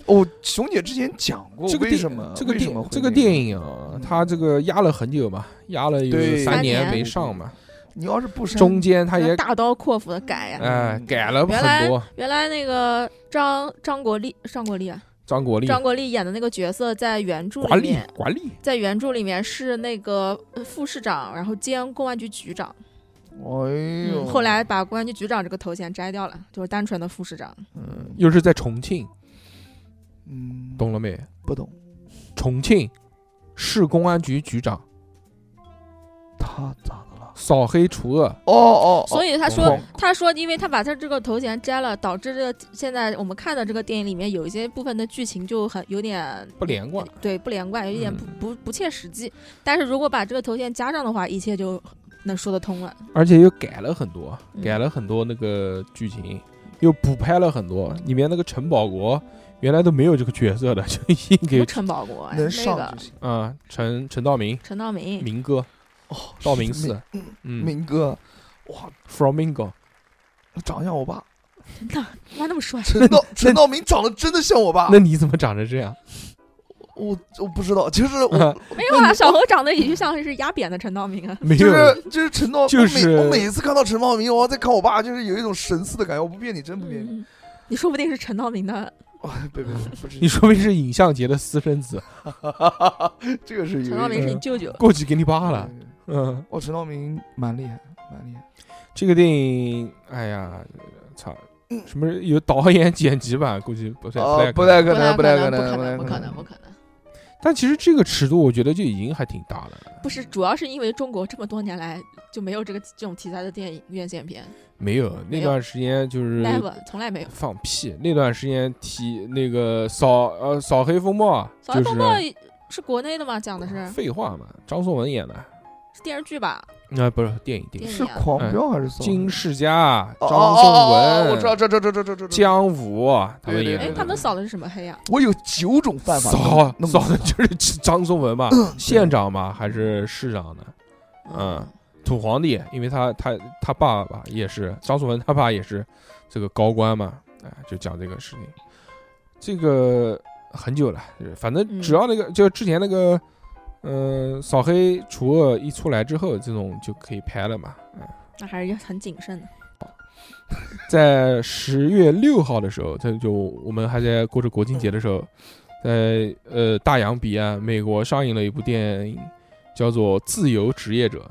[SPEAKER 3] 哦，熊姐之前讲过，
[SPEAKER 2] 这个
[SPEAKER 3] 为
[SPEAKER 2] 电
[SPEAKER 3] 什么
[SPEAKER 2] 这个
[SPEAKER 3] 啊为什么
[SPEAKER 2] 电
[SPEAKER 3] 会
[SPEAKER 2] 这个
[SPEAKER 3] 那样
[SPEAKER 2] 电影啊，它这个压了很久嘛，压了有
[SPEAKER 3] 对
[SPEAKER 2] 三
[SPEAKER 4] 三
[SPEAKER 2] 年
[SPEAKER 4] 年
[SPEAKER 2] 没上嘛，
[SPEAKER 3] 你要是嗯不删
[SPEAKER 2] 中间它也
[SPEAKER 4] 大刀阔斧的改呀。
[SPEAKER 2] 哎改了
[SPEAKER 4] 原来
[SPEAKER 2] 很多。
[SPEAKER 4] 原来那个张张国立，张国立啊，
[SPEAKER 2] 张国立、
[SPEAKER 4] 张国立演的那个角色在原著
[SPEAKER 2] 管
[SPEAKER 4] 里
[SPEAKER 2] 理
[SPEAKER 4] 面，
[SPEAKER 2] 管理，
[SPEAKER 4] 在原著里面是那个呃副市长，然后兼公安局局长。
[SPEAKER 3] 哎呦，
[SPEAKER 4] 嗯，后来把公安局局长这个头衔摘掉了，就是单纯的副市长。
[SPEAKER 3] 嗯
[SPEAKER 2] 又是在重庆，
[SPEAKER 3] 嗯，
[SPEAKER 2] 懂了没？
[SPEAKER 3] 不懂？
[SPEAKER 2] 重庆市公安局局长
[SPEAKER 3] 他咋的了？
[SPEAKER 2] 扫黑除恶，
[SPEAKER 3] 哦哦，
[SPEAKER 4] 所
[SPEAKER 3] 以
[SPEAKER 4] 以他说
[SPEAKER 2] 哦，
[SPEAKER 4] 他说，因为他把他这个头衔摘了，导致这个现在我们看的这个电影里面有一些部分的剧情就很有点
[SPEAKER 2] 不连贯。
[SPEAKER 4] 对不连贯，有一点不
[SPEAKER 2] 嗯
[SPEAKER 4] 不不切实际。但是如果把这个头衔加上的话，一切就能说得通了。
[SPEAKER 2] 而且又改了很多，
[SPEAKER 4] 嗯
[SPEAKER 2] 改了很多那个剧情，又补拍了很多。里面那个陈宝国原来都没有这个角色的，就 已经
[SPEAKER 4] 什
[SPEAKER 2] 给
[SPEAKER 4] 么陈宝国
[SPEAKER 3] 哦
[SPEAKER 4] 呀，
[SPEAKER 3] 能
[SPEAKER 4] 那
[SPEAKER 3] 上
[SPEAKER 4] 个
[SPEAKER 3] 就行。
[SPEAKER 2] 啊、陈陈道明
[SPEAKER 4] 陈道明，
[SPEAKER 2] 明哥
[SPEAKER 3] 哦，
[SPEAKER 2] 道明寺，嗯
[SPEAKER 3] 明哥，哇，
[SPEAKER 2] ，Fromingo
[SPEAKER 3] 长相我爸，
[SPEAKER 4] 那哇那 么帅，
[SPEAKER 3] 陈道陈道明长得真的像我爸
[SPEAKER 2] 那，你怎么长成这样？
[SPEAKER 3] 我我不知道，就是 我
[SPEAKER 4] 没有啊，小猴长得也就像是压扁的陈道明啊。
[SPEAKER 2] 没
[SPEAKER 3] 就
[SPEAKER 2] 有人，
[SPEAKER 3] 是就是陈道，
[SPEAKER 2] 哎就是
[SPEAKER 3] 我每我每一次看到陈道明，我在看我爸，就是有一种神似的感觉，我不骗你，真不骗你，
[SPEAKER 4] 嗯，你说不定是陈道明的，
[SPEAKER 3] 哇，别别别，不是
[SPEAKER 2] 你说明是尹相杰的私生子，
[SPEAKER 3] 这个是有
[SPEAKER 4] 陈道明
[SPEAKER 3] 一
[SPEAKER 4] 是
[SPEAKER 3] 点
[SPEAKER 4] 你舅舅。
[SPEAKER 2] 过去给你扒了。。嗯，
[SPEAKER 3] 哦，陈道明蛮厉害，蛮厉害。
[SPEAKER 2] 这个电影，哎呀，操！什么有导演剪辑版？估计不太
[SPEAKER 3] 哦，
[SPEAKER 2] 不
[SPEAKER 3] 太
[SPEAKER 2] 太
[SPEAKER 3] 可能，
[SPEAKER 4] 不
[SPEAKER 3] 太
[SPEAKER 4] 可
[SPEAKER 3] 能，
[SPEAKER 4] 能，
[SPEAKER 3] 不
[SPEAKER 4] 不可能，不可能，不可能。
[SPEAKER 2] 但其实这个尺度，我觉得就已经还挺大的了。
[SPEAKER 4] 不是，主要是因为中国这么多年来就没有这个这种题材的电影院线片
[SPEAKER 2] 没有那
[SPEAKER 4] 没有
[SPEAKER 2] 段时间就是
[SPEAKER 4] ，never 从来没有。
[SPEAKER 2] 放屁，那段时间提那个扫呃扫黑风暴啊，
[SPEAKER 4] 扫
[SPEAKER 2] 就
[SPEAKER 4] 黑
[SPEAKER 2] 是
[SPEAKER 4] 风暴是国内的吗？讲的是
[SPEAKER 2] 废话嘛，张颂文演的，
[SPEAKER 4] 是电视剧吧？
[SPEAKER 2] 那、不是电影电影，
[SPEAKER 4] 电
[SPEAKER 3] 是
[SPEAKER 4] 影啊
[SPEAKER 3] 狂飙还是扫？
[SPEAKER 2] 金世佳、
[SPEAKER 3] 哦
[SPEAKER 2] 哎张
[SPEAKER 3] 哦哦
[SPEAKER 2] 颂
[SPEAKER 3] 哦
[SPEAKER 2] 文、
[SPEAKER 3] 我知道，这这这这这这这，
[SPEAKER 2] 姜武他们
[SPEAKER 3] 对对
[SPEAKER 2] 演
[SPEAKER 4] 哎
[SPEAKER 2] 的，
[SPEAKER 3] 对，
[SPEAKER 4] 他们扫的是什么黑啊呀？
[SPEAKER 3] 我有九种办法
[SPEAKER 2] 扫
[SPEAKER 3] 弄
[SPEAKER 2] 扫啊的就是张颂文嘛，县长嘛还是市长呢？嗯，土皇帝，因为他他他爸爸也是张颂文，他爸也是这个高官嘛，哎，就讲这个事情，这个很久了，就是反正
[SPEAKER 4] 嗯
[SPEAKER 2] 只要那个、就之前那个，嗯、扫黑除恶一出来之后，这种就可以拍了嘛。嗯
[SPEAKER 4] 那还是很谨慎的。
[SPEAKER 2] 在十月六号的时候，他就我们还在过着国庆节的时候，在呃大洋彼岸美国上映了一部电影，叫做《自由职业者》。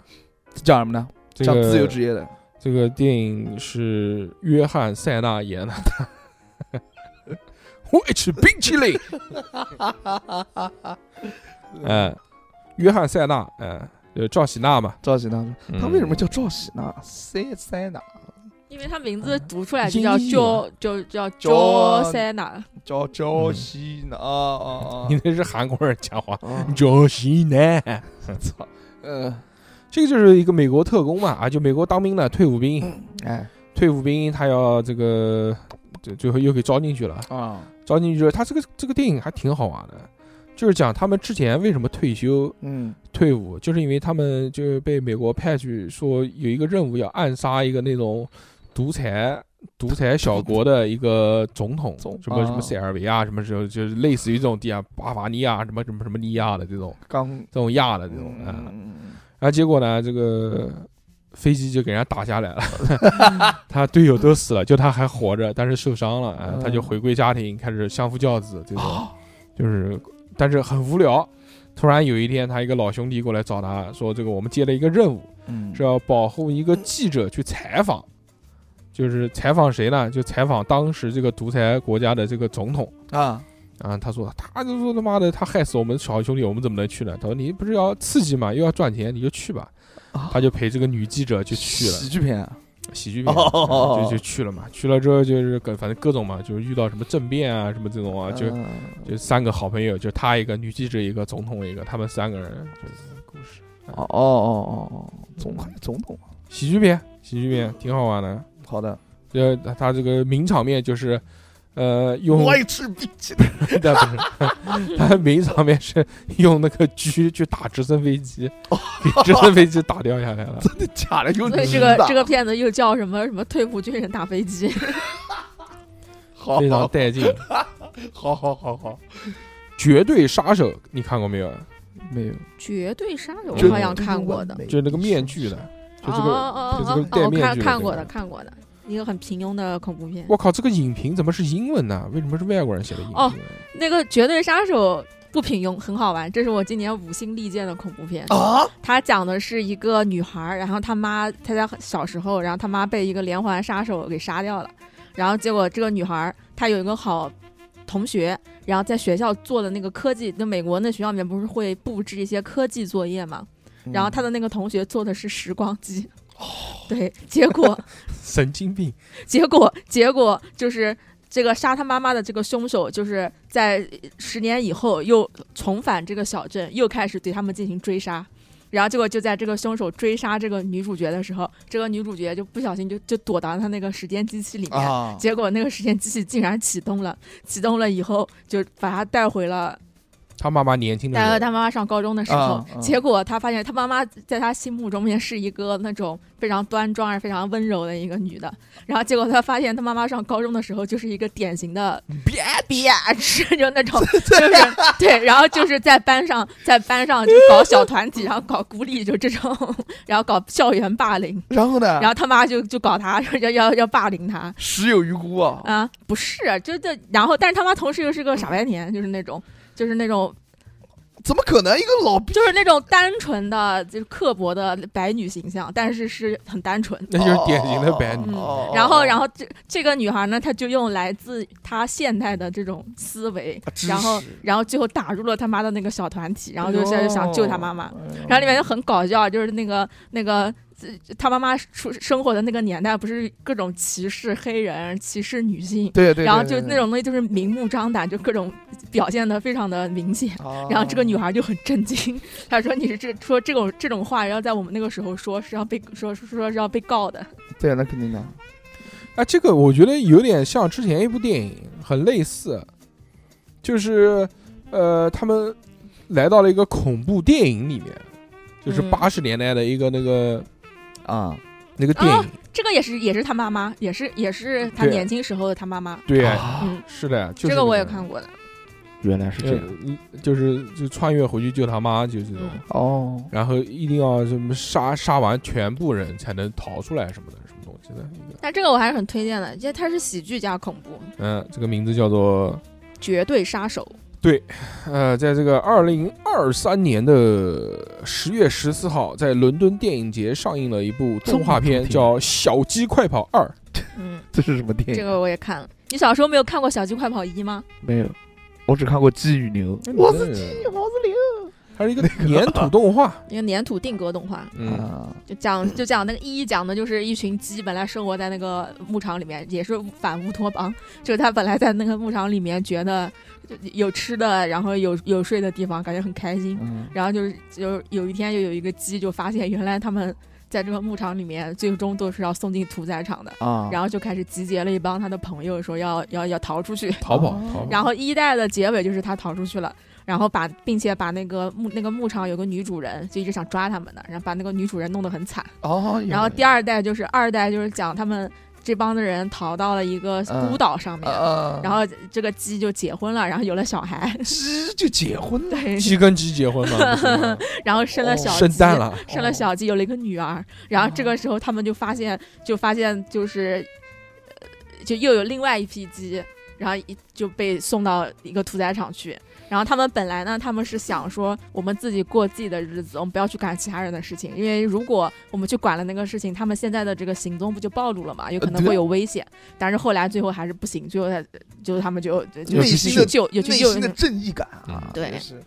[SPEAKER 3] 讲什么呢？
[SPEAKER 2] 这
[SPEAKER 3] 讲
[SPEAKER 2] 个
[SPEAKER 3] 自由职业的，
[SPEAKER 2] 这个电影是约翰·塞纳演 的。我去冰淇淋。嗯，约翰·塞纳，嗯，就赵喜娜嘛。
[SPEAKER 3] 赵喜娜，
[SPEAKER 2] 嗯
[SPEAKER 3] 他为什么叫赵喜娜？塞塞娜，
[SPEAKER 4] 因为他名字读出来就
[SPEAKER 2] 嗯音
[SPEAKER 4] 叫
[SPEAKER 2] 译啊嗯
[SPEAKER 4] 就就叫
[SPEAKER 3] Jo-
[SPEAKER 4] Jo Sena，
[SPEAKER 3] 叫赵喜娜啊啊
[SPEAKER 2] 你那是韩国人讲话。
[SPEAKER 3] 啊啊！
[SPEAKER 2] 赵喜娜，
[SPEAKER 3] 操，呃，
[SPEAKER 2] 这个就是一个美国特工嘛，啊，就美国当兵的退伍兵，
[SPEAKER 3] 哎
[SPEAKER 2] 退伍兵他要这个，就最后又给招进去了。
[SPEAKER 3] 啊，
[SPEAKER 2] 招进去之后，他这个这个电影还挺好玩的，就是讲他们之前为什么退休，
[SPEAKER 3] 嗯
[SPEAKER 2] 退伍，就是因为他们就是被美国派去说有一个任务要暗杀一个那种独裁独裁小国的一个总统，
[SPEAKER 3] 总
[SPEAKER 2] 什么什
[SPEAKER 3] 啊
[SPEAKER 2] 么塞尔维亚什么时候就是类似于这种地啊，巴伐利亚什么什么什么利亚的这种
[SPEAKER 3] 刚
[SPEAKER 2] 这种亚的这种啊，
[SPEAKER 3] 嗯
[SPEAKER 2] 然后结果呢，这个飞机就给人家打下来 了，他队友都死了，就他还活着，但是受伤了，啊，他就
[SPEAKER 3] 嗯
[SPEAKER 2] 回归家庭，开始相夫教子这种。就是，但是很无聊。突然有一天，他一个老兄弟过来找他说：“这个我们接了一个任务，
[SPEAKER 3] 嗯
[SPEAKER 2] 是要保护一个记者去采访，就是采访谁呢？就采访当时这个独裁国家的这个总统
[SPEAKER 3] 啊，
[SPEAKER 2] 啊。”他说：“他就说他妈的，他害死我们小兄弟，我们怎么能去呢？”他说：“你不是要刺激嘛，又要赚钱，你就去吧。”他就陪这个女记者就 去了
[SPEAKER 3] 喜剧片啊，
[SPEAKER 2] 喜剧片，
[SPEAKER 3] 哦哦哦哦
[SPEAKER 2] 啊就就去了嘛。去了之后就是各反正各种嘛，就是遇到什么政变啊，什么这种啊，就
[SPEAKER 3] 嗯
[SPEAKER 2] 就三个好朋友，就他一个女记者一个总统一个，他们三个人就是故事
[SPEAKER 3] 哦哦哦哦哦，总还总统啊，
[SPEAKER 2] 喜剧片，嗯喜剧片挺好玩的。
[SPEAKER 3] 好的，
[SPEAKER 2] 呃，他这个名场面就是，呃，用
[SPEAKER 3] 也吃冰淇淋，
[SPEAKER 2] 但不 是，他名场面是用那个狙去打直升飞 机，给直升飞机打掉下来 了。
[SPEAKER 3] 真的假的？有
[SPEAKER 4] 所以这个这个片子又叫什么什么退伍军人打 飞机，
[SPEAKER 3] 好
[SPEAKER 2] 非常带劲，
[SPEAKER 3] 好好好好，
[SPEAKER 2] 绝对杀手你看过没有？
[SPEAKER 3] 没有，
[SPEAKER 4] 绝对杀手
[SPEAKER 2] 这
[SPEAKER 4] 我好像看过的，
[SPEAKER 2] 就是那个面具的，就这个，
[SPEAKER 4] 哦
[SPEAKER 2] 就
[SPEAKER 4] 哦
[SPEAKER 2] 这个
[SPEAKER 4] 哦
[SPEAKER 2] 戴
[SPEAKER 4] 哦，我
[SPEAKER 2] 面
[SPEAKER 4] 看
[SPEAKER 2] 具的
[SPEAKER 4] 看
[SPEAKER 2] 这
[SPEAKER 4] 过
[SPEAKER 2] 个
[SPEAKER 4] 的，看过的一个很平庸的恐怖片。
[SPEAKER 2] 我靠，这个影评怎么是英文呢？为什么是外国人写的英
[SPEAKER 4] 哦
[SPEAKER 2] 文？
[SPEAKER 4] 那个绝对杀手不平庸，很好玩，这是我今年五星力荐的恐怖片。
[SPEAKER 3] 啊，
[SPEAKER 4] 它讲的是一个女孩儿，然后她妈她在小时候，然后她妈被一个连环杀手给杀掉了，然后结果这个女孩儿她有一个好同学，然后在学校做的那个科技，就美国那学校里面不是会布置一些科技作业嘛，然后她的那个同学做的是时光机。对，结果
[SPEAKER 2] 神经病！
[SPEAKER 4] 结果结果就是这个杀他妈妈的这个凶手，就是在十年以后又重返这个小镇，又开始对他们进行追杀。然后结果就在这个凶手追杀这个女主角的时候，这个女主角就不小心就就躲到他那个时间机器里面，
[SPEAKER 3] 啊，
[SPEAKER 4] 结果那个时间机器竟然启动了，启动了以后就把她带回了
[SPEAKER 2] 他妈妈年轻的时
[SPEAKER 4] 带
[SPEAKER 2] 候
[SPEAKER 4] 到，他妈妈上高中的时候，
[SPEAKER 3] 啊啊
[SPEAKER 4] 结果他发现他妈妈在他心目中面是一个那种非常端庄而非常温柔的一个女的，然后结果他发现他妈妈上高中的时候就是一个典型的
[SPEAKER 3] 别
[SPEAKER 4] 别 吃，就那种就是对，然后就是在班上在班上就搞小团体，然后搞孤立，就这种，然后搞校园霸凌，
[SPEAKER 3] 然后呢？
[SPEAKER 4] 然后他妈就就搞他，要要要霸凌他。
[SPEAKER 3] 食有余辜啊，
[SPEAKER 4] 啊，不是，就这，然后但是他妈同时又是个傻白甜，就是那种，就是那种
[SPEAKER 3] 怎么可能？一个老逼
[SPEAKER 4] 就是那种单纯的、就是刻薄的白女形象，但是是很单纯。
[SPEAKER 2] 那就是典型的白女。
[SPEAKER 4] 嗯
[SPEAKER 3] 哦
[SPEAKER 4] 然后，然后这这个女孩呢，她就用来自她现代的这种思维
[SPEAKER 3] 啊知，识
[SPEAKER 4] 然后，然后最后打入了他妈的那个小团体，然后就现在就想救她妈妈。
[SPEAKER 3] 哎呦，
[SPEAKER 4] 然后里面就很搞笑，就是那个那个呃她妈妈出生活的那个年代，不是各种歧视黑人、歧视女性，
[SPEAKER 3] 对对对，
[SPEAKER 4] 然后就
[SPEAKER 3] 对
[SPEAKER 4] 那，种东西就是明目张胆，就各种表现的非常的明显。
[SPEAKER 3] 对啊
[SPEAKER 4] 然后这
[SPEAKER 2] 哦
[SPEAKER 4] 个女孩就很震惊，她说：“你是这说这种这种话，然后在我们那个时候说是要被说说说是要被告的。
[SPEAKER 3] 对，那肯定的，
[SPEAKER 2] 啊，这个我觉得有点像之前一部电影，很类似，就是呃，他们来到了一个恐怖电影里面，就是
[SPEAKER 4] 嗯
[SPEAKER 2] 八十年代的一个那个、
[SPEAKER 3] 啊，
[SPEAKER 2] 那个电影，
[SPEAKER 4] 哦这个也是也是她妈妈，也是也是她
[SPEAKER 2] 对
[SPEAKER 4] 年轻时候的她妈妈。
[SPEAKER 2] 对，
[SPEAKER 3] 啊
[SPEAKER 4] 嗯，
[SPEAKER 2] 是的，就是、
[SPEAKER 4] 这个我也看过的。
[SPEAKER 3] 原来是
[SPEAKER 2] 这个，嗯就是就穿越回去救他妈，就是这种。
[SPEAKER 4] 嗯
[SPEAKER 3] 哦，
[SPEAKER 2] 然后一定要什么杀杀完全部人才能逃出来什么的，什么东西的一个。
[SPEAKER 4] 但这个我还是很推荐的，因为它是喜剧加恐怖，
[SPEAKER 2] 嗯，这个名字叫做
[SPEAKER 4] 绝对杀手。
[SPEAKER 2] 呃，在这个二零二三年的十月十四号，在伦敦电影节上映了一部动画
[SPEAKER 3] 这么
[SPEAKER 2] 片，
[SPEAKER 3] 重
[SPEAKER 2] 叫《小鸡快跑二》。
[SPEAKER 4] 嗯，
[SPEAKER 3] 这是什么电影？
[SPEAKER 4] 这个我也看了。你小时候没有看过《小鸡快跑一》吗？
[SPEAKER 3] 没有，我只看过《鸡与牛》，
[SPEAKER 2] 我是鸡，我是牛，嗯它是一个粘土动画。
[SPEAKER 4] 一个粘土定格动画，
[SPEAKER 2] 嗯，
[SPEAKER 3] 啊，
[SPEAKER 4] 就讲就讲那个一讲的就是一群鸡本来生活在那个牧场里面，也是反乌托邦，就是他本来在那个牧场里面觉得有吃的，然后有有睡的地方，感觉很开心。
[SPEAKER 3] 嗯，
[SPEAKER 4] 然后就是就是有一天就有一个鸡就发现原来他们在这个牧场里面最终都是要送进屠宰场的，
[SPEAKER 3] 啊，
[SPEAKER 4] 然后就开始集结了一帮他的朋友说要要要逃出去，
[SPEAKER 2] 逃跑
[SPEAKER 3] 哦，
[SPEAKER 2] 逃跑。
[SPEAKER 4] 啊然后一代的结尾就是他逃出去了，然后把并且把那个牧那个牧场有个女主人就一直想抓他们的，然后把那个女主人弄得很惨。
[SPEAKER 3] 哦，
[SPEAKER 4] 然后第
[SPEAKER 3] 二，
[SPEAKER 4] 二代就是二代就是讲他们这帮的人逃到了一个
[SPEAKER 3] 嗯
[SPEAKER 4] 孤岛上面，
[SPEAKER 3] 啊，
[SPEAKER 4] 然后这个鸡就结婚了，然后有了小孩，
[SPEAKER 3] 鸡就结婚 了，
[SPEAKER 4] 对，
[SPEAKER 2] 鸡跟鸡结 婚吗？不是吗
[SPEAKER 4] 然后生了小鸡。
[SPEAKER 2] 生蛋了。
[SPEAKER 4] 生
[SPEAKER 3] 哦
[SPEAKER 4] 了小鸡，有了一个女儿，然后这个时候他们就发现，就发现就是，呃就又有另外一批鸡，然后一就被送到一个屠宰场去。然后他们本来呢，他们是想说，我们自己过自己的日子，我们不要去管其他人的事情，因为如果我们去管了那个事情，他们现在的这个行踪不就暴露了嘛，有可能
[SPEAKER 3] 呃对
[SPEAKER 4] 会有危险。但是后来最后还是不行，最后才就是他们就呃就就
[SPEAKER 3] 内
[SPEAKER 4] 去
[SPEAKER 3] 心
[SPEAKER 4] 去
[SPEAKER 3] 的
[SPEAKER 4] 救，也去
[SPEAKER 3] 内
[SPEAKER 4] 救
[SPEAKER 3] 心的正义感啊，
[SPEAKER 2] 嗯
[SPEAKER 4] 对
[SPEAKER 3] 就是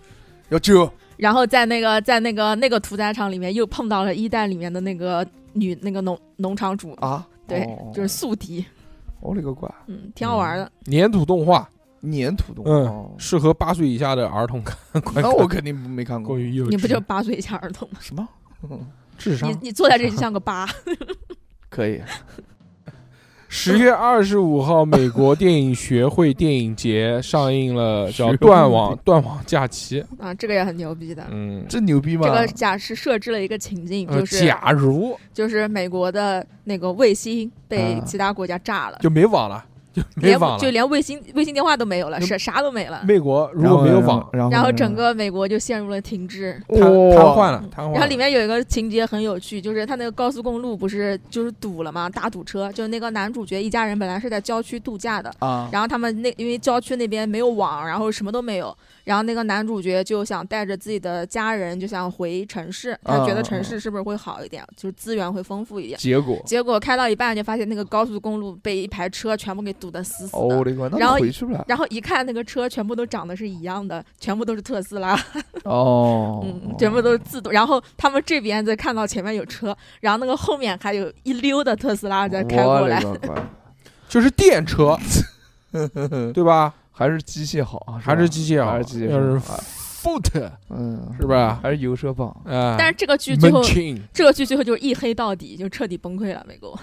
[SPEAKER 3] 要救，
[SPEAKER 4] 然后在那个在那个那个屠宰场里面又碰到了一代里面的那个女那个农农场主，
[SPEAKER 3] 啊，
[SPEAKER 4] 对
[SPEAKER 3] 哦
[SPEAKER 4] 就是宿敌，
[SPEAKER 3] 我勒个乖，
[SPEAKER 2] 哦
[SPEAKER 4] 嗯，挺好玩的。
[SPEAKER 2] 粘土动画，
[SPEAKER 3] 粘土动画，
[SPEAKER 2] 嗯
[SPEAKER 3] 哦，
[SPEAKER 2] 适合八岁以下的儿童看。观
[SPEAKER 3] 那
[SPEAKER 2] 看
[SPEAKER 3] 我肯定没看过
[SPEAKER 2] 过于幼稚，
[SPEAKER 4] 你不就八岁以下儿童吗？
[SPEAKER 3] 什么，嗯，
[SPEAKER 2] 智
[SPEAKER 4] 你
[SPEAKER 2] 商？
[SPEAKER 4] 你坐在这里像个八，
[SPEAKER 3] 可以，
[SPEAKER 2] 十月二十五号，美国电影学会电影节上映 了叫
[SPEAKER 3] 学
[SPEAKER 2] 《
[SPEAKER 3] 会
[SPEAKER 2] 断网断网假期》。
[SPEAKER 4] 啊，这个也很牛逼的。
[SPEAKER 2] 嗯，
[SPEAKER 3] 这牛逼吗？
[SPEAKER 4] 这个假是设置了一个情境，
[SPEAKER 2] 呃，
[SPEAKER 4] 就是
[SPEAKER 2] 假如
[SPEAKER 4] 就是美国的那个卫星被
[SPEAKER 3] 啊
[SPEAKER 4] 其他国家炸了，
[SPEAKER 2] 嗯就没网了， 就没
[SPEAKER 4] 连
[SPEAKER 2] 网
[SPEAKER 4] 就
[SPEAKER 2] 了。
[SPEAKER 4] 连卫星卫星电话都没有了，
[SPEAKER 2] 嗯
[SPEAKER 4] 啥啥都没了。
[SPEAKER 2] 美国如
[SPEAKER 3] 然后
[SPEAKER 2] 果没有
[SPEAKER 3] 呢
[SPEAKER 2] 网，
[SPEAKER 3] 然后
[SPEAKER 4] 然后
[SPEAKER 3] 呢
[SPEAKER 4] 整个美国就陷入了停滞，
[SPEAKER 2] 瘫
[SPEAKER 3] 哇
[SPEAKER 2] 瘫痪了，瘫痪了。
[SPEAKER 4] 嗯然后里面有一个情节很有趣，就是他那个高速公路不是就是堵了嘛，大堵车。就是那个男主角一家人本来是在郊区度假的，
[SPEAKER 3] 啊，
[SPEAKER 4] 然后他们那因为郊区那边没有网，然后什么都没有，然后那个男主角就想带着自己的家人，就想回城市，他
[SPEAKER 2] 啊
[SPEAKER 4] 觉得
[SPEAKER 2] 嗯
[SPEAKER 4] 城市是不是会好一点，就是资源会丰富一点。
[SPEAKER 3] 结果，
[SPEAKER 4] 结果开到一半就发现那个高速公路被一排车全部给堵得死死
[SPEAKER 3] 哦，
[SPEAKER 4] 的。
[SPEAKER 3] 我勒个乖，
[SPEAKER 4] 然
[SPEAKER 3] 那
[SPEAKER 4] 后
[SPEAKER 3] 回去不了，
[SPEAKER 4] 然后一看那个车全部都长得是一样的，全部都是特斯拉，
[SPEAKER 3] 哦，
[SPEAKER 4] 嗯，全部都是自动。然后他们这边在看到前面有车，然后那个后面还有一溜的特斯拉在开
[SPEAKER 3] 我
[SPEAKER 4] 过
[SPEAKER 3] 勒
[SPEAKER 4] 来。
[SPEAKER 3] 个乖
[SPEAKER 2] 就是电 车，对吧？
[SPEAKER 3] 还是机械好啊，
[SPEAKER 2] 还
[SPEAKER 3] 吧
[SPEAKER 2] 是机械好，
[SPEAKER 3] 还是机械
[SPEAKER 2] 要是
[SPEAKER 3] 好啊
[SPEAKER 2] foot
[SPEAKER 3] 嗯，
[SPEAKER 2] 是吧？
[SPEAKER 3] 还是油车棒
[SPEAKER 2] 哎，
[SPEAKER 4] 但是这个剧最后
[SPEAKER 2] 门，清，
[SPEAKER 4] 这个剧最后就是一黑到底，就彻底崩溃了。美国，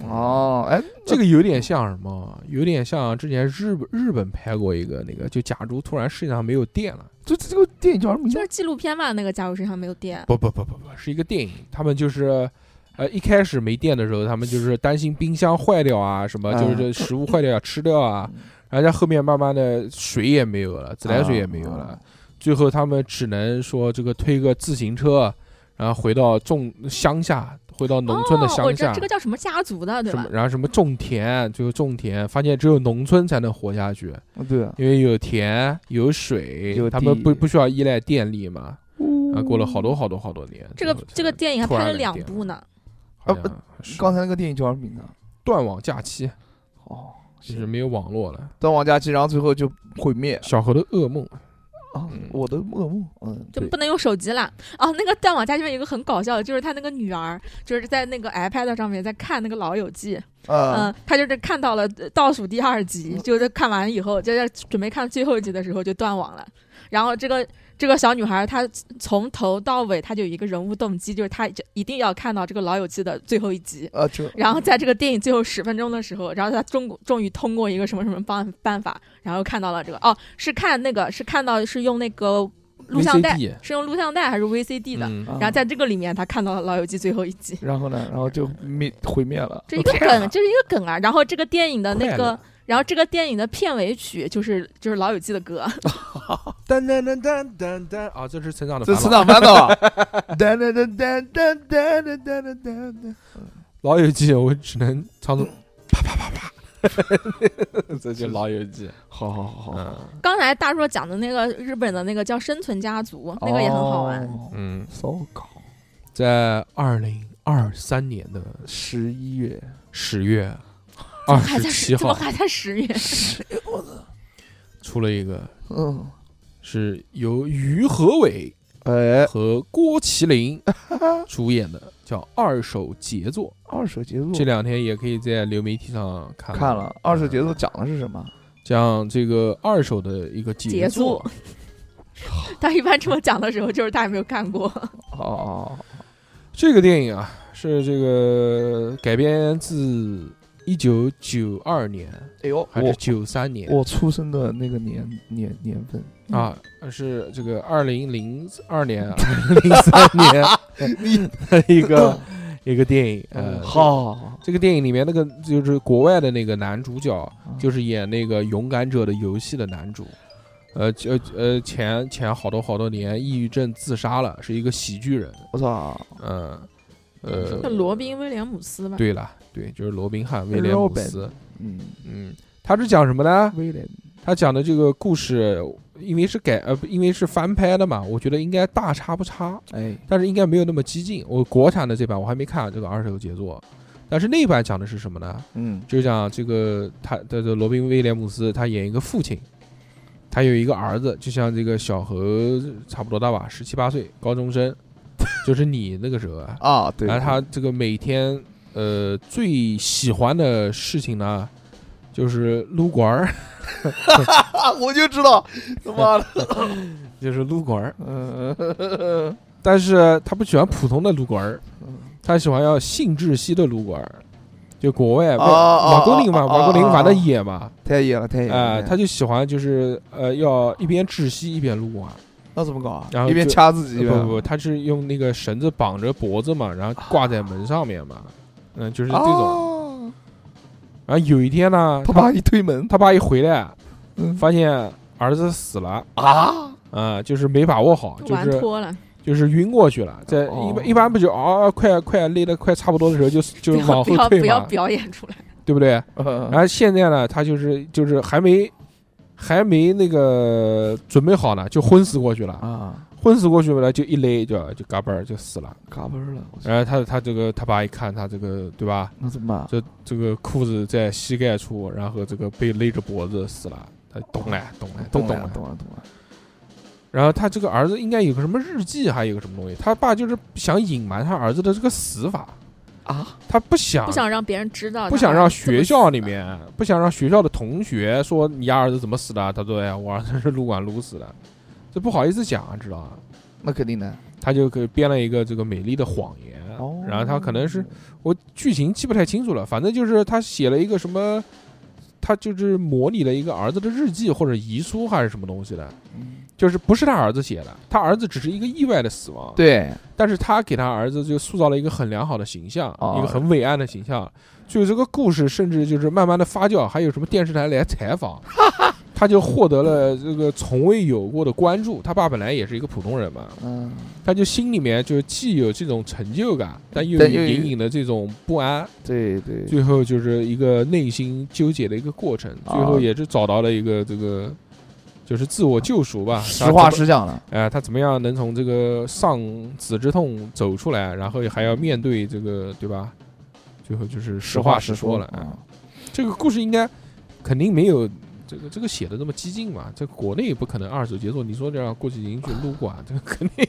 [SPEAKER 2] 嗯
[SPEAKER 3] 哦，哎，
[SPEAKER 2] 这个有点像什么？有点像之前日本日本拍过一个那个，就假如突然世界上没有电了。
[SPEAKER 3] 这这个电影叫什么名
[SPEAKER 4] 就
[SPEAKER 3] 字
[SPEAKER 4] 是？纪录片嘛，那个《假如身上没有电》，
[SPEAKER 2] 不不不不不，是一个电影。他们就是，呃，一开始没电的时候，他们就是担心冰箱坏掉啊，什么
[SPEAKER 3] 啊
[SPEAKER 4] 嗯
[SPEAKER 2] 就是这食物坏掉要吃掉啊。然后在后面慢慢的水也没有了，自来
[SPEAKER 3] 啊
[SPEAKER 2] 水也没有
[SPEAKER 4] 啊
[SPEAKER 2] 了，最后他们只能说这个推个自行车，然后回到种乡下回到农村的
[SPEAKER 4] 哦，我
[SPEAKER 2] 乡
[SPEAKER 4] 知道
[SPEAKER 2] 下，
[SPEAKER 4] 这个叫什么家族的，对
[SPEAKER 2] 什
[SPEAKER 4] 吧
[SPEAKER 2] 么？然后什么种田，最后种田，发现只有农村才能活下去，
[SPEAKER 3] 对啊，
[SPEAKER 2] 因为有田有水，
[SPEAKER 3] 有
[SPEAKER 2] 他们
[SPEAKER 3] 地
[SPEAKER 2] 不不需要依赖电力嘛。啊，过了好多好多好多年，
[SPEAKER 4] 嗯这
[SPEAKER 2] 最
[SPEAKER 4] 个
[SPEAKER 2] 后才
[SPEAKER 4] 这个电影还
[SPEAKER 2] 突
[SPEAKER 4] 拍
[SPEAKER 2] 然
[SPEAKER 4] 了
[SPEAKER 2] 来
[SPEAKER 4] 两
[SPEAKER 2] 电
[SPEAKER 4] 部呢，
[SPEAKER 2] 好
[SPEAKER 3] 啊
[SPEAKER 2] 像是
[SPEAKER 3] 刚才那个电影叫什么名字啊？
[SPEAKER 2] 呃断网假期，
[SPEAKER 3] 哦，
[SPEAKER 2] 就是没有网络了，
[SPEAKER 3] 端王家期，然后最后就毁灭
[SPEAKER 2] 小何的噩梦。
[SPEAKER 3] 啊
[SPEAKER 2] 嗯！
[SPEAKER 3] 我的噩梦，嗯，
[SPEAKER 4] 就
[SPEAKER 3] 对
[SPEAKER 4] 不能用手机了。哦，那个断网家这边有一个很搞笑的，就是他那个女儿就是在那个 iPad 上面在看那个《老友记》，
[SPEAKER 3] 啊，
[SPEAKER 4] 嗯，他就是看到了呃倒数第二集，就是看完以后，就在准备看最后一集的时候就断网了。然后这个这个小女孩，她从头到尾，她就有一个人物动机，就是她就一定要看到这个《老友记》的最后一集。
[SPEAKER 3] 啊，这
[SPEAKER 4] 然后在这个电影最后十分钟的时候，然后她终终于通过一个什么什么办办法，然后看到了这个哦，是看那个是看到是用那个录像带
[SPEAKER 2] VCD，
[SPEAKER 4] 是用录像带还是 VCD 的？
[SPEAKER 2] 嗯，
[SPEAKER 4] 然后在这个里面，她看到了《老友记》最后一集。
[SPEAKER 3] 啊然后呢，然后就灭毁灭了。
[SPEAKER 4] 这是一个梗，这是一个梗啊。然后这个电影的那
[SPEAKER 2] 快
[SPEAKER 4] 个
[SPEAKER 2] 乐，
[SPEAKER 4] 然后这个电影的片尾曲就是就是《老友记》的 歌，
[SPEAKER 2] 噔噔噔噔噔噔啊，这是成长的
[SPEAKER 3] 这
[SPEAKER 2] 烦
[SPEAKER 3] 是
[SPEAKER 2] 恼
[SPEAKER 3] 哪翻的？啊 哒哒哒哒哒哒哒哒哒哒。
[SPEAKER 2] 老友记，我只能唱出啪啪啪啪， 这就老友记。
[SPEAKER 3] 好好好好，
[SPEAKER 2] 嗯
[SPEAKER 4] 刚才大硕讲的那个日本的那个叫《生存家族》，那个也很好玩。
[SPEAKER 3] 哦。
[SPEAKER 2] 嗯，
[SPEAKER 3] 糟糕，
[SPEAKER 2] 在二零二三年的
[SPEAKER 3] 十一月，
[SPEAKER 2] 十月
[SPEAKER 4] 怎
[SPEAKER 2] 二
[SPEAKER 4] 么还
[SPEAKER 2] 十
[SPEAKER 4] 在
[SPEAKER 2] 七
[SPEAKER 4] 十？怎么
[SPEAKER 2] 号
[SPEAKER 4] 还在十月？
[SPEAKER 2] 出了一个，
[SPEAKER 3] 嗯，
[SPEAKER 2] 是由于和伟
[SPEAKER 3] 哎，
[SPEAKER 2] 和郭麒麟 主演的，叫《二手杰作》。
[SPEAKER 3] 二手节奏
[SPEAKER 2] 这两天也可以在流媒体上看
[SPEAKER 3] 嗯看了，二手节奏
[SPEAKER 2] 嗯
[SPEAKER 3] 讲的是什么？
[SPEAKER 2] 讲这个二手的一个
[SPEAKER 4] 杰
[SPEAKER 2] 杰
[SPEAKER 4] 作
[SPEAKER 2] 作。
[SPEAKER 4] 他一般这么讲的时候，就是他也没有看过。
[SPEAKER 3] 哦哦，哦
[SPEAKER 2] 这个电影啊，是这个改编自一九九二年
[SPEAKER 3] 哎呦，
[SPEAKER 2] 还是
[SPEAKER 3] 我
[SPEAKER 2] 九三年
[SPEAKER 3] 我出生的那个年年年份，
[SPEAKER 2] 啊？
[SPEAKER 3] 嗯
[SPEAKER 2] 是这个二零零二 年、二零零三年的 一个一个电影。呃，
[SPEAKER 3] 嗯，好，好好
[SPEAKER 2] 这个电影里面那个就是国外的那个男主角，
[SPEAKER 3] 嗯
[SPEAKER 2] 就是演那个《勇敢者的游戏》的男主，呃呃呃，前前好多好多年抑郁症自杀了，是一个喜剧人，
[SPEAKER 3] 我操，
[SPEAKER 2] 嗯
[SPEAKER 4] 那
[SPEAKER 2] 呃，
[SPEAKER 4] 罗宾·威廉姆斯吧，
[SPEAKER 2] 对了，对，就是罗宾汉威廉姆斯
[SPEAKER 3] Robin，嗯，
[SPEAKER 2] 嗯，他是讲什么呢？
[SPEAKER 3] 威廉，
[SPEAKER 2] 他讲的这个故事，因为是改呃，不因为是翻拍的嘛，我觉得应该大差不差，
[SPEAKER 3] 哎，
[SPEAKER 2] 但是应该没有那么激进。我国产的这版我还没看这个二手杰作，但是那版讲的是什么呢？
[SPEAKER 3] 嗯，
[SPEAKER 2] 就讲这个他的的罗宾威廉姆斯，他演一个父亲，他有一个儿子，就像这个小何差不多大吧，十七八岁，高中生， 就是你那个时候啊。
[SPEAKER 3] 啊，对，
[SPEAKER 2] 然后他这个每天呃最喜欢的事情呢，就是撸管 儿，
[SPEAKER 3] 啊，我就知道，他妈的，
[SPEAKER 2] 就是撸管儿。
[SPEAKER 3] 嗯，
[SPEAKER 2] 但是他不喜欢普通的撸管儿
[SPEAKER 3] 嗯，
[SPEAKER 2] 他喜欢要性窒息的撸管儿，就国外
[SPEAKER 3] 哦哦
[SPEAKER 2] 马国林
[SPEAKER 3] 哦
[SPEAKER 2] 嘛，
[SPEAKER 3] 哦
[SPEAKER 2] 马国林
[SPEAKER 3] 哦
[SPEAKER 2] 反
[SPEAKER 3] 哦
[SPEAKER 2] 正野嘛。
[SPEAKER 3] 太野了，太野
[SPEAKER 2] 啊、
[SPEAKER 3] 了，
[SPEAKER 2] 他就喜欢就是呃，要一边窒息一边撸管。
[SPEAKER 3] 那怎么搞啊
[SPEAKER 2] 然？后
[SPEAKER 3] 一边
[SPEAKER 2] 就
[SPEAKER 3] 掐自己，
[SPEAKER 2] 不不不，，他是用那个绳子绑着脖子嘛，然后挂在门上面嘛，嗯，就是这种。
[SPEAKER 3] 哦，
[SPEAKER 2] 然后有一天呢，
[SPEAKER 3] 他
[SPEAKER 2] 他
[SPEAKER 3] 爸一推门，
[SPEAKER 2] 他爸一回来，
[SPEAKER 3] 嗯
[SPEAKER 2] 发现儿子死了，啊、
[SPEAKER 3] 啊，
[SPEAKER 2] 就是没把握好，就
[SPEAKER 4] 玩
[SPEAKER 2] 是
[SPEAKER 4] 脱了，
[SPEAKER 2] 就是晕过去了，在
[SPEAKER 3] 哦
[SPEAKER 2] 一般一般不就啊、快快累的快差不多的时候就就
[SPEAKER 4] 不
[SPEAKER 2] 往
[SPEAKER 4] 要不
[SPEAKER 2] 后
[SPEAKER 4] 要
[SPEAKER 2] 退
[SPEAKER 4] 不要
[SPEAKER 2] 嘛，
[SPEAKER 4] 表演出来。
[SPEAKER 2] 对不对？然
[SPEAKER 3] 然
[SPEAKER 2] 后现在呢，他就是就是还没还没那个准备好呢，就昏死过去了。
[SPEAKER 3] 啊，
[SPEAKER 2] 昏死过去了，就一勒就就嘎嘣儿就死了。
[SPEAKER 3] 嘎嘣儿了，我操
[SPEAKER 2] 然后他他这个他爸一看他这个对吧，
[SPEAKER 3] 那怎么办？
[SPEAKER 2] 这这个裤子在膝盖处，然后这个被勒着脖子死了，他懂了懂了都懂
[SPEAKER 3] 了
[SPEAKER 2] 了。，
[SPEAKER 3] 懂了，懂了，
[SPEAKER 2] 然后他这个儿子应该有个什么日记，还有个什么东西，他爸就是想隐瞒他儿子的这个死法，
[SPEAKER 3] 啊，
[SPEAKER 2] 他不想
[SPEAKER 4] 不想让别人知道，
[SPEAKER 2] 不想让学校里面，不想让学校的同学说你家儿子怎么死的，他说哎呀我儿子是撸管撸死的，这不好意思讲，啊知道吧？
[SPEAKER 3] 那肯定的，
[SPEAKER 2] 他就给编了一个这个美丽的谎言，
[SPEAKER 3] 哦，
[SPEAKER 2] 然后他可能是我剧情记不太清楚了，反正就是他写了一个什么，他就是模拟了一个儿子的日记或者遗书还是什么东西的，
[SPEAKER 3] 嗯，
[SPEAKER 2] 就是不是他儿子写的，他儿子只是一个意外的死亡，，
[SPEAKER 3] 对，
[SPEAKER 2] 但是他给他儿子就塑造了一个很良好的形象，
[SPEAKER 3] 哦
[SPEAKER 2] 一个很伟岸的 形象，就这个故事甚至就是慢慢的发酵，还有什么电视台来采访，他就获得了这个从未有过的关注。他爸本来也是一个普通人嘛，
[SPEAKER 3] 嗯，
[SPEAKER 2] 他就心里面就既有这种成就感，但又有
[SPEAKER 3] 但又有
[SPEAKER 2] 隐隐的这种不安。
[SPEAKER 3] 对对，
[SPEAKER 2] 最后就是一个内心纠结的一个过程，
[SPEAKER 3] 啊
[SPEAKER 2] 最后也是找到了一个这个，就是自我救赎吧。
[SPEAKER 3] 实话
[SPEAKER 2] 是，
[SPEAKER 3] 实讲了，
[SPEAKER 2] 哎、他怎么样能从这个丧子之痛走出来，然后还要面对这个，对吧？最后就是实话实说了。哎
[SPEAKER 3] 啊。
[SPEAKER 2] 这个故事应该肯定没有这个这个写的那么激进嘛，在国内不可能二手杰作，你说这样过去营去撸管，这个肯定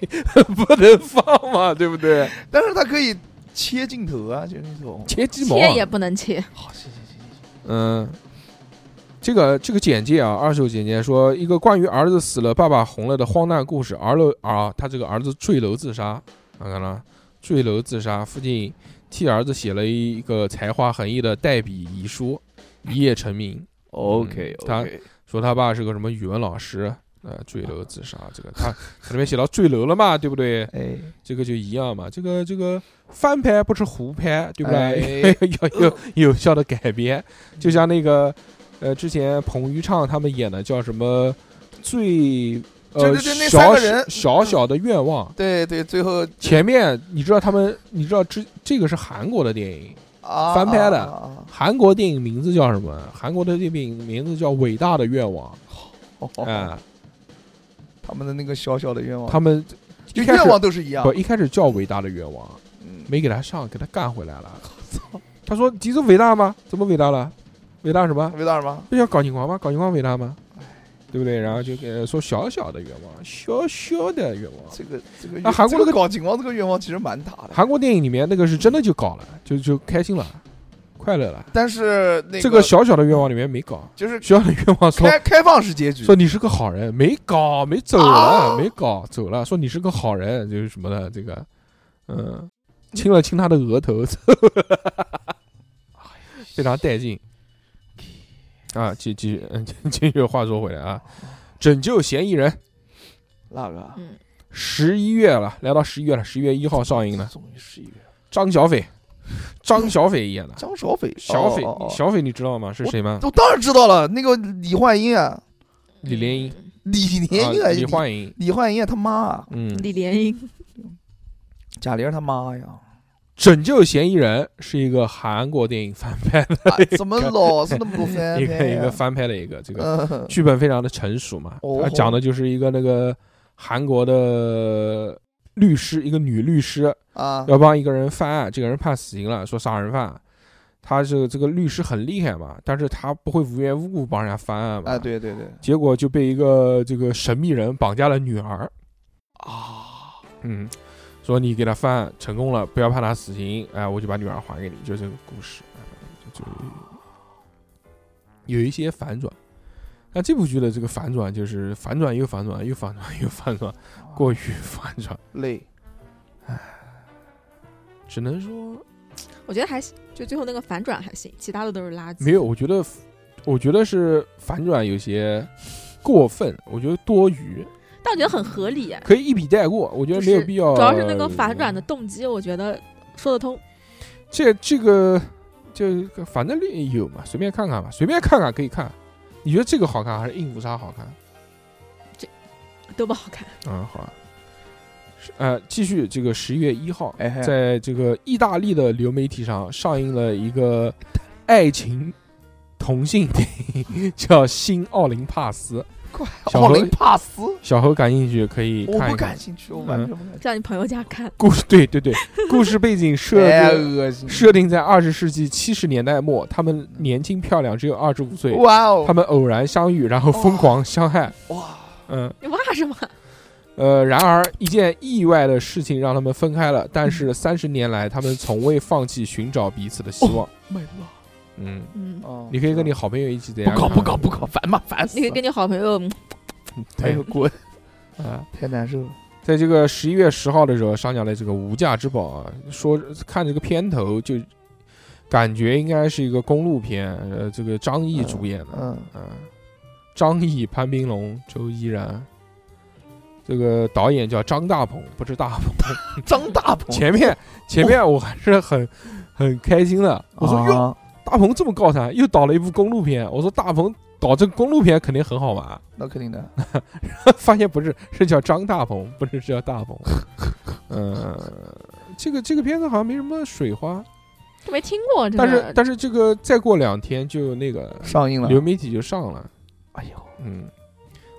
[SPEAKER 2] 不能放嘛， 对不对？
[SPEAKER 3] 但是他可以切镜头啊，就是那种，
[SPEAKER 2] 切鸡毛、啊，
[SPEAKER 4] 切也不能切，
[SPEAKER 3] 好，谢谢谢谢，
[SPEAKER 2] 嗯，这个这个简介啊，二手简介说一个关于儿子死了、爸爸红了的荒诞故事。儿楼啊，他这个儿子坠楼自杀，看看了，坠楼自杀，父亲替儿子写了一个才华横溢的代笔遗书，一夜成名。
[SPEAKER 3] OK
[SPEAKER 2] 他
[SPEAKER 3] OK，
[SPEAKER 2] 说他爸是个什么语文老师，呃，坠楼自杀。这个他他里面写到坠楼了嘛，对不对？
[SPEAKER 3] 哎，
[SPEAKER 2] 这个就一样嘛。这个这个翻拍不是胡拍，对不
[SPEAKER 3] 哎
[SPEAKER 2] 对？要 有有效的改编，就像那个呃，之前彭昱畅他们演的叫什么最
[SPEAKER 3] 对
[SPEAKER 2] 呃
[SPEAKER 3] 对对那三
[SPEAKER 2] 小
[SPEAKER 3] 个人
[SPEAKER 2] 小小的愿望。
[SPEAKER 3] 对对，最后
[SPEAKER 2] 前面你知道他们，你知道这这个是韩国的电影，
[SPEAKER 3] 啊
[SPEAKER 2] 翻拍的
[SPEAKER 3] 啊啊啊
[SPEAKER 2] 韩国电影名字叫什么？韩国的电影名字叫《伟大的愿望》
[SPEAKER 3] 哦
[SPEAKER 2] 啊、
[SPEAKER 3] 他们的那个小小的愿望，
[SPEAKER 2] 他们
[SPEAKER 3] 就
[SPEAKER 2] 一开始
[SPEAKER 3] 愿望都是一样
[SPEAKER 2] 不，一开始叫伟大的愿望，
[SPEAKER 3] 嗯
[SPEAKER 2] 没给他上，给他干回来了。他说：“你这伟大吗？怎么伟大了？伟大什么？
[SPEAKER 3] 味道吗？
[SPEAKER 2] 不叫搞情况吗？搞情况伟大吗？对不对？然后就给说小小的愿望，小小的愿望。
[SPEAKER 3] 这个这个
[SPEAKER 2] 啊韩国
[SPEAKER 3] 这
[SPEAKER 2] 那个
[SPEAKER 3] 搞警方这个愿望其实蛮大的，
[SPEAKER 2] 韩国电影里面那个是真的就搞了，就就开心了，快乐了。
[SPEAKER 3] 但是那
[SPEAKER 2] 这个小小的愿望里面没搞，
[SPEAKER 3] 就是
[SPEAKER 2] 小小的愿望说
[SPEAKER 3] 开开放式结局
[SPEAKER 2] 说你是个好人，没搞，没走
[SPEAKER 3] 哦
[SPEAKER 2] 了，没搞，走了。说你是个好人，就是什么的，这个，嗯，亲了亲他的额头， 非常带劲。啊，继继续，嗯，继续话说回来啊，拯救嫌疑人，
[SPEAKER 3] 那个
[SPEAKER 4] 嗯，
[SPEAKER 2] 十一月了，来到十一月了，十一月一号上映了，
[SPEAKER 3] 终于十一月，
[SPEAKER 2] 张小 斐，张小斐演的，
[SPEAKER 3] 张小斐，
[SPEAKER 2] 小斐
[SPEAKER 3] 哦，哦哦
[SPEAKER 2] 小斐你知道吗？是谁吗？
[SPEAKER 3] 我当然知道了，那个李焕英啊，
[SPEAKER 2] 李莲英，
[SPEAKER 3] 李
[SPEAKER 2] 啊
[SPEAKER 3] 莲英啊，
[SPEAKER 2] 李焕英，
[SPEAKER 3] 李焕英啊他妈啊，
[SPEAKER 2] 嗯，
[SPEAKER 4] 李莲英，
[SPEAKER 3] 贾玲他妈呀，
[SPEAKER 2] 拯救嫌疑人是一个韩国电影翻拍的
[SPEAKER 3] 啊怎么老是那么多翻
[SPEAKER 2] 一
[SPEAKER 3] 拍
[SPEAKER 2] 个一个
[SPEAKER 3] 呀？
[SPEAKER 2] 翻拍的一个这个
[SPEAKER 3] 嗯，
[SPEAKER 2] 剧本非常的成熟嘛，
[SPEAKER 3] 哦
[SPEAKER 2] 它讲的就是一个那个韩国的律师，一个女律师
[SPEAKER 3] 啊，
[SPEAKER 2] 要帮一个人翻案，这个人判死刑了，说杀人犯，他是这个律师很厉害嘛，但是他不会无缘无故帮人家翻案嘛，
[SPEAKER 3] 啊，，对对对，
[SPEAKER 2] 结果就被一个这个神秘人绑架了女儿，
[SPEAKER 3] 啊，
[SPEAKER 2] 嗯，说你给他翻案成功了，不要判他死刑，哎，我就把女儿还给你，就这个故事，哎就就有一些反转。那这部剧的这个反转就是反转又反转又反转又反 转，过于反转，
[SPEAKER 3] 累，
[SPEAKER 2] 只能说
[SPEAKER 4] 我觉得还行，就最后那个反转还行，其他的都是垃圾。
[SPEAKER 2] 没有。我觉得，我觉得是反转有些过分，我觉得多余，
[SPEAKER 4] 但我觉得很合理、啊，
[SPEAKER 2] 可以一笔带过。我觉得没有必要。
[SPEAKER 4] 主要是那个反转的动机，我觉得说得通。
[SPEAKER 2] 这这个就反正有嘛，随便看看吧，随便看看可以看。你觉得这个好看还是硬骨杀好看？
[SPEAKER 4] 都不好看，
[SPEAKER 2] 嗯，好、啊。是呃，继续这个十月一号，
[SPEAKER 3] 哎嘿
[SPEAKER 2] 在这个意大利的流媒体上上映了一个爱情同性电影，叫《新奥林帕斯》。
[SPEAKER 3] 快，
[SPEAKER 2] 小
[SPEAKER 3] 奥
[SPEAKER 2] 何
[SPEAKER 3] 林帕斯，
[SPEAKER 2] 小何感兴趣可以
[SPEAKER 3] 我
[SPEAKER 2] 看嗯
[SPEAKER 3] 不
[SPEAKER 2] 一
[SPEAKER 3] 感
[SPEAKER 2] 看。
[SPEAKER 3] 兴趣，我完全不感兴趣，
[SPEAKER 4] 让你朋友家看，
[SPEAKER 2] 故事 对对对，故事背景 设
[SPEAKER 3] 太
[SPEAKER 2] 定
[SPEAKER 3] 哎恶心，
[SPEAKER 2] 设定在二十世纪七十年代末，他们年轻漂亮，只有二十五岁，
[SPEAKER 3] 哇哦，
[SPEAKER 2] 他们偶然相遇，然后疯狂相爱。
[SPEAKER 3] 哇，
[SPEAKER 2] 嗯，
[SPEAKER 4] 你哇什么？
[SPEAKER 2] 呃，然而一件意外的事情让他们分开了，但是
[SPEAKER 3] 嗯
[SPEAKER 2] 三十年来，他们从未放弃寻找彼此的希望。
[SPEAKER 3] 麦了，
[SPEAKER 2] 嗯，
[SPEAKER 4] 嗯，
[SPEAKER 3] 哦
[SPEAKER 2] 你可以跟你好朋友一起啊这
[SPEAKER 3] 不
[SPEAKER 2] 样
[SPEAKER 3] 搞
[SPEAKER 2] 看。
[SPEAKER 3] 不搞不搞，烦吗？烦死
[SPEAKER 4] 你可以
[SPEAKER 3] 了，
[SPEAKER 4] 跟你好朋友，嗯
[SPEAKER 2] 对
[SPEAKER 3] 哎呦滚，
[SPEAKER 2] 啊！
[SPEAKER 3] 太难受了，
[SPEAKER 2] 在这个十一月十号的时候上架了这个《无价之宝》啊，说看这个片头就感觉应该是一个公路片，呃，这个张译主演的，
[SPEAKER 3] 嗯，
[SPEAKER 2] 嗯，张译、潘斌龙、周依然，这个导演叫张大鹏，不是大鹏。
[SPEAKER 3] 张大鹏，
[SPEAKER 2] 前面前面我还是很很开心的，我说哟，
[SPEAKER 3] 哟，
[SPEAKER 2] 啊大鹏这么高产，又导了一部公路片，我说大鹏搞这个公路片肯定很好玩。啊
[SPEAKER 3] 那肯定的。
[SPEAKER 2] 发现不是，是叫张大鹏，不是是叫大 鹏。嗯，这个这个片子好像没什么水花，
[SPEAKER 4] 就没听过。
[SPEAKER 2] 但是但是这个再过两天就那个
[SPEAKER 3] 上映了。
[SPEAKER 2] 流媒体就上了。
[SPEAKER 3] 哎呦，
[SPEAKER 2] 嗯，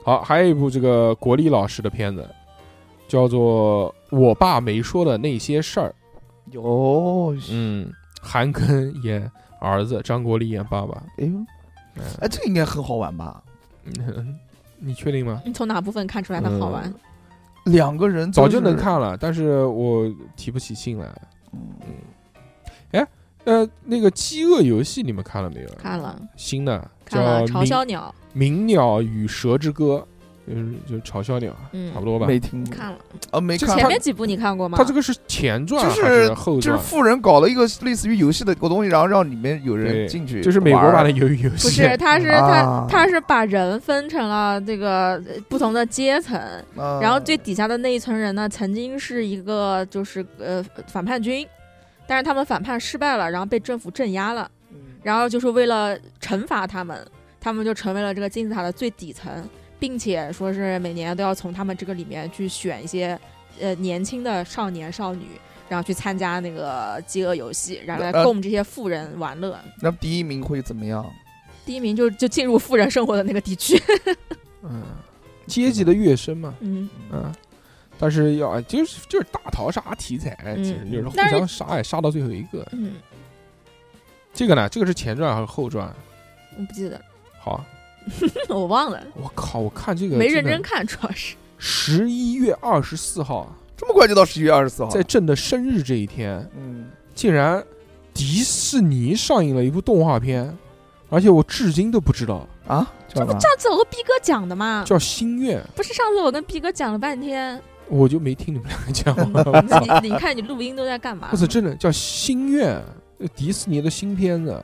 [SPEAKER 2] 好，还有一部这个国立老师的片子，叫做《我爸没说的那些事儿》。
[SPEAKER 3] 哎有，
[SPEAKER 2] 嗯，韩庚演儿子，张国立演爸爸。
[SPEAKER 3] 哎呦，哎，这个应该很好玩吧？
[SPEAKER 2] 嗯， 你确定吗？
[SPEAKER 4] 你从哪部分看出来它好玩？
[SPEAKER 2] 嗯
[SPEAKER 3] 两个人都
[SPEAKER 2] 早就是能，看了，但是我提不起劲来。
[SPEAKER 3] 嗯
[SPEAKER 2] 呃，那个《饥饿游戏》你们看了没有？
[SPEAKER 4] 看了，
[SPEAKER 2] 新的
[SPEAKER 4] 看
[SPEAKER 2] 叫
[SPEAKER 4] 了《嘲
[SPEAKER 2] 鸣《
[SPEAKER 4] 笑鸟
[SPEAKER 2] 鸣鸟与蛇之歌》，嗯，就是嘲笑鸟，
[SPEAKER 4] 嗯
[SPEAKER 2] 差不多吧。
[SPEAKER 3] 没听》过
[SPEAKER 4] 看了，
[SPEAKER 3] 啊，没
[SPEAKER 2] 这
[SPEAKER 3] 看
[SPEAKER 4] 前
[SPEAKER 3] 过。
[SPEAKER 4] 面几部你看过吗？
[SPEAKER 2] 它这个是前传啊
[SPEAKER 3] 就
[SPEAKER 2] 还
[SPEAKER 3] 是
[SPEAKER 2] 后
[SPEAKER 3] 就是
[SPEAKER 2] 传？
[SPEAKER 3] 富人搞了一个类似于游戏的个东西，然后让里面有
[SPEAKER 2] 对
[SPEAKER 3] 人进去玩儿，
[SPEAKER 2] 就是美国版的鱿鱼游
[SPEAKER 4] 不
[SPEAKER 2] 戏，
[SPEAKER 4] 是，他是
[SPEAKER 3] 啊
[SPEAKER 4] 他他是把人分成了这个呃不同的阶层，
[SPEAKER 3] 啊，
[SPEAKER 4] 然后最底下的那一层人呢，曾经是一个就是呃反叛军，但是他们反叛失败了，然后被政府镇压了，然后就是为了惩罚他们，他们就成为了这个金字塔的最底层，并且说是每年都要从他们这个里面去选一些呃年轻的少年少女。然后去参加那个饥饿游戏，然后来
[SPEAKER 3] 呃
[SPEAKER 4] 供这些富人玩乐。
[SPEAKER 3] 那第一名会怎么样？
[SPEAKER 4] 第一名就就进入富人生活的那个地区。
[SPEAKER 2] 嗯，阶级的跃升嘛，
[SPEAKER 4] 嗯，
[SPEAKER 2] 嗯。但是要就是就是大逃杀题材，其实就是互
[SPEAKER 4] 嗯但是
[SPEAKER 2] 相杀也杀到最后一个。
[SPEAKER 4] 嗯，
[SPEAKER 2] 这个呢，这个是前传还是后传？
[SPEAKER 4] 我不记得，
[SPEAKER 2] 好， 啊
[SPEAKER 4] 我忘了，
[SPEAKER 2] 我靠，我看这个
[SPEAKER 4] 没认真看，主要是。
[SPEAKER 2] 十一月二十四号啊，
[SPEAKER 3] 这么快就到十一月二十四号了，
[SPEAKER 2] 在朕的生日这一天，
[SPEAKER 3] 嗯，
[SPEAKER 2] 竟然迪士尼上映了一部动画片，而且我至今都不知道，
[SPEAKER 3] 啊，这
[SPEAKER 4] 上次我跟逼哥讲的嘛，
[SPEAKER 2] 叫《心愿》，
[SPEAKER 4] 不是上次我跟逼哥讲了半 天，
[SPEAKER 2] 我就没听你们两个讲 话。
[SPEAKER 4] 你你看你录音都在干嘛
[SPEAKER 2] 我？操，真的叫《心愿》，迪士尼的新片子，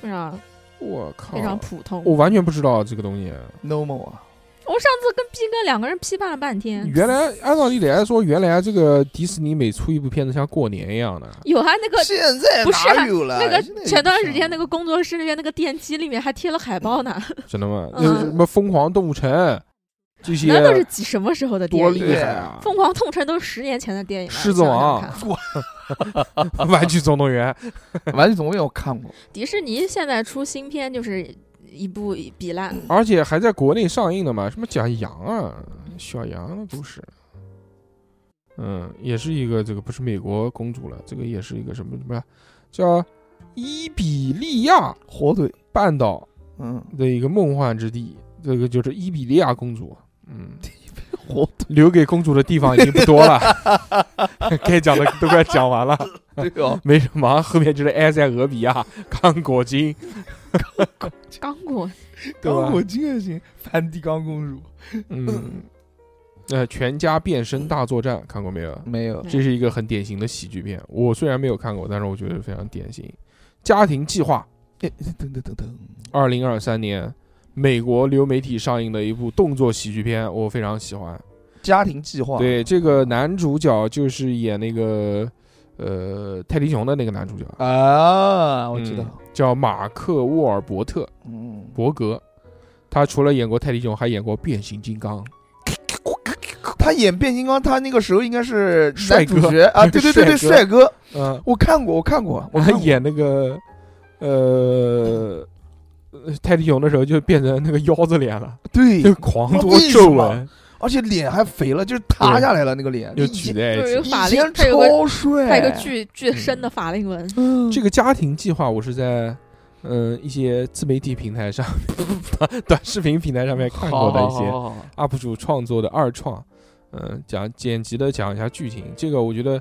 [SPEAKER 4] 非常
[SPEAKER 2] 我靠
[SPEAKER 4] 非，常普通。
[SPEAKER 2] 哦我完全不知道这个东西。
[SPEAKER 3] normal 啊，
[SPEAKER 4] 我上次跟逼哥两个人批判了半天，
[SPEAKER 2] 原来按照理来说，原来这个迪士尼每出一部片子像过年一样的，
[SPEAKER 4] 有啊，那个
[SPEAKER 3] 现在
[SPEAKER 4] 不是啊
[SPEAKER 3] 哪有了？
[SPEAKER 4] 那个
[SPEAKER 3] 现在
[SPEAKER 4] 前段时间那
[SPEAKER 3] 个
[SPEAKER 4] 个工作室那边那个电梯里面还贴了海报呢，
[SPEAKER 2] 真的吗？
[SPEAKER 4] 嗯
[SPEAKER 2] 就是什么《疯狂动物城》这些
[SPEAKER 4] 那都是几什么时候的
[SPEAKER 2] 多
[SPEAKER 4] 电影？
[SPEAKER 2] 厉害啊！
[SPEAKER 4] 疯狂动城都是十年前的电影了。
[SPEAKER 2] 狮子王
[SPEAKER 4] 想想 看
[SPEAKER 2] 玩具总动员，
[SPEAKER 3] 玩具总动员我看过，
[SPEAKER 4] 迪士尼现在出新片就是一部比烂，
[SPEAKER 2] 而且还在国内上映的嘛，什么讲羊啊，小羊的故事，嗯，也是一个这个不是美国公主了，这个也是一个什么什么叫伊比利亚
[SPEAKER 3] 火腿，
[SPEAKER 2] 半岛
[SPEAKER 3] 嗯，
[SPEAKER 2] 的一个梦幻之地，这个就是伊比利亚公主，嗯，
[SPEAKER 3] 火
[SPEAKER 2] 留给公主的地方已经不多了， 该讲的都快讲完了，
[SPEAKER 3] 腿哦，
[SPEAKER 2] 没什么，后面就是埃塞俄比亚、刚果金，
[SPEAKER 4] 刚果
[SPEAKER 2] 对吧
[SPEAKER 3] 刚果金还行，梵蒂冈公主
[SPEAKER 2] 嗯，呃，全家变身大作战看过没有？
[SPEAKER 3] 没有，
[SPEAKER 2] 这是一个很典型的喜剧片。我虽然没有看过，但是我觉得非常典型。家庭计划，
[SPEAKER 3] 哎噔噔噔噔，
[SPEAKER 2] 二零二三年美国流媒体上映的一部动作喜剧片，我非常喜欢。
[SPEAKER 3] 家庭计划，
[SPEAKER 2] 对，这个男主角就是演那个呃泰迪熊的那个男主角，
[SPEAKER 3] 啊，我知道，
[SPEAKER 2] 嗯叫马克·沃尔伯特
[SPEAKER 3] 嗯，
[SPEAKER 2] 伯格。他除了演过泰迪熊，还演过变形金刚。
[SPEAKER 3] 他演变形金刚，他那个时候应该是
[SPEAKER 2] 帅
[SPEAKER 3] 男
[SPEAKER 2] 哥
[SPEAKER 3] 主角啊，对对对对，
[SPEAKER 2] 帅
[SPEAKER 3] 帅哥，
[SPEAKER 2] 嗯、
[SPEAKER 3] 我看过，我看过，我
[SPEAKER 2] 他
[SPEAKER 3] 看过
[SPEAKER 2] 演那个呃呃泰迪熊的时候，就变成那个腰子脸了，
[SPEAKER 3] 对
[SPEAKER 2] 就，狂
[SPEAKER 3] 那
[SPEAKER 2] 多
[SPEAKER 3] 为什
[SPEAKER 2] 皱
[SPEAKER 3] 么
[SPEAKER 2] 纹，
[SPEAKER 3] 而且脸还肥了，就是塌下来了那个脸，
[SPEAKER 2] 又
[SPEAKER 3] 以
[SPEAKER 2] 举
[SPEAKER 3] 前
[SPEAKER 2] 在
[SPEAKER 4] 就
[SPEAKER 2] 一
[SPEAKER 4] 是有
[SPEAKER 2] 起。
[SPEAKER 4] 法
[SPEAKER 3] 以
[SPEAKER 4] 令
[SPEAKER 3] 前，
[SPEAKER 4] 它有个
[SPEAKER 3] 超帅，
[SPEAKER 4] 它有个巨
[SPEAKER 2] 嗯
[SPEAKER 4] 巨深的法令纹，
[SPEAKER 3] 嗯，
[SPEAKER 2] 这个家庭计划，我是在嗯、一些自媒体平台上、 短视频平台上面看过的一些
[SPEAKER 3] 好好好好
[SPEAKER 2] UP 主创作的二创，嗯、讲剪辑的讲一下剧情，这个我觉得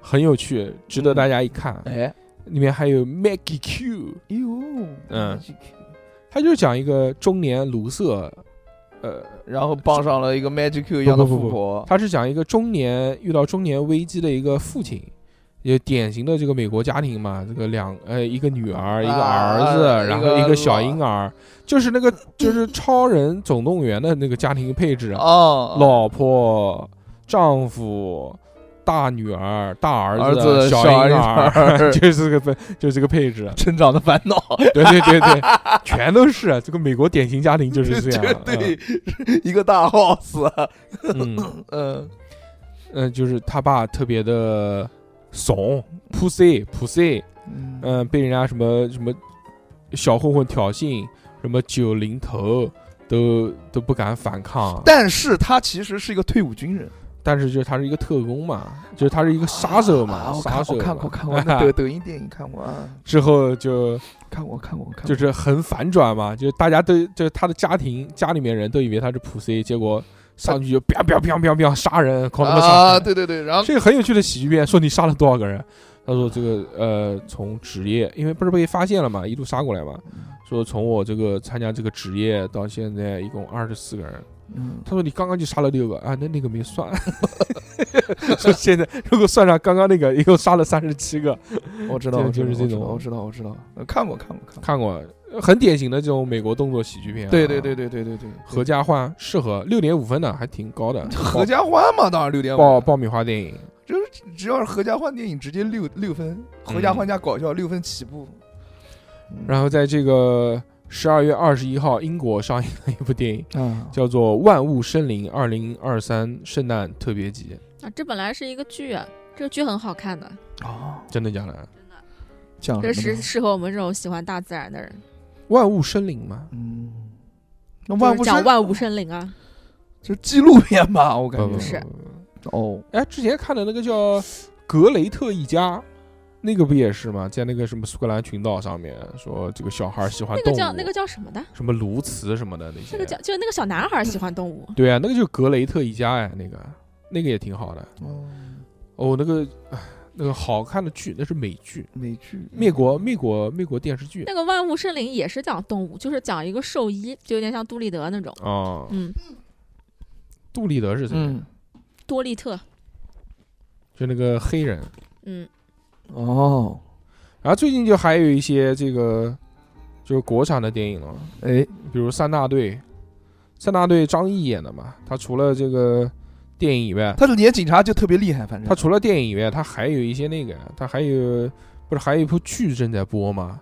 [SPEAKER 2] 很有趣，值得大家一看。
[SPEAKER 3] 哎，
[SPEAKER 2] 里面还有 Maggie Q，
[SPEAKER 3] 呦，
[SPEAKER 2] 嗯，他就讲一个中年卢瑟，呃，
[SPEAKER 3] 然后傍上了一个 Magic Q 一样的
[SPEAKER 2] 不不不
[SPEAKER 3] 富婆，
[SPEAKER 2] 他是讲一个中年遇到中年危机的一个父亲，也典型的这个美国家庭嘛，这个两呃一个女儿，一个儿子，
[SPEAKER 3] 啊
[SPEAKER 2] 然
[SPEAKER 3] 一
[SPEAKER 2] 后
[SPEAKER 3] 个
[SPEAKER 2] 一个小婴儿，就是那个就是超人总啊
[SPEAKER 3] 啊
[SPEAKER 2] 动员的那个家庭配置，啊，
[SPEAKER 3] 哦，
[SPEAKER 2] 老婆、丈夫、大女儿、大儿
[SPEAKER 3] 儿
[SPEAKER 2] 子、
[SPEAKER 3] 子
[SPEAKER 2] 小
[SPEAKER 3] 小
[SPEAKER 2] 婴
[SPEAKER 3] 儿
[SPEAKER 2] 儿，
[SPEAKER 3] 子
[SPEAKER 2] 就是这个分，就是这个配置。
[SPEAKER 3] 成长的烦恼，
[SPEAKER 2] 对对对对， 全都是啊这个美国典型家庭 就是这样。
[SPEAKER 3] 对，一个大 house，啊
[SPEAKER 2] 嗯，嗯
[SPEAKER 3] 嗯，
[SPEAKER 2] 嗯，就是他爸特别的怂，pussy pussy，
[SPEAKER 3] 嗯
[SPEAKER 2] 嗯，被人家什么什么小混混挑衅，什么九零头都都不敢反抗。
[SPEAKER 3] 但是他其实是一个退伍军人，
[SPEAKER 2] 但是就是他是一个特工嘛，就是他是一个杀手嘛，
[SPEAKER 3] 啊我看
[SPEAKER 2] 杀手
[SPEAKER 3] 我
[SPEAKER 2] 嘛
[SPEAKER 3] 看过看 过那抖抖音电影看过啊，
[SPEAKER 2] 之后就
[SPEAKER 3] 看过看过看
[SPEAKER 2] 就
[SPEAKER 3] 过，
[SPEAKER 2] 是很反转嘛，就是大家都就是他的家庭家里面人都以为他是普 C，结果上去就啪啪啪啪啪杀人，狂他妈杀
[SPEAKER 3] 啊，
[SPEAKER 2] 人。
[SPEAKER 3] 对对对，然后
[SPEAKER 2] 这个很有趣的喜剧片，说你杀了多少个人？他说这个呃，从职业，因为不是被发现了嘛，一路杀过来嘛。说从我这个参加这个职业到现在一共二十四个人。
[SPEAKER 3] 嗯
[SPEAKER 2] 他说你刚刚就杀了六个啊，那那个没算。 说现在如果算上刚刚那个，一共杀了三十七个。
[SPEAKER 3] 我知道，
[SPEAKER 2] 就
[SPEAKER 3] 我知
[SPEAKER 2] 就
[SPEAKER 3] 道
[SPEAKER 2] 是这种
[SPEAKER 3] 我知道，我知道，我知道呃看过看过看过，
[SPEAKER 2] 看过，呃很典型的这种美国动作喜剧片、啊。
[SPEAKER 3] 对对对，对对对对，
[SPEAKER 2] 合家欢适合六点五分的，还挺高 的。
[SPEAKER 3] 合家欢嗯嘛，当然六点五，
[SPEAKER 2] 爆爆米花电影，
[SPEAKER 3] 只要是合家欢电影，直接六六分，合家欢加搞笑六分起步。
[SPEAKER 2] 嗯
[SPEAKER 3] 嗯
[SPEAKER 2] 然后在这个十二月二十一号，英国上映了一部电影，
[SPEAKER 3] 啊，
[SPEAKER 2] 叫做《万物生灵二零二三圣诞特别集
[SPEAKER 4] 啊，这本来是一个剧啊，这个剧很好看的，
[SPEAKER 3] 哦，》，
[SPEAKER 2] 真的假的？啊
[SPEAKER 3] 讲
[SPEAKER 4] 这
[SPEAKER 3] 什
[SPEAKER 4] 是
[SPEAKER 3] 么呢？
[SPEAKER 4] 适合我们这种喜欢大自然的人，
[SPEAKER 2] 万物生灵嘛，
[SPEAKER 3] 嗯，那
[SPEAKER 4] 就
[SPEAKER 3] 万
[SPEAKER 4] 是
[SPEAKER 3] 物
[SPEAKER 4] 讲
[SPEAKER 3] 生
[SPEAKER 4] 万物生灵啊，
[SPEAKER 3] 这是纪录片吧？我感
[SPEAKER 2] 不
[SPEAKER 3] 觉
[SPEAKER 4] 是
[SPEAKER 3] 哦，
[SPEAKER 2] 哎，之前看的那个叫《格雷特一家》，那个不也是吗？在那个什么苏格兰群岛上面，说这个小孩喜欢
[SPEAKER 4] 那
[SPEAKER 2] 啊动
[SPEAKER 4] 个
[SPEAKER 2] 物，
[SPEAKER 4] 叫那个叫什么的？
[SPEAKER 2] 什么鸬鹚什么的那些，
[SPEAKER 4] 那个叫就那个小男孩喜欢动物，
[SPEAKER 2] 对啊，那个就是格雷特一家哎，那个那个也挺好的
[SPEAKER 3] 嗯
[SPEAKER 2] 哦，那个唉那个好看的剧，那是美剧，
[SPEAKER 3] 美剧
[SPEAKER 2] 灭国灭国灭国电视剧
[SPEAKER 4] 那个万物生灵也是讲动物，就是讲一个兽医，就有点像杜立德那种，
[SPEAKER 2] 啊。
[SPEAKER 4] 嗯，
[SPEAKER 2] 杜立德是谁？
[SPEAKER 3] 嗯
[SPEAKER 4] 多利特，
[SPEAKER 2] 就那个黑人。
[SPEAKER 4] 嗯，
[SPEAKER 3] 哦，
[SPEAKER 2] 然后最近就还有一些这个就是国产的电影了，
[SPEAKER 3] 哎，
[SPEAKER 2] 比如三大队，三大队张译演的嘛，他除了这个电影以外，
[SPEAKER 3] 他的演警察就特别厉害，反正
[SPEAKER 2] 他除了电影以外，他还有一些那个，他还有不是还有一部剧正在播吗？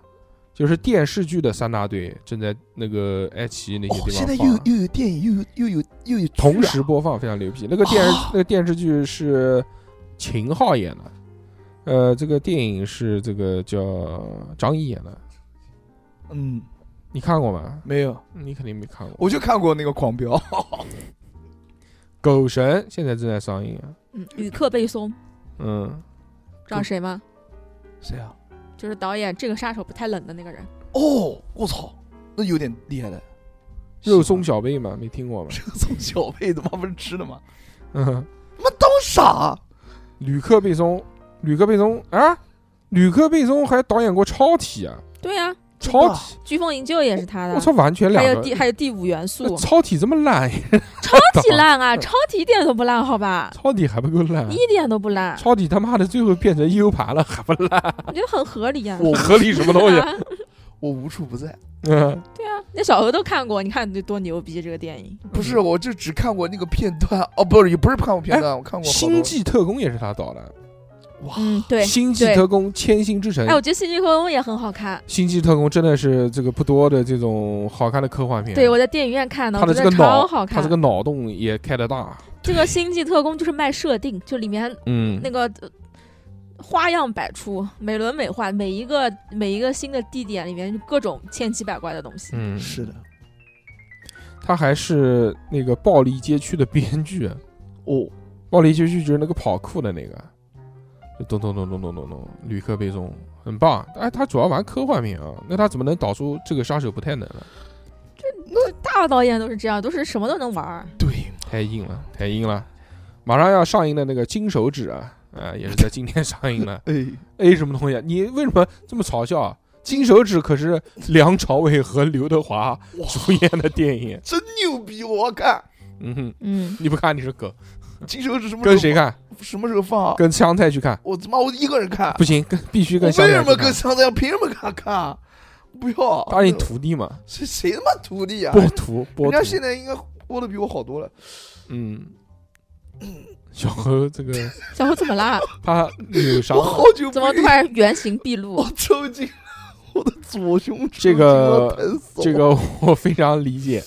[SPEAKER 2] 就是电视剧的三大队正在那个爱奇艺那些
[SPEAKER 3] 哦，
[SPEAKER 2] 地
[SPEAKER 3] 现
[SPEAKER 2] 方
[SPEAKER 3] 在又
[SPEAKER 2] 放啊
[SPEAKER 3] 有又有电影，又有又有又有剧啊哦
[SPEAKER 2] 同时播放，非常牛逼。那个电视、那个电视剧是秦昊演的，呃，这个电影是这个叫张译演的，
[SPEAKER 3] 嗯，
[SPEAKER 2] 你看过吗？
[SPEAKER 3] 没有，
[SPEAKER 2] 你肯定没看过。
[SPEAKER 3] 我就看过那个《狂飙》
[SPEAKER 2] 狗神现在正在上映啊，
[SPEAKER 4] 嗯，吕克贝松，
[SPEAKER 2] 嗯，
[SPEAKER 4] 知道谁吗？
[SPEAKER 3] 谁啊？
[SPEAKER 4] 就是导演《这个杀手不太冷》的那个人，
[SPEAKER 3] 哦，我操，那有点厉害的，
[SPEAKER 2] 肉松小贝嘛，没听过吗？
[SPEAKER 3] 肉 松小贝他妈不是吃的吗？
[SPEAKER 2] 嗯。
[SPEAKER 3] 当傻，啊
[SPEAKER 2] 吕克贝松，吕克贝松啊，吕克贝松还导演过《超体》啊，
[SPEAKER 4] 对呀、
[SPEAKER 2] 《超体》
[SPEAKER 4] 飓风营救》也是他的，啊
[SPEAKER 2] 我操，完全两
[SPEAKER 4] 还有
[SPEAKER 2] 个
[SPEAKER 4] 第。还有第五元
[SPEAKER 2] 那
[SPEAKER 4] 素，
[SPEAKER 2] 《超体》这么烂，
[SPEAKER 4] 超 级烂啊，超级一点都不烂，好吧，
[SPEAKER 2] 《超体》还不够烂，《
[SPEAKER 4] 一点都不烂，
[SPEAKER 2] 超体》他妈的最后变成 U 盘了，还不烂，
[SPEAKER 4] 我觉得很合理啊呀、
[SPEAKER 3] 我
[SPEAKER 2] 合理什么 东西？
[SPEAKER 4] 啊
[SPEAKER 3] 我无处不在。
[SPEAKER 2] 嗯，
[SPEAKER 4] 对啊，那小何都看过，你看这多牛逼这个电影，
[SPEAKER 2] 哦
[SPEAKER 3] 不是，我就只看过那个片段，哦，不是，也不是看过片段，我看
[SPEAKER 2] 《
[SPEAKER 3] 过好多
[SPEAKER 2] 哎星际特工》也是他导的，
[SPEAKER 3] 哇，
[SPEAKER 4] 嗯，对
[SPEAKER 2] 《。星际
[SPEAKER 4] 对
[SPEAKER 2] 特工：千星之城
[SPEAKER 4] 哎，》。我觉得《星际特工》也很好看，
[SPEAKER 2] 星际特工真的是这个不多的这种好看的科幻片。
[SPEAKER 4] 对我在电影院看的，
[SPEAKER 2] 啊他的
[SPEAKER 4] 我觉
[SPEAKER 2] 这
[SPEAKER 4] 得
[SPEAKER 2] 个
[SPEAKER 4] 超
[SPEAKER 2] 脑
[SPEAKER 4] 好，看。
[SPEAKER 2] 他这个脑洞也开得大。
[SPEAKER 4] 这个《星际特工》就是卖设定，就里面
[SPEAKER 2] 嗯
[SPEAKER 4] 那，个、呃花样百出，美轮美奂，每一个每一个新的地点里面就各种千奇百怪的东西。
[SPEAKER 2] 嗯，
[SPEAKER 3] 是的，
[SPEAKER 2] 他还是那个《暴力街区》的编剧。
[SPEAKER 3] 哦，
[SPEAKER 2] 暴力街区就是那个跑酷的那个，就咚咚咚咚咚咚咚，旅客被中，很棒。哎，他主要玩科幻片啊，那他怎么能导出这个杀手不太啊能呢？
[SPEAKER 4] 大导演都是这样，都是什么都能玩儿。
[SPEAKER 3] 对，
[SPEAKER 2] 太硬了，太硬了。马上要上映的那个《金手指》啊，啊、也是在今天上映 的。
[SPEAKER 3] 哎，
[SPEAKER 2] A 什么东西啊？你为什么这么嘲笑啊？《金手指》可是梁朝伟和刘德华
[SPEAKER 3] 哇，
[SPEAKER 2] 主演的电影。
[SPEAKER 3] 真牛逼，我要看
[SPEAKER 2] 嗯哼，
[SPEAKER 4] 嗯，
[SPEAKER 2] 你不看你是狗，
[SPEAKER 3] 金手指什么时候
[SPEAKER 2] 跟谁看？
[SPEAKER 3] 什么时候放啊？
[SPEAKER 2] 跟香菜去看？
[SPEAKER 3] 我他妈我一个人看，
[SPEAKER 2] 不行，跟必须
[SPEAKER 3] 我
[SPEAKER 2] 跟
[SPEAKER 3] 为
[SPEAKER 2] 香菜
[SPEAKER 3] 什
[SPEAKER 2] 去
[SPEAKER 3] 么跟
[SPEAKER 2] 看。
[SPEAKER 3] 香菜凭什么看看啊？不要，
[SPEAKER 2] 当
[SPEAKER 4] 哦
[SPEAKER 2] 你徒弟嘛，
[SPEAKER 3] 谁谁他妈徒弟啊？
[SPEAKER 2] 播图播图。
[SPEAKER 3] 人家现在应该播的比我好多了。
[SPEAKER 2] 嗯，小何 这个
[SPEAKER 4] 小何怎么啦？
[SPEAKER 2] 他扭伤
[SPEAKER 3] 我
[SPEAKER 2] 了
[SPEAKER 3] 好，久
[SPEAKER 4] 怎么
[SPEAKER 3] 不
[SPEAKER 4] 突然原形毕 露
[SPEAKER 3] 我？
[SPEAKER 2] 哦
[SPEAKER 3] 抽筋了，我的左胸抽
[SPEAKER 2] 这
[SPEAKER 3] 筋了
[SPEAKER 2] 个
[SPEAKER 3] 疼死我
[SPEAKER 2] 这个我非常理解。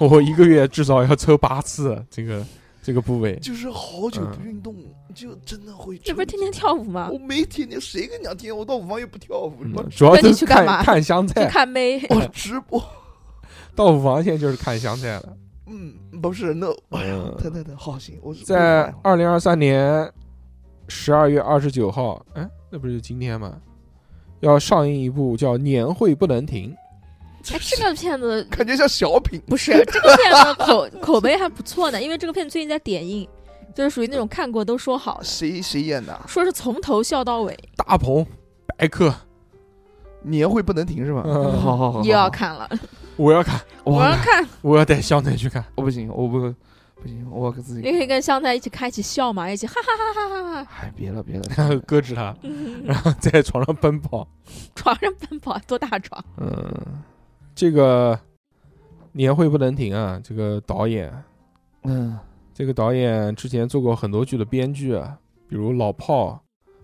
[SPEAKER 2] 我一个月至少要抽八次这个这个部位，
[SPEAKER 3] 就是好久不
[SPEAKER 2] 嗯
[SPEAKER 3] 运动，就真的会。
[SPEAKER 4] 这不是天天跳舞吗
[SPEAKER 2] 哦
[SPEAKER 3] 我？没天天，谁跟你讲天天？我到舞房也不跳舞，
[SPEAKER 2] 嗯
[SPEAKER 3] 我
[SPEAKER 2] 主要
[SPEAKER 4] 那你
[SPEAKER 2] 就是
[SPEAKER 4] 去干
[SPEAKER 2] 看
[SPEAKER 4] 嘛
[SPEAKER 2] 看香
[SPEAKER 4] 去
[SPEAKER 2] 菜。
[SPEAKER 4] 看妹，
[SPEAKER 2] 哦
[SPEAKER 3] 我直播，
[SPEAKER 2] 到舞房现在就是看香菜了。
[SPEAKER 3] 嗯，不是那，哎呀
[SPEAKER 2] 嗯，
[SPEAKER 3] 疼疼疼，好行，我
[SPEAKER 2] 在二零二三年十二月二十九号，哎，那不是今天吗？要上映一部叫《年会不能停》，
[SPEAKER 4] 哎，这个片子
[SPEAKER 3] 感觉像小品，
[SPEAKER 4] 不是这个片子口口碑还不错呢，因为这个片子最近在点映，就是属于那种看过都说好的，
[SPEAKER 3] 谁谁演的啊？
[SPEAKER 4] 说是从头笑到尾，
[SPEAKER 2] 大鹏、白客，
[SPEAKER 3] 年会不能停是吧？
[SPEAKER 2] 嗯
[SPEAKER 3] 好好好，
[SPEAKER 4] 又要
[SPEAKER 3] 好，
[SPEAKER 4] 看了，
[SPEAKER 2] 我要看，
[SPEAKER 4] 我要
[SPEAKER 3] 哇，
[SPEAKER 4] 看，
[SPEAKER 2] 我要带香菜去看。
[SPEAKER 3] 我不行，我不不行，我要跟自
[SPEAKER 4] 你
[SPEAKER 3] 己，
[SPEAKER 4] 可以跟香菜一起看，一起笑嘛，一起哈哈哈哈哈哈哈，
[SPEAKER 3] 哎，别了别
[SPEAKER 2] 然后
[SPEAKER 3] 了，
[SPEAKER 2] 搁置他，然后在床上奔跑。
[SPEAKER 4] 床上奔跑多大床？
[SPEAKER 2] 嗯，这个年会不能停啊！这个导演，
[SPEAKER 3] 嗯，
[SPEAKER 2] 这个导演之前做过很多剧的编剧啊，比如《老炮》《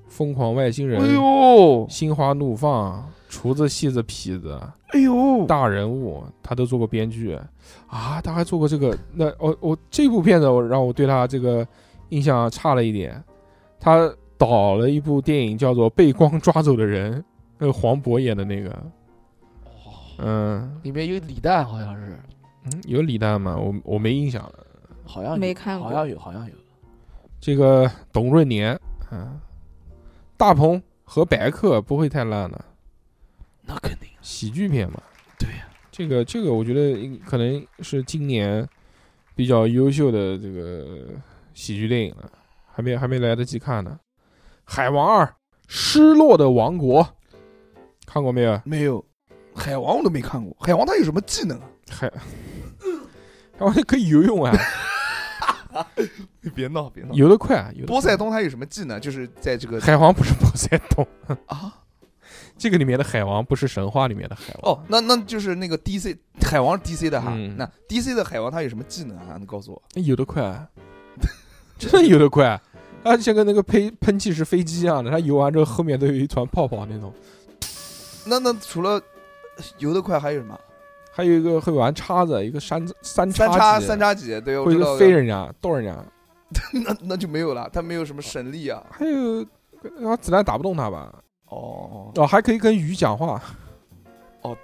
[SPEAKER 2] 疯狂外星人
[SPEAKER 3] 哎》呦，
[SPEAKER 2] 心花怒放》《厨子、戏子、痞子》
[SPEAKER 3] 哎呦，
[SPEAKER 2] 大人物，他都做过编剧啊，他还做过这个。那我我这部片子，我让我对他这个印象差了一点。他导了一部电影叫做《被光抓走的人》，那个黄渤演的那个。嗯，
[SPEAKER 3] 里面有李诞，好像是，
[SPEAKER 2] 嗯有李诞吗？我我没印象了。
[SPEAKER 3] 好像有
[SPEAKER 4] 没看过
[SPEAKER 3] 好像有，好像有，
[SPEAKER 2] 这个董润年，嗯，大鹏和白客不会太烂的
[SPEAKER 3] 那肯定，
[SPEAKER 2] 喜剧片嘛。
[SPEAKER 3] 对呀，
[SPEAKER 2] 这个这个，我觉得应可能是今年比较优秀的这个喜剧电影了，还没还没来得及看呢。《海王二：失落的王国》看过没有？
[SPEAKER 3] 没有，海王我都没看过，海王他有什么技能啊？
[SPEAKER 2] 海海王可以游泳啊，
[SPEAKER 3] 你别闹，别闹
[SPEAKER 2] 游得快啊，游得
[SPEAKER 3] 波
[SPEAKER 2] 快
[SPEAKER 3] 塞。冬他有什么技能？就是在这个
[SPEAKER 2] 海王不是波塞冬，
[SPEAKER 3] 啊，
[SPEAKER 2] 这个里面的海王不是神话里面的海王。
[SPEAKER 3] 哦，那那就是那个 DC 海王是 DC 的哈，
[SPEAKER 2] 嗯
[SPEAKER 3] 那 DC 的海王他有什么技能啊？你告诉我，
[SPEAKER 2] 游得快啊， 真的游得快啊，啊，像个那个喷喷气式飞机一样的，它游完之后后面都有一团泡泡那种。
[SPEAKER 3] 那那除了游得快还有什么？
[SPEAKER 2] 还有一个会玩叉子，一个三三
[SPEAKER 3] 三
[SPEAKER 2] 叉
[SPEAKER 3] 叉
[SPEAKER 2] 戟
[SPEAKER 3] 三，叉戟，对，我
[SPEAKER 2] 会一
[SPEAKER 3] 知道
[SPEAKER 2] 个，飞人家剁人家，
[SPEAKER 3] 那那就没有了，他没有什么神力啊。
[SPEAKER 2] 还有啊子弹打不动他吧？
[SPEAKER 3] 哦
[SPEAKER 2] 哦，还可以跟鱼讲话，
[SPEAKER 3] 哦，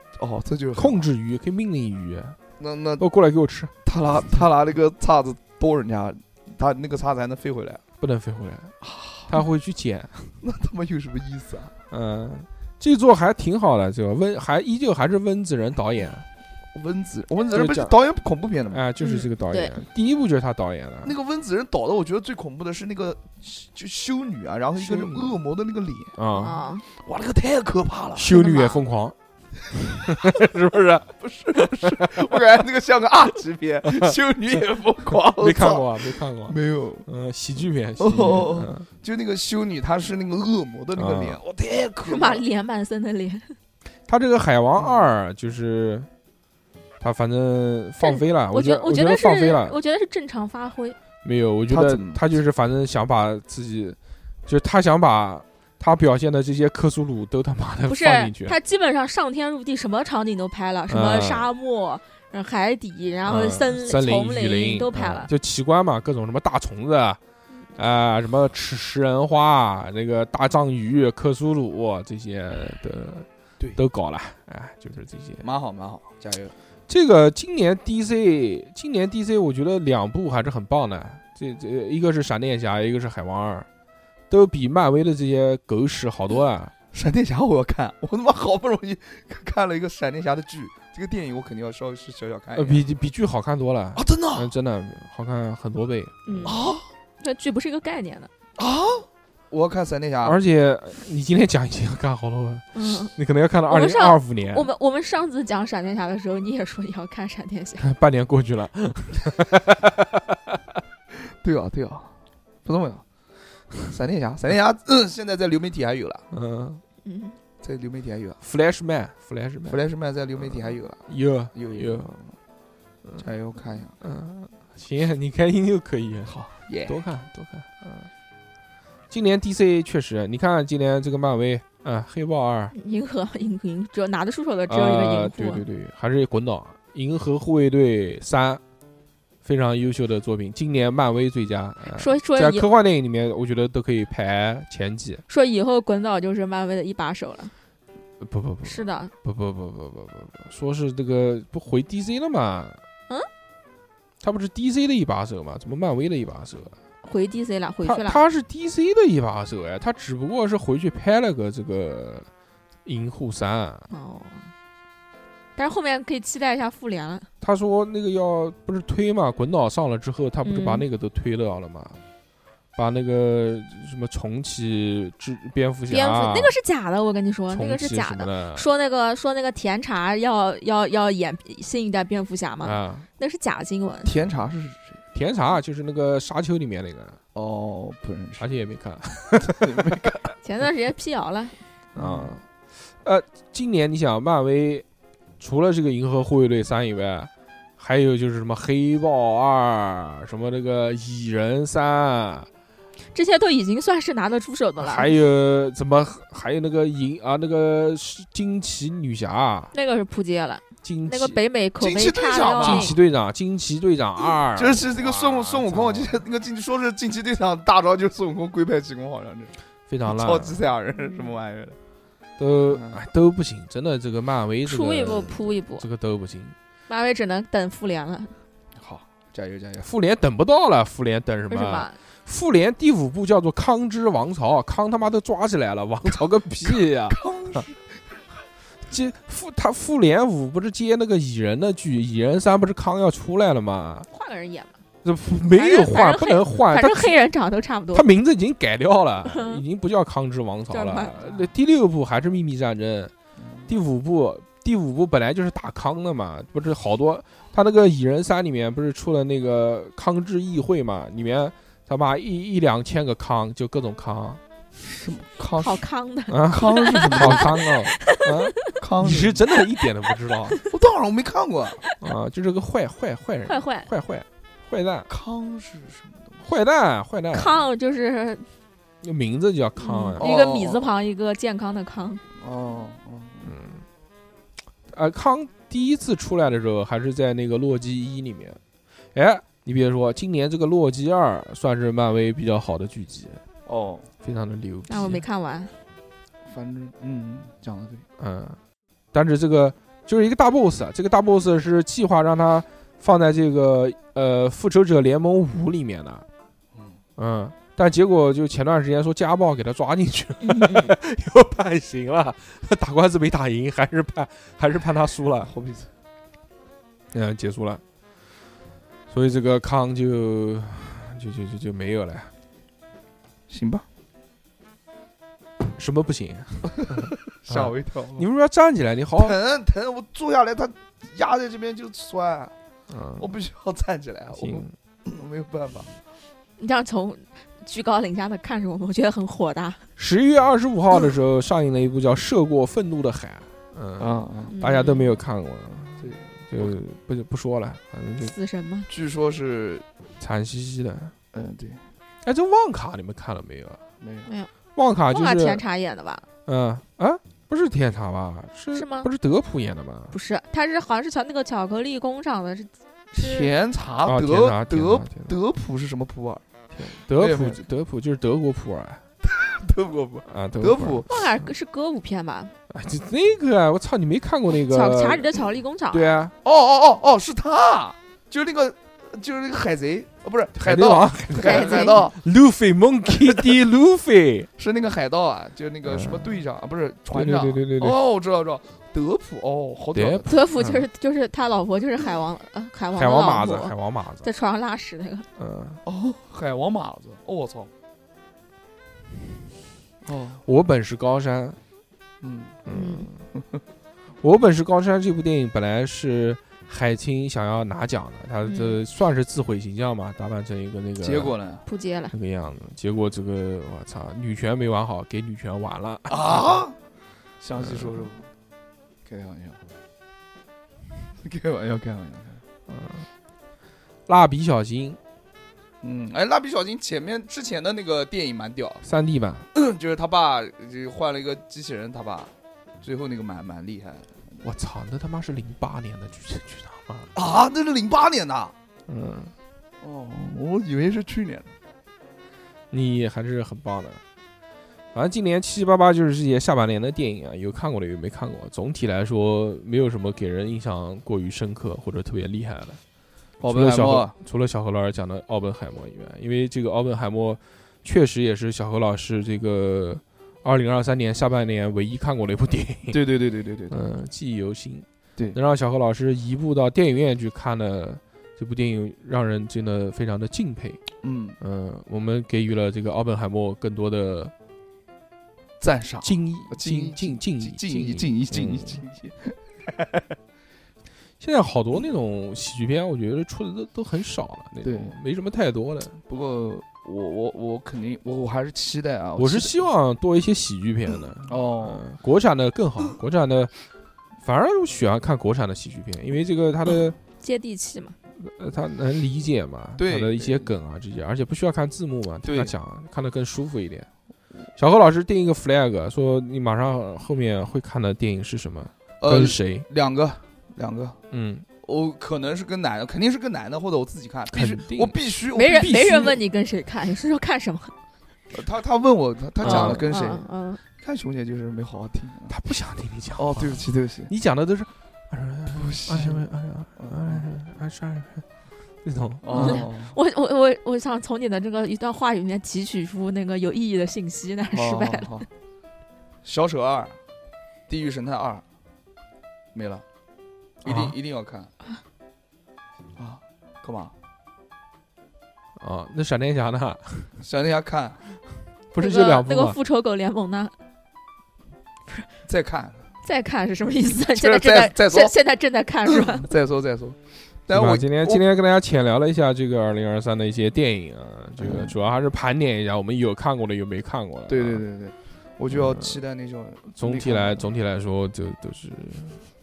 [SPEAKER 3] 这就是
[SPEAKER 2] 控。制鱼，可以命令鱼，
[SPEAKER 3] 那那
[SPEAKER 2] 哦，过来给我吃，
[SPEAKER 3] 他拿他拿那个叉子剁人家，他那个叉子还能飞回来，
[SPEAKER 2] 不能飞回来，
[SPEAKER 3] 啊
[SPEAKER 2] 他会去捡。
[SPEAKER 3] 那 他妈有什么意思啊？
[SPEAKER 2] 嗯，这座还挺好的，这个温还依旧还是温子仁导演，
[SPEAKER 3] 温子温子
[SPEAKER 2] 就
[SPEAKER 3] 仁
[SPEAKER 2] 是
[SPEAKER 3] 不是
[SPEAKER 2] 讲
[SPEAKER 3] 导演恐怖片的吗？嗯
[SPEAKER 2] 哎，就是这个导演，第一部就是他导演的
[SPEAKER 3] 那个温子仁导的，我觉得最恐怖的是那个就修女啊，然后一个
[SPEAKER 2] 修女
[SPEAKER 3] 恶魔的那个啊脸，
[SPEAKER 2] 啊，，
[SPEAKER 4] 啊，
[SPEAKER 3] 哇，那个太可怕了
[SPEAKER 2] 修女
[SPEAKER 4] 真的
[SPEAKER 2] 也
[SPEAKER 4] 吗
[SPEAKER 2] 疯狂，
[SPEAKER 3] 啊
[SPEAKER 2] 是不是？
[SPEAKER 3] 我感觉那个像个二级片，修女也疯狂，
[SPEAKER 2] 没看
[SPEAKER 3] 我
[SPEAKER 2] 过啊，没看过
[SPEAKER 3] 操，。没有，
[SPEAKER 2] 嗯，喜剧片，喜
[SPEAKER 3] 哦
[SPEAKER 2] 剧片
[SPEAKER 3] 哦
[SPEAKER 2] 嗯
[SPEAKER 3] 就那个修女她是那个恶魔的那个脸，哇，太可怕
[SPEAKER 4] 妈
[SPEAKER 3] 了，
[SPEAKER 4] 脸满森的脸，
[SPEAKER 2] 他这个《海王二》
[SPEAKER 4] 嗯
[SPEAKER 2] 就是，他反正放飞了，
[SPEAKER 4] 我
[SPEAKER 2] 觉
[SPEAKER 4] 觉
[SPEAKER 2] 得
[SPEAKER 4] 我
[SPEAKER 2] 觉
[SPEAKER 4] 觉得是
[SPEAKER 2] 放飞了，
[SPEAKER 4] 我觉得是正常发挥，
[SPEAKER 2] 没有，我觉
[SPEAKER 3] 他
[SPEAKER 2] 得
[SPEAKER 3] 怎么
[SPEAKER 2] 他就是反正想把自己，就是他想把他表现的这些克苏鲁都他妈的
[SPEAKER 4] 不是
[SPEAKER 2] 放进去，
[SPEAKER 4] 他基本上上天入地，什么场景都拍了，什么沙漠、嗯、海底，然后
[SPEAKER 2] 嗯
[SPEAKER 4] 森
[SPEAKER 2] 森林、
[SPEAKER 4] 丛
[SPEAKER 2] 雨林
[SPEAKER 4] 都拍
[SPEAKER 2] 嗯
[SPEAKER 4] 了。嗯
[SPEAKER 2] 就奇观嘛，各种什么大虫子。啊、什么吃食人花，啊那个大章鱼、克苏鲁啊这些的，
[SPEAKER 3] 对
[SPEAKER 2] 都搞了，哎、就是这些。
[SPEAKER 3] 蛮好蛮好，加油！
[SPEAKER 2] 这个今年 DC，今年 DC 我觉得两部还是很棒的，这这一个是闪电侠，一个是海王二，都比漫威的这些狗屎好多啊。
[SPEAKER 3] 闪电侠我要看，我他妈好不容易看了一个闪电侠的剧，这个电影我肯定要稍微是小小
[SPEAKER 4] 哎
[SPEAKER 3] 看
[SPEAKER 2] 呃，
[SPEAKER 3] 一下。
[SPEAKER 2] 比比剧好看多了
[SPEAKER 3] 啊，，真的
[SPEAKER 2] 嗯，
[SPEAKER 3] 啊
[SPEAKER 2] 真的好看很多倍。
[SPEAKER 4] 嗯，
[SPEAKER 3] 啊
[SPEAKER 4] 那剧不是一个概念的。
[SPEAKER 3] 啊！我要看闪电
[SPEAKER 4] 啊
[SPEAKER 3] 侠，
[SPEAKER 2] 而且呃你今天讲已经要看好多了，
[SPEAKER 4] 嗯，
[SPEAKER 2] 你可能要看到
[SPEAKER 4] 我
[SPEAKER 2] 二
[SPEAKER 4] 们
[SPEAKER 2] 零
[SPEAKER 4] 上
[SPEAKER 2] 二五年
[SPEAKER 4] 我，们我们上次讲闪电侠的时候，你也说你要看闪 电侠，
[SPEAKER 2] 半年过去了。
[SPEAKER 3] 对啊对啊，不重要。闪电侠，闪电侠，嗯，现在在流媒体还有了，
[SPEAKER 2] 嗯
[SPEAKER 4] 嗯，
[SPEAKER 3] 在流媒体还有了。弗
[SPEAKER 2] ，Flashman，Flashman
[SPEAKER 3] 莱士曼在流媒体还有了，
[SPEAKER 2] 有
[SPEAKER 3] 有
[SPEAKER 2] 有，
[SPEAKER 3] 加油看一下。
[SPEAKER 2] 嗯，行，你开心就可以。
[SPEAKER 3] 好，耶，
[SPEAKER 2] 多看多看。嗯，今年 DC 确实，你看今年这个漫威，嗯，黑豹二，
[SPEAKER 4] 银河银银只有拿得出手的呃只有一个银
[SPEAKER 2] 啊，
[SPEAKER 4] 护，
[SPEAKER 2] 对对对，还是滚导《银河护卫队三》，非常优秀的作品，今年漫威最佳。嗯
[SPEAKER 4] 说说
[SPEAKER 2] 在
[SPEAKER 4] 以
[SPEAKER 2] 科幻电影里面，我觉得都可以排前几。
[SPEAKER 4] 说以后滚导就是漫威的一把手了。
[SPEAKER 2] 呃不不不，
[SPEAKER 4] 是的，
[SPEAKER 2] 不不不不不不不，说是这个不回 DC 了嘛？
[SPEAKER 4] 嗯，
[SPEAKER 2] 他不是 DC 的一把手嘛？怎么漫威的一把手啊？
[SPEAKER 4] 回 DC 了，回
[SPEAKER 2] 他
[SPEAKER 4] 去了。
[SPEAKER 2] 他是 DC 的一把手哎，他只不过是回去拍了个这个《银护三》啊。
[SPEAKER 4] 哦，但是后面可以期待一下复联了。
[SPEAKER 2] 他说那个要不是推嘛，滚岛上了之后，他不是把
[SPEAKER 4] 嗯
[SPEAKER 2] 那个都推掉了嘛？把那个什么重启之蝙蝠侠、
[SPEAKER 4] 蝙蝠那个是假的，我跟你说，那
[SPEAKER 2] 重
[SPEAKER 4] 个是
[SPEAKER 2] 启
[SPEAKER 4] 假
[SPEAKER 2] 什么
[SPEAKER 4] 的。
[SPEAKER 2] 的，
[SPEAKER 4] 说那个说那个甜茶要要要演新一代蝙蝠侠嘛，
[SPEAKER 2] 啊，
[SPEAKER 4] 那是假新闻。
[SPEAKER 3] 甜茶是谁？
[SPEAKER 2] 甜茶就是那个沙丘里面那个，
[SPEAKER 3] 哦，不认识
[SPEAKER 2] 而且也没看。
[SPEAKER 4] 前段时间辟谣了，
[SPEAKER 2] 啊、，呃，今年你想，漫威除了这个《银河护卫队三》以外，还有就是什么《黑豹二》，什么那个《蚁人三
[SPEAKER 4] 这些都已经算是拿得出手》，的了。
[SPEAKER 2] 还有怎么还有那个银啊那个是惊奇女侠、
[SPEAKER 4] 那个是扑街了，
[SPEAKER 2] 惊奇
[SPEAKER 4] 那个北美口
[SPEAKER 3] 惊
[SPEAKER 4] 碑
[SPEAKER 3] 奇队长
[SPEAKER 4] 差到
[SPEAKER 3] 嘛
[SPEAKER 2] 惊
[SPEAKER 4] 那
[SPEAKER 2] 奇队长、惊奇队长二，
[SPEAKER 3] 啊 就是这个孙悟
[SPEAKER 2] 哇
[SPEAKER 3] 孙悟空，
[SPEAKER 2] 操
[SPEAKER 3] 就是那个进说是近期队长大招，就是孙悟空龟派气功，好像是
[SPEAKER 2] 非常烂
[SPEAKER 3] 超，级赛亚人什么玩意儿的。
[SPEAKER 2] 都
[SPEAKER 3] 嗯
[SPEAKER 2] 哎都不行，真的这个漫威这
[SPEAKER 4] 出一步
[SPEAKER 2] 个
[SPEAKER 4] 扑一步，
[SPEAKER 2] 这个都不行。
[SPEAKER 4] 漫威只能等复联了，
[SPEAKER 3] 好，加油加油！
[SPEAKER 2] 复联等不到了，复联等什
[SPEAKER 4] 为
[SPEAKER 2] 么
[SPEAKER 4] 什？么？
[SPEAKER 2] 复联第五部叫做《康之王朝》，啊康他妈都抓起来了，王朝个屁呀、 接复他复联五不是接那个蚁人的剧，蚁人三不是康要出来了吗？
[SPEAKER 4] 换个人演吧，
[SPEAKER 2] 这没有换，
[SPEAKER 4] 反正
[SPEAKER 2] 不能换，
[SPEAKER 4] 反
[SPEAKER 2] 哎他
[SPEAKER 4] 正黑人长得都差不多
[SPEAKER 2] 他。名字已经改掉 了，已经不叫康之王朝
[SPEAKER 4] 叫什么
[SPEAKER 2] 了。那第六部还是秘密战争，
[SPEAKER 3] 嗯
[SPEAKER 2] 第五部第五部本来就是打康的嘛，不是好多他那个蚁人三里面不是出了那个康治议会嘛，里面他妈一一两千个康，就各种康
[SPEAKER 3] 什么康
[SPEAKER 4] 好康 的，
[SPEAKER 2] 啊，
[SPEAKER 3] 康是什
[SPEAKER 2] 好康哦，啊，
[SPEAKER 3] 康
[SPEAKER 2] 你
[SPEAKER 3] 是
[SPEAKER 2] 是真的一点都不知道
[SPEAKER 3] 我当然我没看过。
[SPEAKER 2] 啊，就是个坏坏坏人，
[SPEAKER 4] 坏坏
[SPEAKER 2] 坏坏坏蛋，
[SPEAKER 3] 康是什么东西？
[SPEAKER 2] 坏蛋，坏蛋，
[SPEAKER 4] 康就是
[SPEAKER 2] 那名字就叫哎康
[SPEAKER 4] 嗯
[SPEAKER 2] 啊，
[SPEAKER 4] 一个米字旁，一个健康的康。
[SPEAKER 3] 哦哦，
[SPEAKER 2] 嗯，呃，康第一次出来的时候还是在那个《洛基一》里面。哎，你别说，今年这个《洛基二》算是漫威比较好的剧集，
[SPEAKER 3] 哦，
[SPEAKER 2] 非常的牛逼。
[SPEAKER 4] 那我没看完，
[SPEAKER 3] 反正嗯，讲的对。
[SPEAKER 2] 嗯，但是这个就是一个大 boss，啊这个大 boss 是计划让他放在这个呃《复仇者联盟五》里面的，
[SPEAKER 3] 嗯，
[SPEAKER 2] 嗯，但结果就前段时间说家暴给他抓进去了，
[SPEAKER 4] 嗯
[SPEAKER 2] 又判刑了， 打官司没打赢，还是判还是判他输了。
[SPEAKER 3] 好鼻子。
[SPEAKER 2] 嗯，结束了，所以这个康就就就就就没有了。
[SPEAKER 3] 行吧，
[SPEAKER 2] 什么不行？
[SPEAKER 3] 吓我一跳。
[SPEAKER 2] 你为什么要站起来？你好啊好，
[SPEAKER 3] 疼疼，我坐下来，它压在这边就酸，我
[SPEAKER 2] 嗯，
[SPEAKER 3] 必须要站起来，我
[SPEAKER 2] 行，
[SPEAKER 3] 我没有办法。
[SPEAKER 4] 你这样从居高临下的看着我们，我觉得很火大。
[SPEAKER 2] 十一月二十五号的时候上映了一部叫《涉过愤怒的海》，嗯，
[SPEAKER 3] 啊，
[SPEAKER 4] 嗯
[SPEAKER 2] 大家都没有看过，
[SPEAKER 3] 对，
[SPEAKER 2] 就不不说了，反正就
[SPEAKER 4] 死神吗？
[SPEAKER 3] 据说是，
[SPEAKER 2] 惨兮兮的。
[SPEAKER 3] 嗯，对，
[SPEAKER 2] 哎，这《旺卡》你们看了没有啊？
[SPEAKER 3] 没有
[SPEAKER 2] 《旺卡》
[SPEAKER 4] 忘了
[SPEAKER 2] 啊就
[SPEAKER 4] 甜
[SPEAKER 2] 是，
[SPEAKER 4] 茶演的吧？
[SPEAKER 2] 嗯啊，不是天茶吧？是
[SPEAKER 4] 是吗
[SPEAKER 2] 不是德普演的吗？
[SPEAKER 4] 不是，他是好像是从那个巧克力工厂的，是是
[SPEAKER 3] 甜茶
[SPEAKER 2] 啊，天
[SPEAKER 3] 德
[SPEAKER 2] 茶天
[SPEAKER 3] 德
[SPEAKER 2] 茶天茶
[SPEAKER 3] 德普是什么普洱？
[SPEAKER 2] 德
[SPEAKER 3] 没有没
[SPEAKER 2] 普德普就是德国普洱
[SPEAKER 3] 德国普，
[SPEAKER 2] 啊，
[SPEAKER 3] 德
[SPEAKER 2] 普
[SPEAKER 3] 普
[SPEAKER 4] 忘了是歌舞片吧？
[SPEAKER 2] 啊，就那个啊，我操，你没看过那个？
[SPEAKER 4] 巧查理的巧克力工厂。
[SPEAKER 2] 对啊，
[SPEAKER 3] 哦哦哦哦，是他，就是那个，就是那个海贼，哦，不是海
[SPEAKER 2] 贼
[SPEAKER 3] 盗，
[SPEAKER 2] 王
[SPEAKER 3] 海
[SPEAKER 4] 海贼
[SPEAKER 3] 海盗
[SPEAKER 2] 路飞 Monkey D 路 飞，
[SPEAKER 3] 是那个海盗啊，就那个什么
[SPEAKER 2] 嗯
[SPEAKER 3] 队长啊，不是船长，
[SPEAKER 2] 对对对对对
[SPEAKER 3] 哦，我知道我知道，德普，哦，好屌
[SPEAKER 2] 德
[SPEAKER 3] 的，
[SPEAKER 2] 普
[SPEAKER 4] 德普就是就是他老婆就是海王呃海
[SPEAKER 2] 嗯
[SPEAKER 4] 王
[SPEAKER 2] 海
[SPEAKER 4] 的
[SPEAKER 2] 王
[SPEAKER 4] 老
[SPEAKER 2] 马子，
[SPEAKER 4] 婆
[SPEAKER 2] 海王马子，
[SPEAKER 4] 在床上拉屎那个，
[SPEAKER 2] 嗯，
[SPEAKER 3] 哦，海王马子，哦，我操，哦，
[SPEAKER 2] 我本是高山，
[SPEAKER 3] 嗯，
[SPEAKER 2] 嗯
[SPEAKER 4] 嗯，
[SPEAKER 2] 我本是高山这部电影本来是海清想要拿奖的，他
[SPEAKER 4] 嗯
[SPEAKER 2] 这算是自毁形象嘛，打扮成一个那个
[SPEAKER 3] 结果呢？
[SPEAKER 4] 扑街了。
[SPEAKER 2] 那个样子，结果这个我操，女权没玩好，给女权玩了，
[SPEAKER 3] 啊，详细说说，开玩笑，开玩笑，开玩笑，
[SPEAKER 2] 嗯，蜡笔小新
[SPEAKER 3] 嗯，哎，蜡笔小新前面之前的那个电影蛮屌，
[SPEAKER 2] 三 D 版，
[SPEAKER 3] 就是他爸就换了一个机器人，他爸最后那个蛮蛮厉害的
[SPEAKER 2] 我操，那他妈是零八年的剧剧场版，
[SPEAKER 3] 啊，那是零八年的，
[SPEAKER 2] 嗯，
[SPEAKER 3] 哦，我以为是去年的，
[SPEAKER 2] 你还是很棒的。反正今年七七八八就是这些下半年的电影啊，有看过的，有没看过。总体来说，没有什么给人印象过于深刻或者特别厉害的。
[SPEAKER 3] 奥
[SPEAKER 2] 除了
[SPEAKER 3] 本海
[SPEAKER 2] 小
[SPEAKER 3] 默
[SPEAKER 2] 何，除了小何老师讲的奥本海默以外，因为这个奥本海默确实也是小何老师这个二零二三年下半年唯一看过的一部电影，
[SPEAKER 3] 对对对对对对对，
[SPEAKER 2] 嗯，记忆犹新。
[SPEAKER 3] 对
[SPEAKER 2] 能让小何老师移步到电影院去看的这部电影，让人真的非常的敬佩。
[SPEAKER 3] 嗯，
[SPEAKER 2] 嗯，我们给予了这个奥本海默更多的
[SPEAKER 3] 赞赏，
[SPEAKER 2] 敬意、
[SPEAKER 3] 敬意
[SPEAKER 2] 敬敬敬意、
[SPEAKER 3] 敬意敬意敬意
[SPEAKER 2] 嗯
[SPEAKER 3] 敬意，
[SPEAKER 2] 现在好多那种喜剧片，我觉得出的都都很少了，那
[SPEAKER 3] 对
[SPEAKER 2] 种没什么太多的。
[SPEAKER 3] 不过我我我肯定我我还是期待啊，
[SPEAKER 2] 我是
[SPEAKER 3] 期
[SPEAKER 2] 希望多一些喜剧片的，
[SPEAKER 3] 待哦，
[SPEAKER 2] 嗯，国产的更好，国产的反而我喜欢看国产的喜剧片，因为这个它的
[SPEAKER 4] 接地气嘛。
[SPEAKER 2] 呃它能理解嘛，
[SPEAKER 3] 对
[SPEAKER 2] 它的一些梗啊这些，而且不需要看字幕嘛，听
[SPEAKER 3] 对
[SPEAKER 2] 他讲看得更舒服一点。小何老师定一个 flag，说你马上后面会看的电影是什么，
[SPEAKER 3] 呃
[SPEAKER 2] 跟，谁？
[SPEAKER 3] 两个两个，
[SPEAKER 2] 嗯，
[SPEAKER 3] 我可能是跟男的，肯定是跟男的，或者我自己看，必
[SPEAKER 2] 肯
[SPEAKER 3] 须
[SPEAKER 2] 定
[SPEAKER 3] 我必须，我
[SPEAKER 4] 没人
[SPEAKER 3] 必须
[SPEAKER 4] 没人问你跟谁看，你是说看什么？
[SPEAKER 3] 呃他他问我他他讲了
[SPEAKER 2] 嗯
[SPEAKER 3] 跟谁，
[SPEAKER 4] 嗯嗯，
[SPEAKER 3] 看熊姐就是没好好听。啊
[SPEAKER 2] 他不想听你讲。
[SPEAKER 3] 哦，对不，起对不起，
[SPEAKER 2] 你讲的都是
[SPEAKER 3] 不
[SPEAKER 2] 二十
[SPEAKER 3] 行
[SPEAKER 2] 万，二十万，二十万，那种
[SPEAKER 3] 哦
[SPEAKER 4] 我我我我想从你的这个一段话语里面提取出那个有意义的信息，但是失
[SPEAKER 2] 哦
[SPEAKER 4] 败了。
[SPEAKER 3] 好。好好哦小丑二，地狱神探二，没了，一定
[SPEAKER 2] 啊
[SPEAKER 3] 一定要看啊！干嘛？
[SPEAKER 2] 啊。那闪电侠呢？
[SPEAKER 3] 闪电侠看，
[SPEAKER 2] 不是
[SPEAKER 4] 那
[SPEAKER 2] 这
[SPEAKER 4] 个
[SPEAKER 2] 两部
[SPEAKER 4] 那个
[SPEAKER 2] 吗？
[SPEAKER 4] 复仇狗联盟呢？
[SPEAKER 3] 再看，
[SPEAKER 4] 再看是什么意思？
[SPEAKER 3] 是
[SPEAKER 4] 现在正在
[SPEAKER 3] 再再说
[SPEAKER 4] 现现在正在看是吧？
[SPEAKER 3] 再说再说。
[SPEAKER 2] 对
[SPEAKER 3] 但
[SPEAKER 2] 吧
[SPEAKER 3] 我
[SPEAKER 2] 今天
[SPEAKER 3] 我
[SPEAKER 2] 今天跟大家浅聊了一下这个二零二三的一些电影啊，这个
[SPEAKER 3] 嗯
[SPEAKER 2] 主要还是盘点一下我们有看过的有没看过的。
[SPEAKER 3] 对对，对对，我就要
[SPEAKER 2] 嗯
[SPEAKER 3] 期待那种
[SPEAKER 2] 总
[SPEAKER 3] 力
[SPEAKER 2] 体
[SPEAKER 3] 抗
[SPEAKER 2] 来
[SPEAKER 3] 的
[SPEAKER 2] 总体来说就都是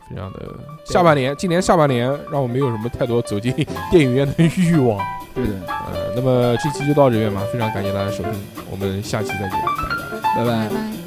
[SPEAKER 2] 非常的。下半年，今年下半年让我没有什么太多走进电影院的欲望。
[SPEAKER 3] 对的，
[SPEAKER 2] 呃，那么这期就到这边吧，非常感谢大家收听，我们下期再见，拜拜。
[SPEAKER 3] 拜
[SPEAKER 1] 拜。
[SPEAKER 3] 拜
[SPEAKER 1] 拜。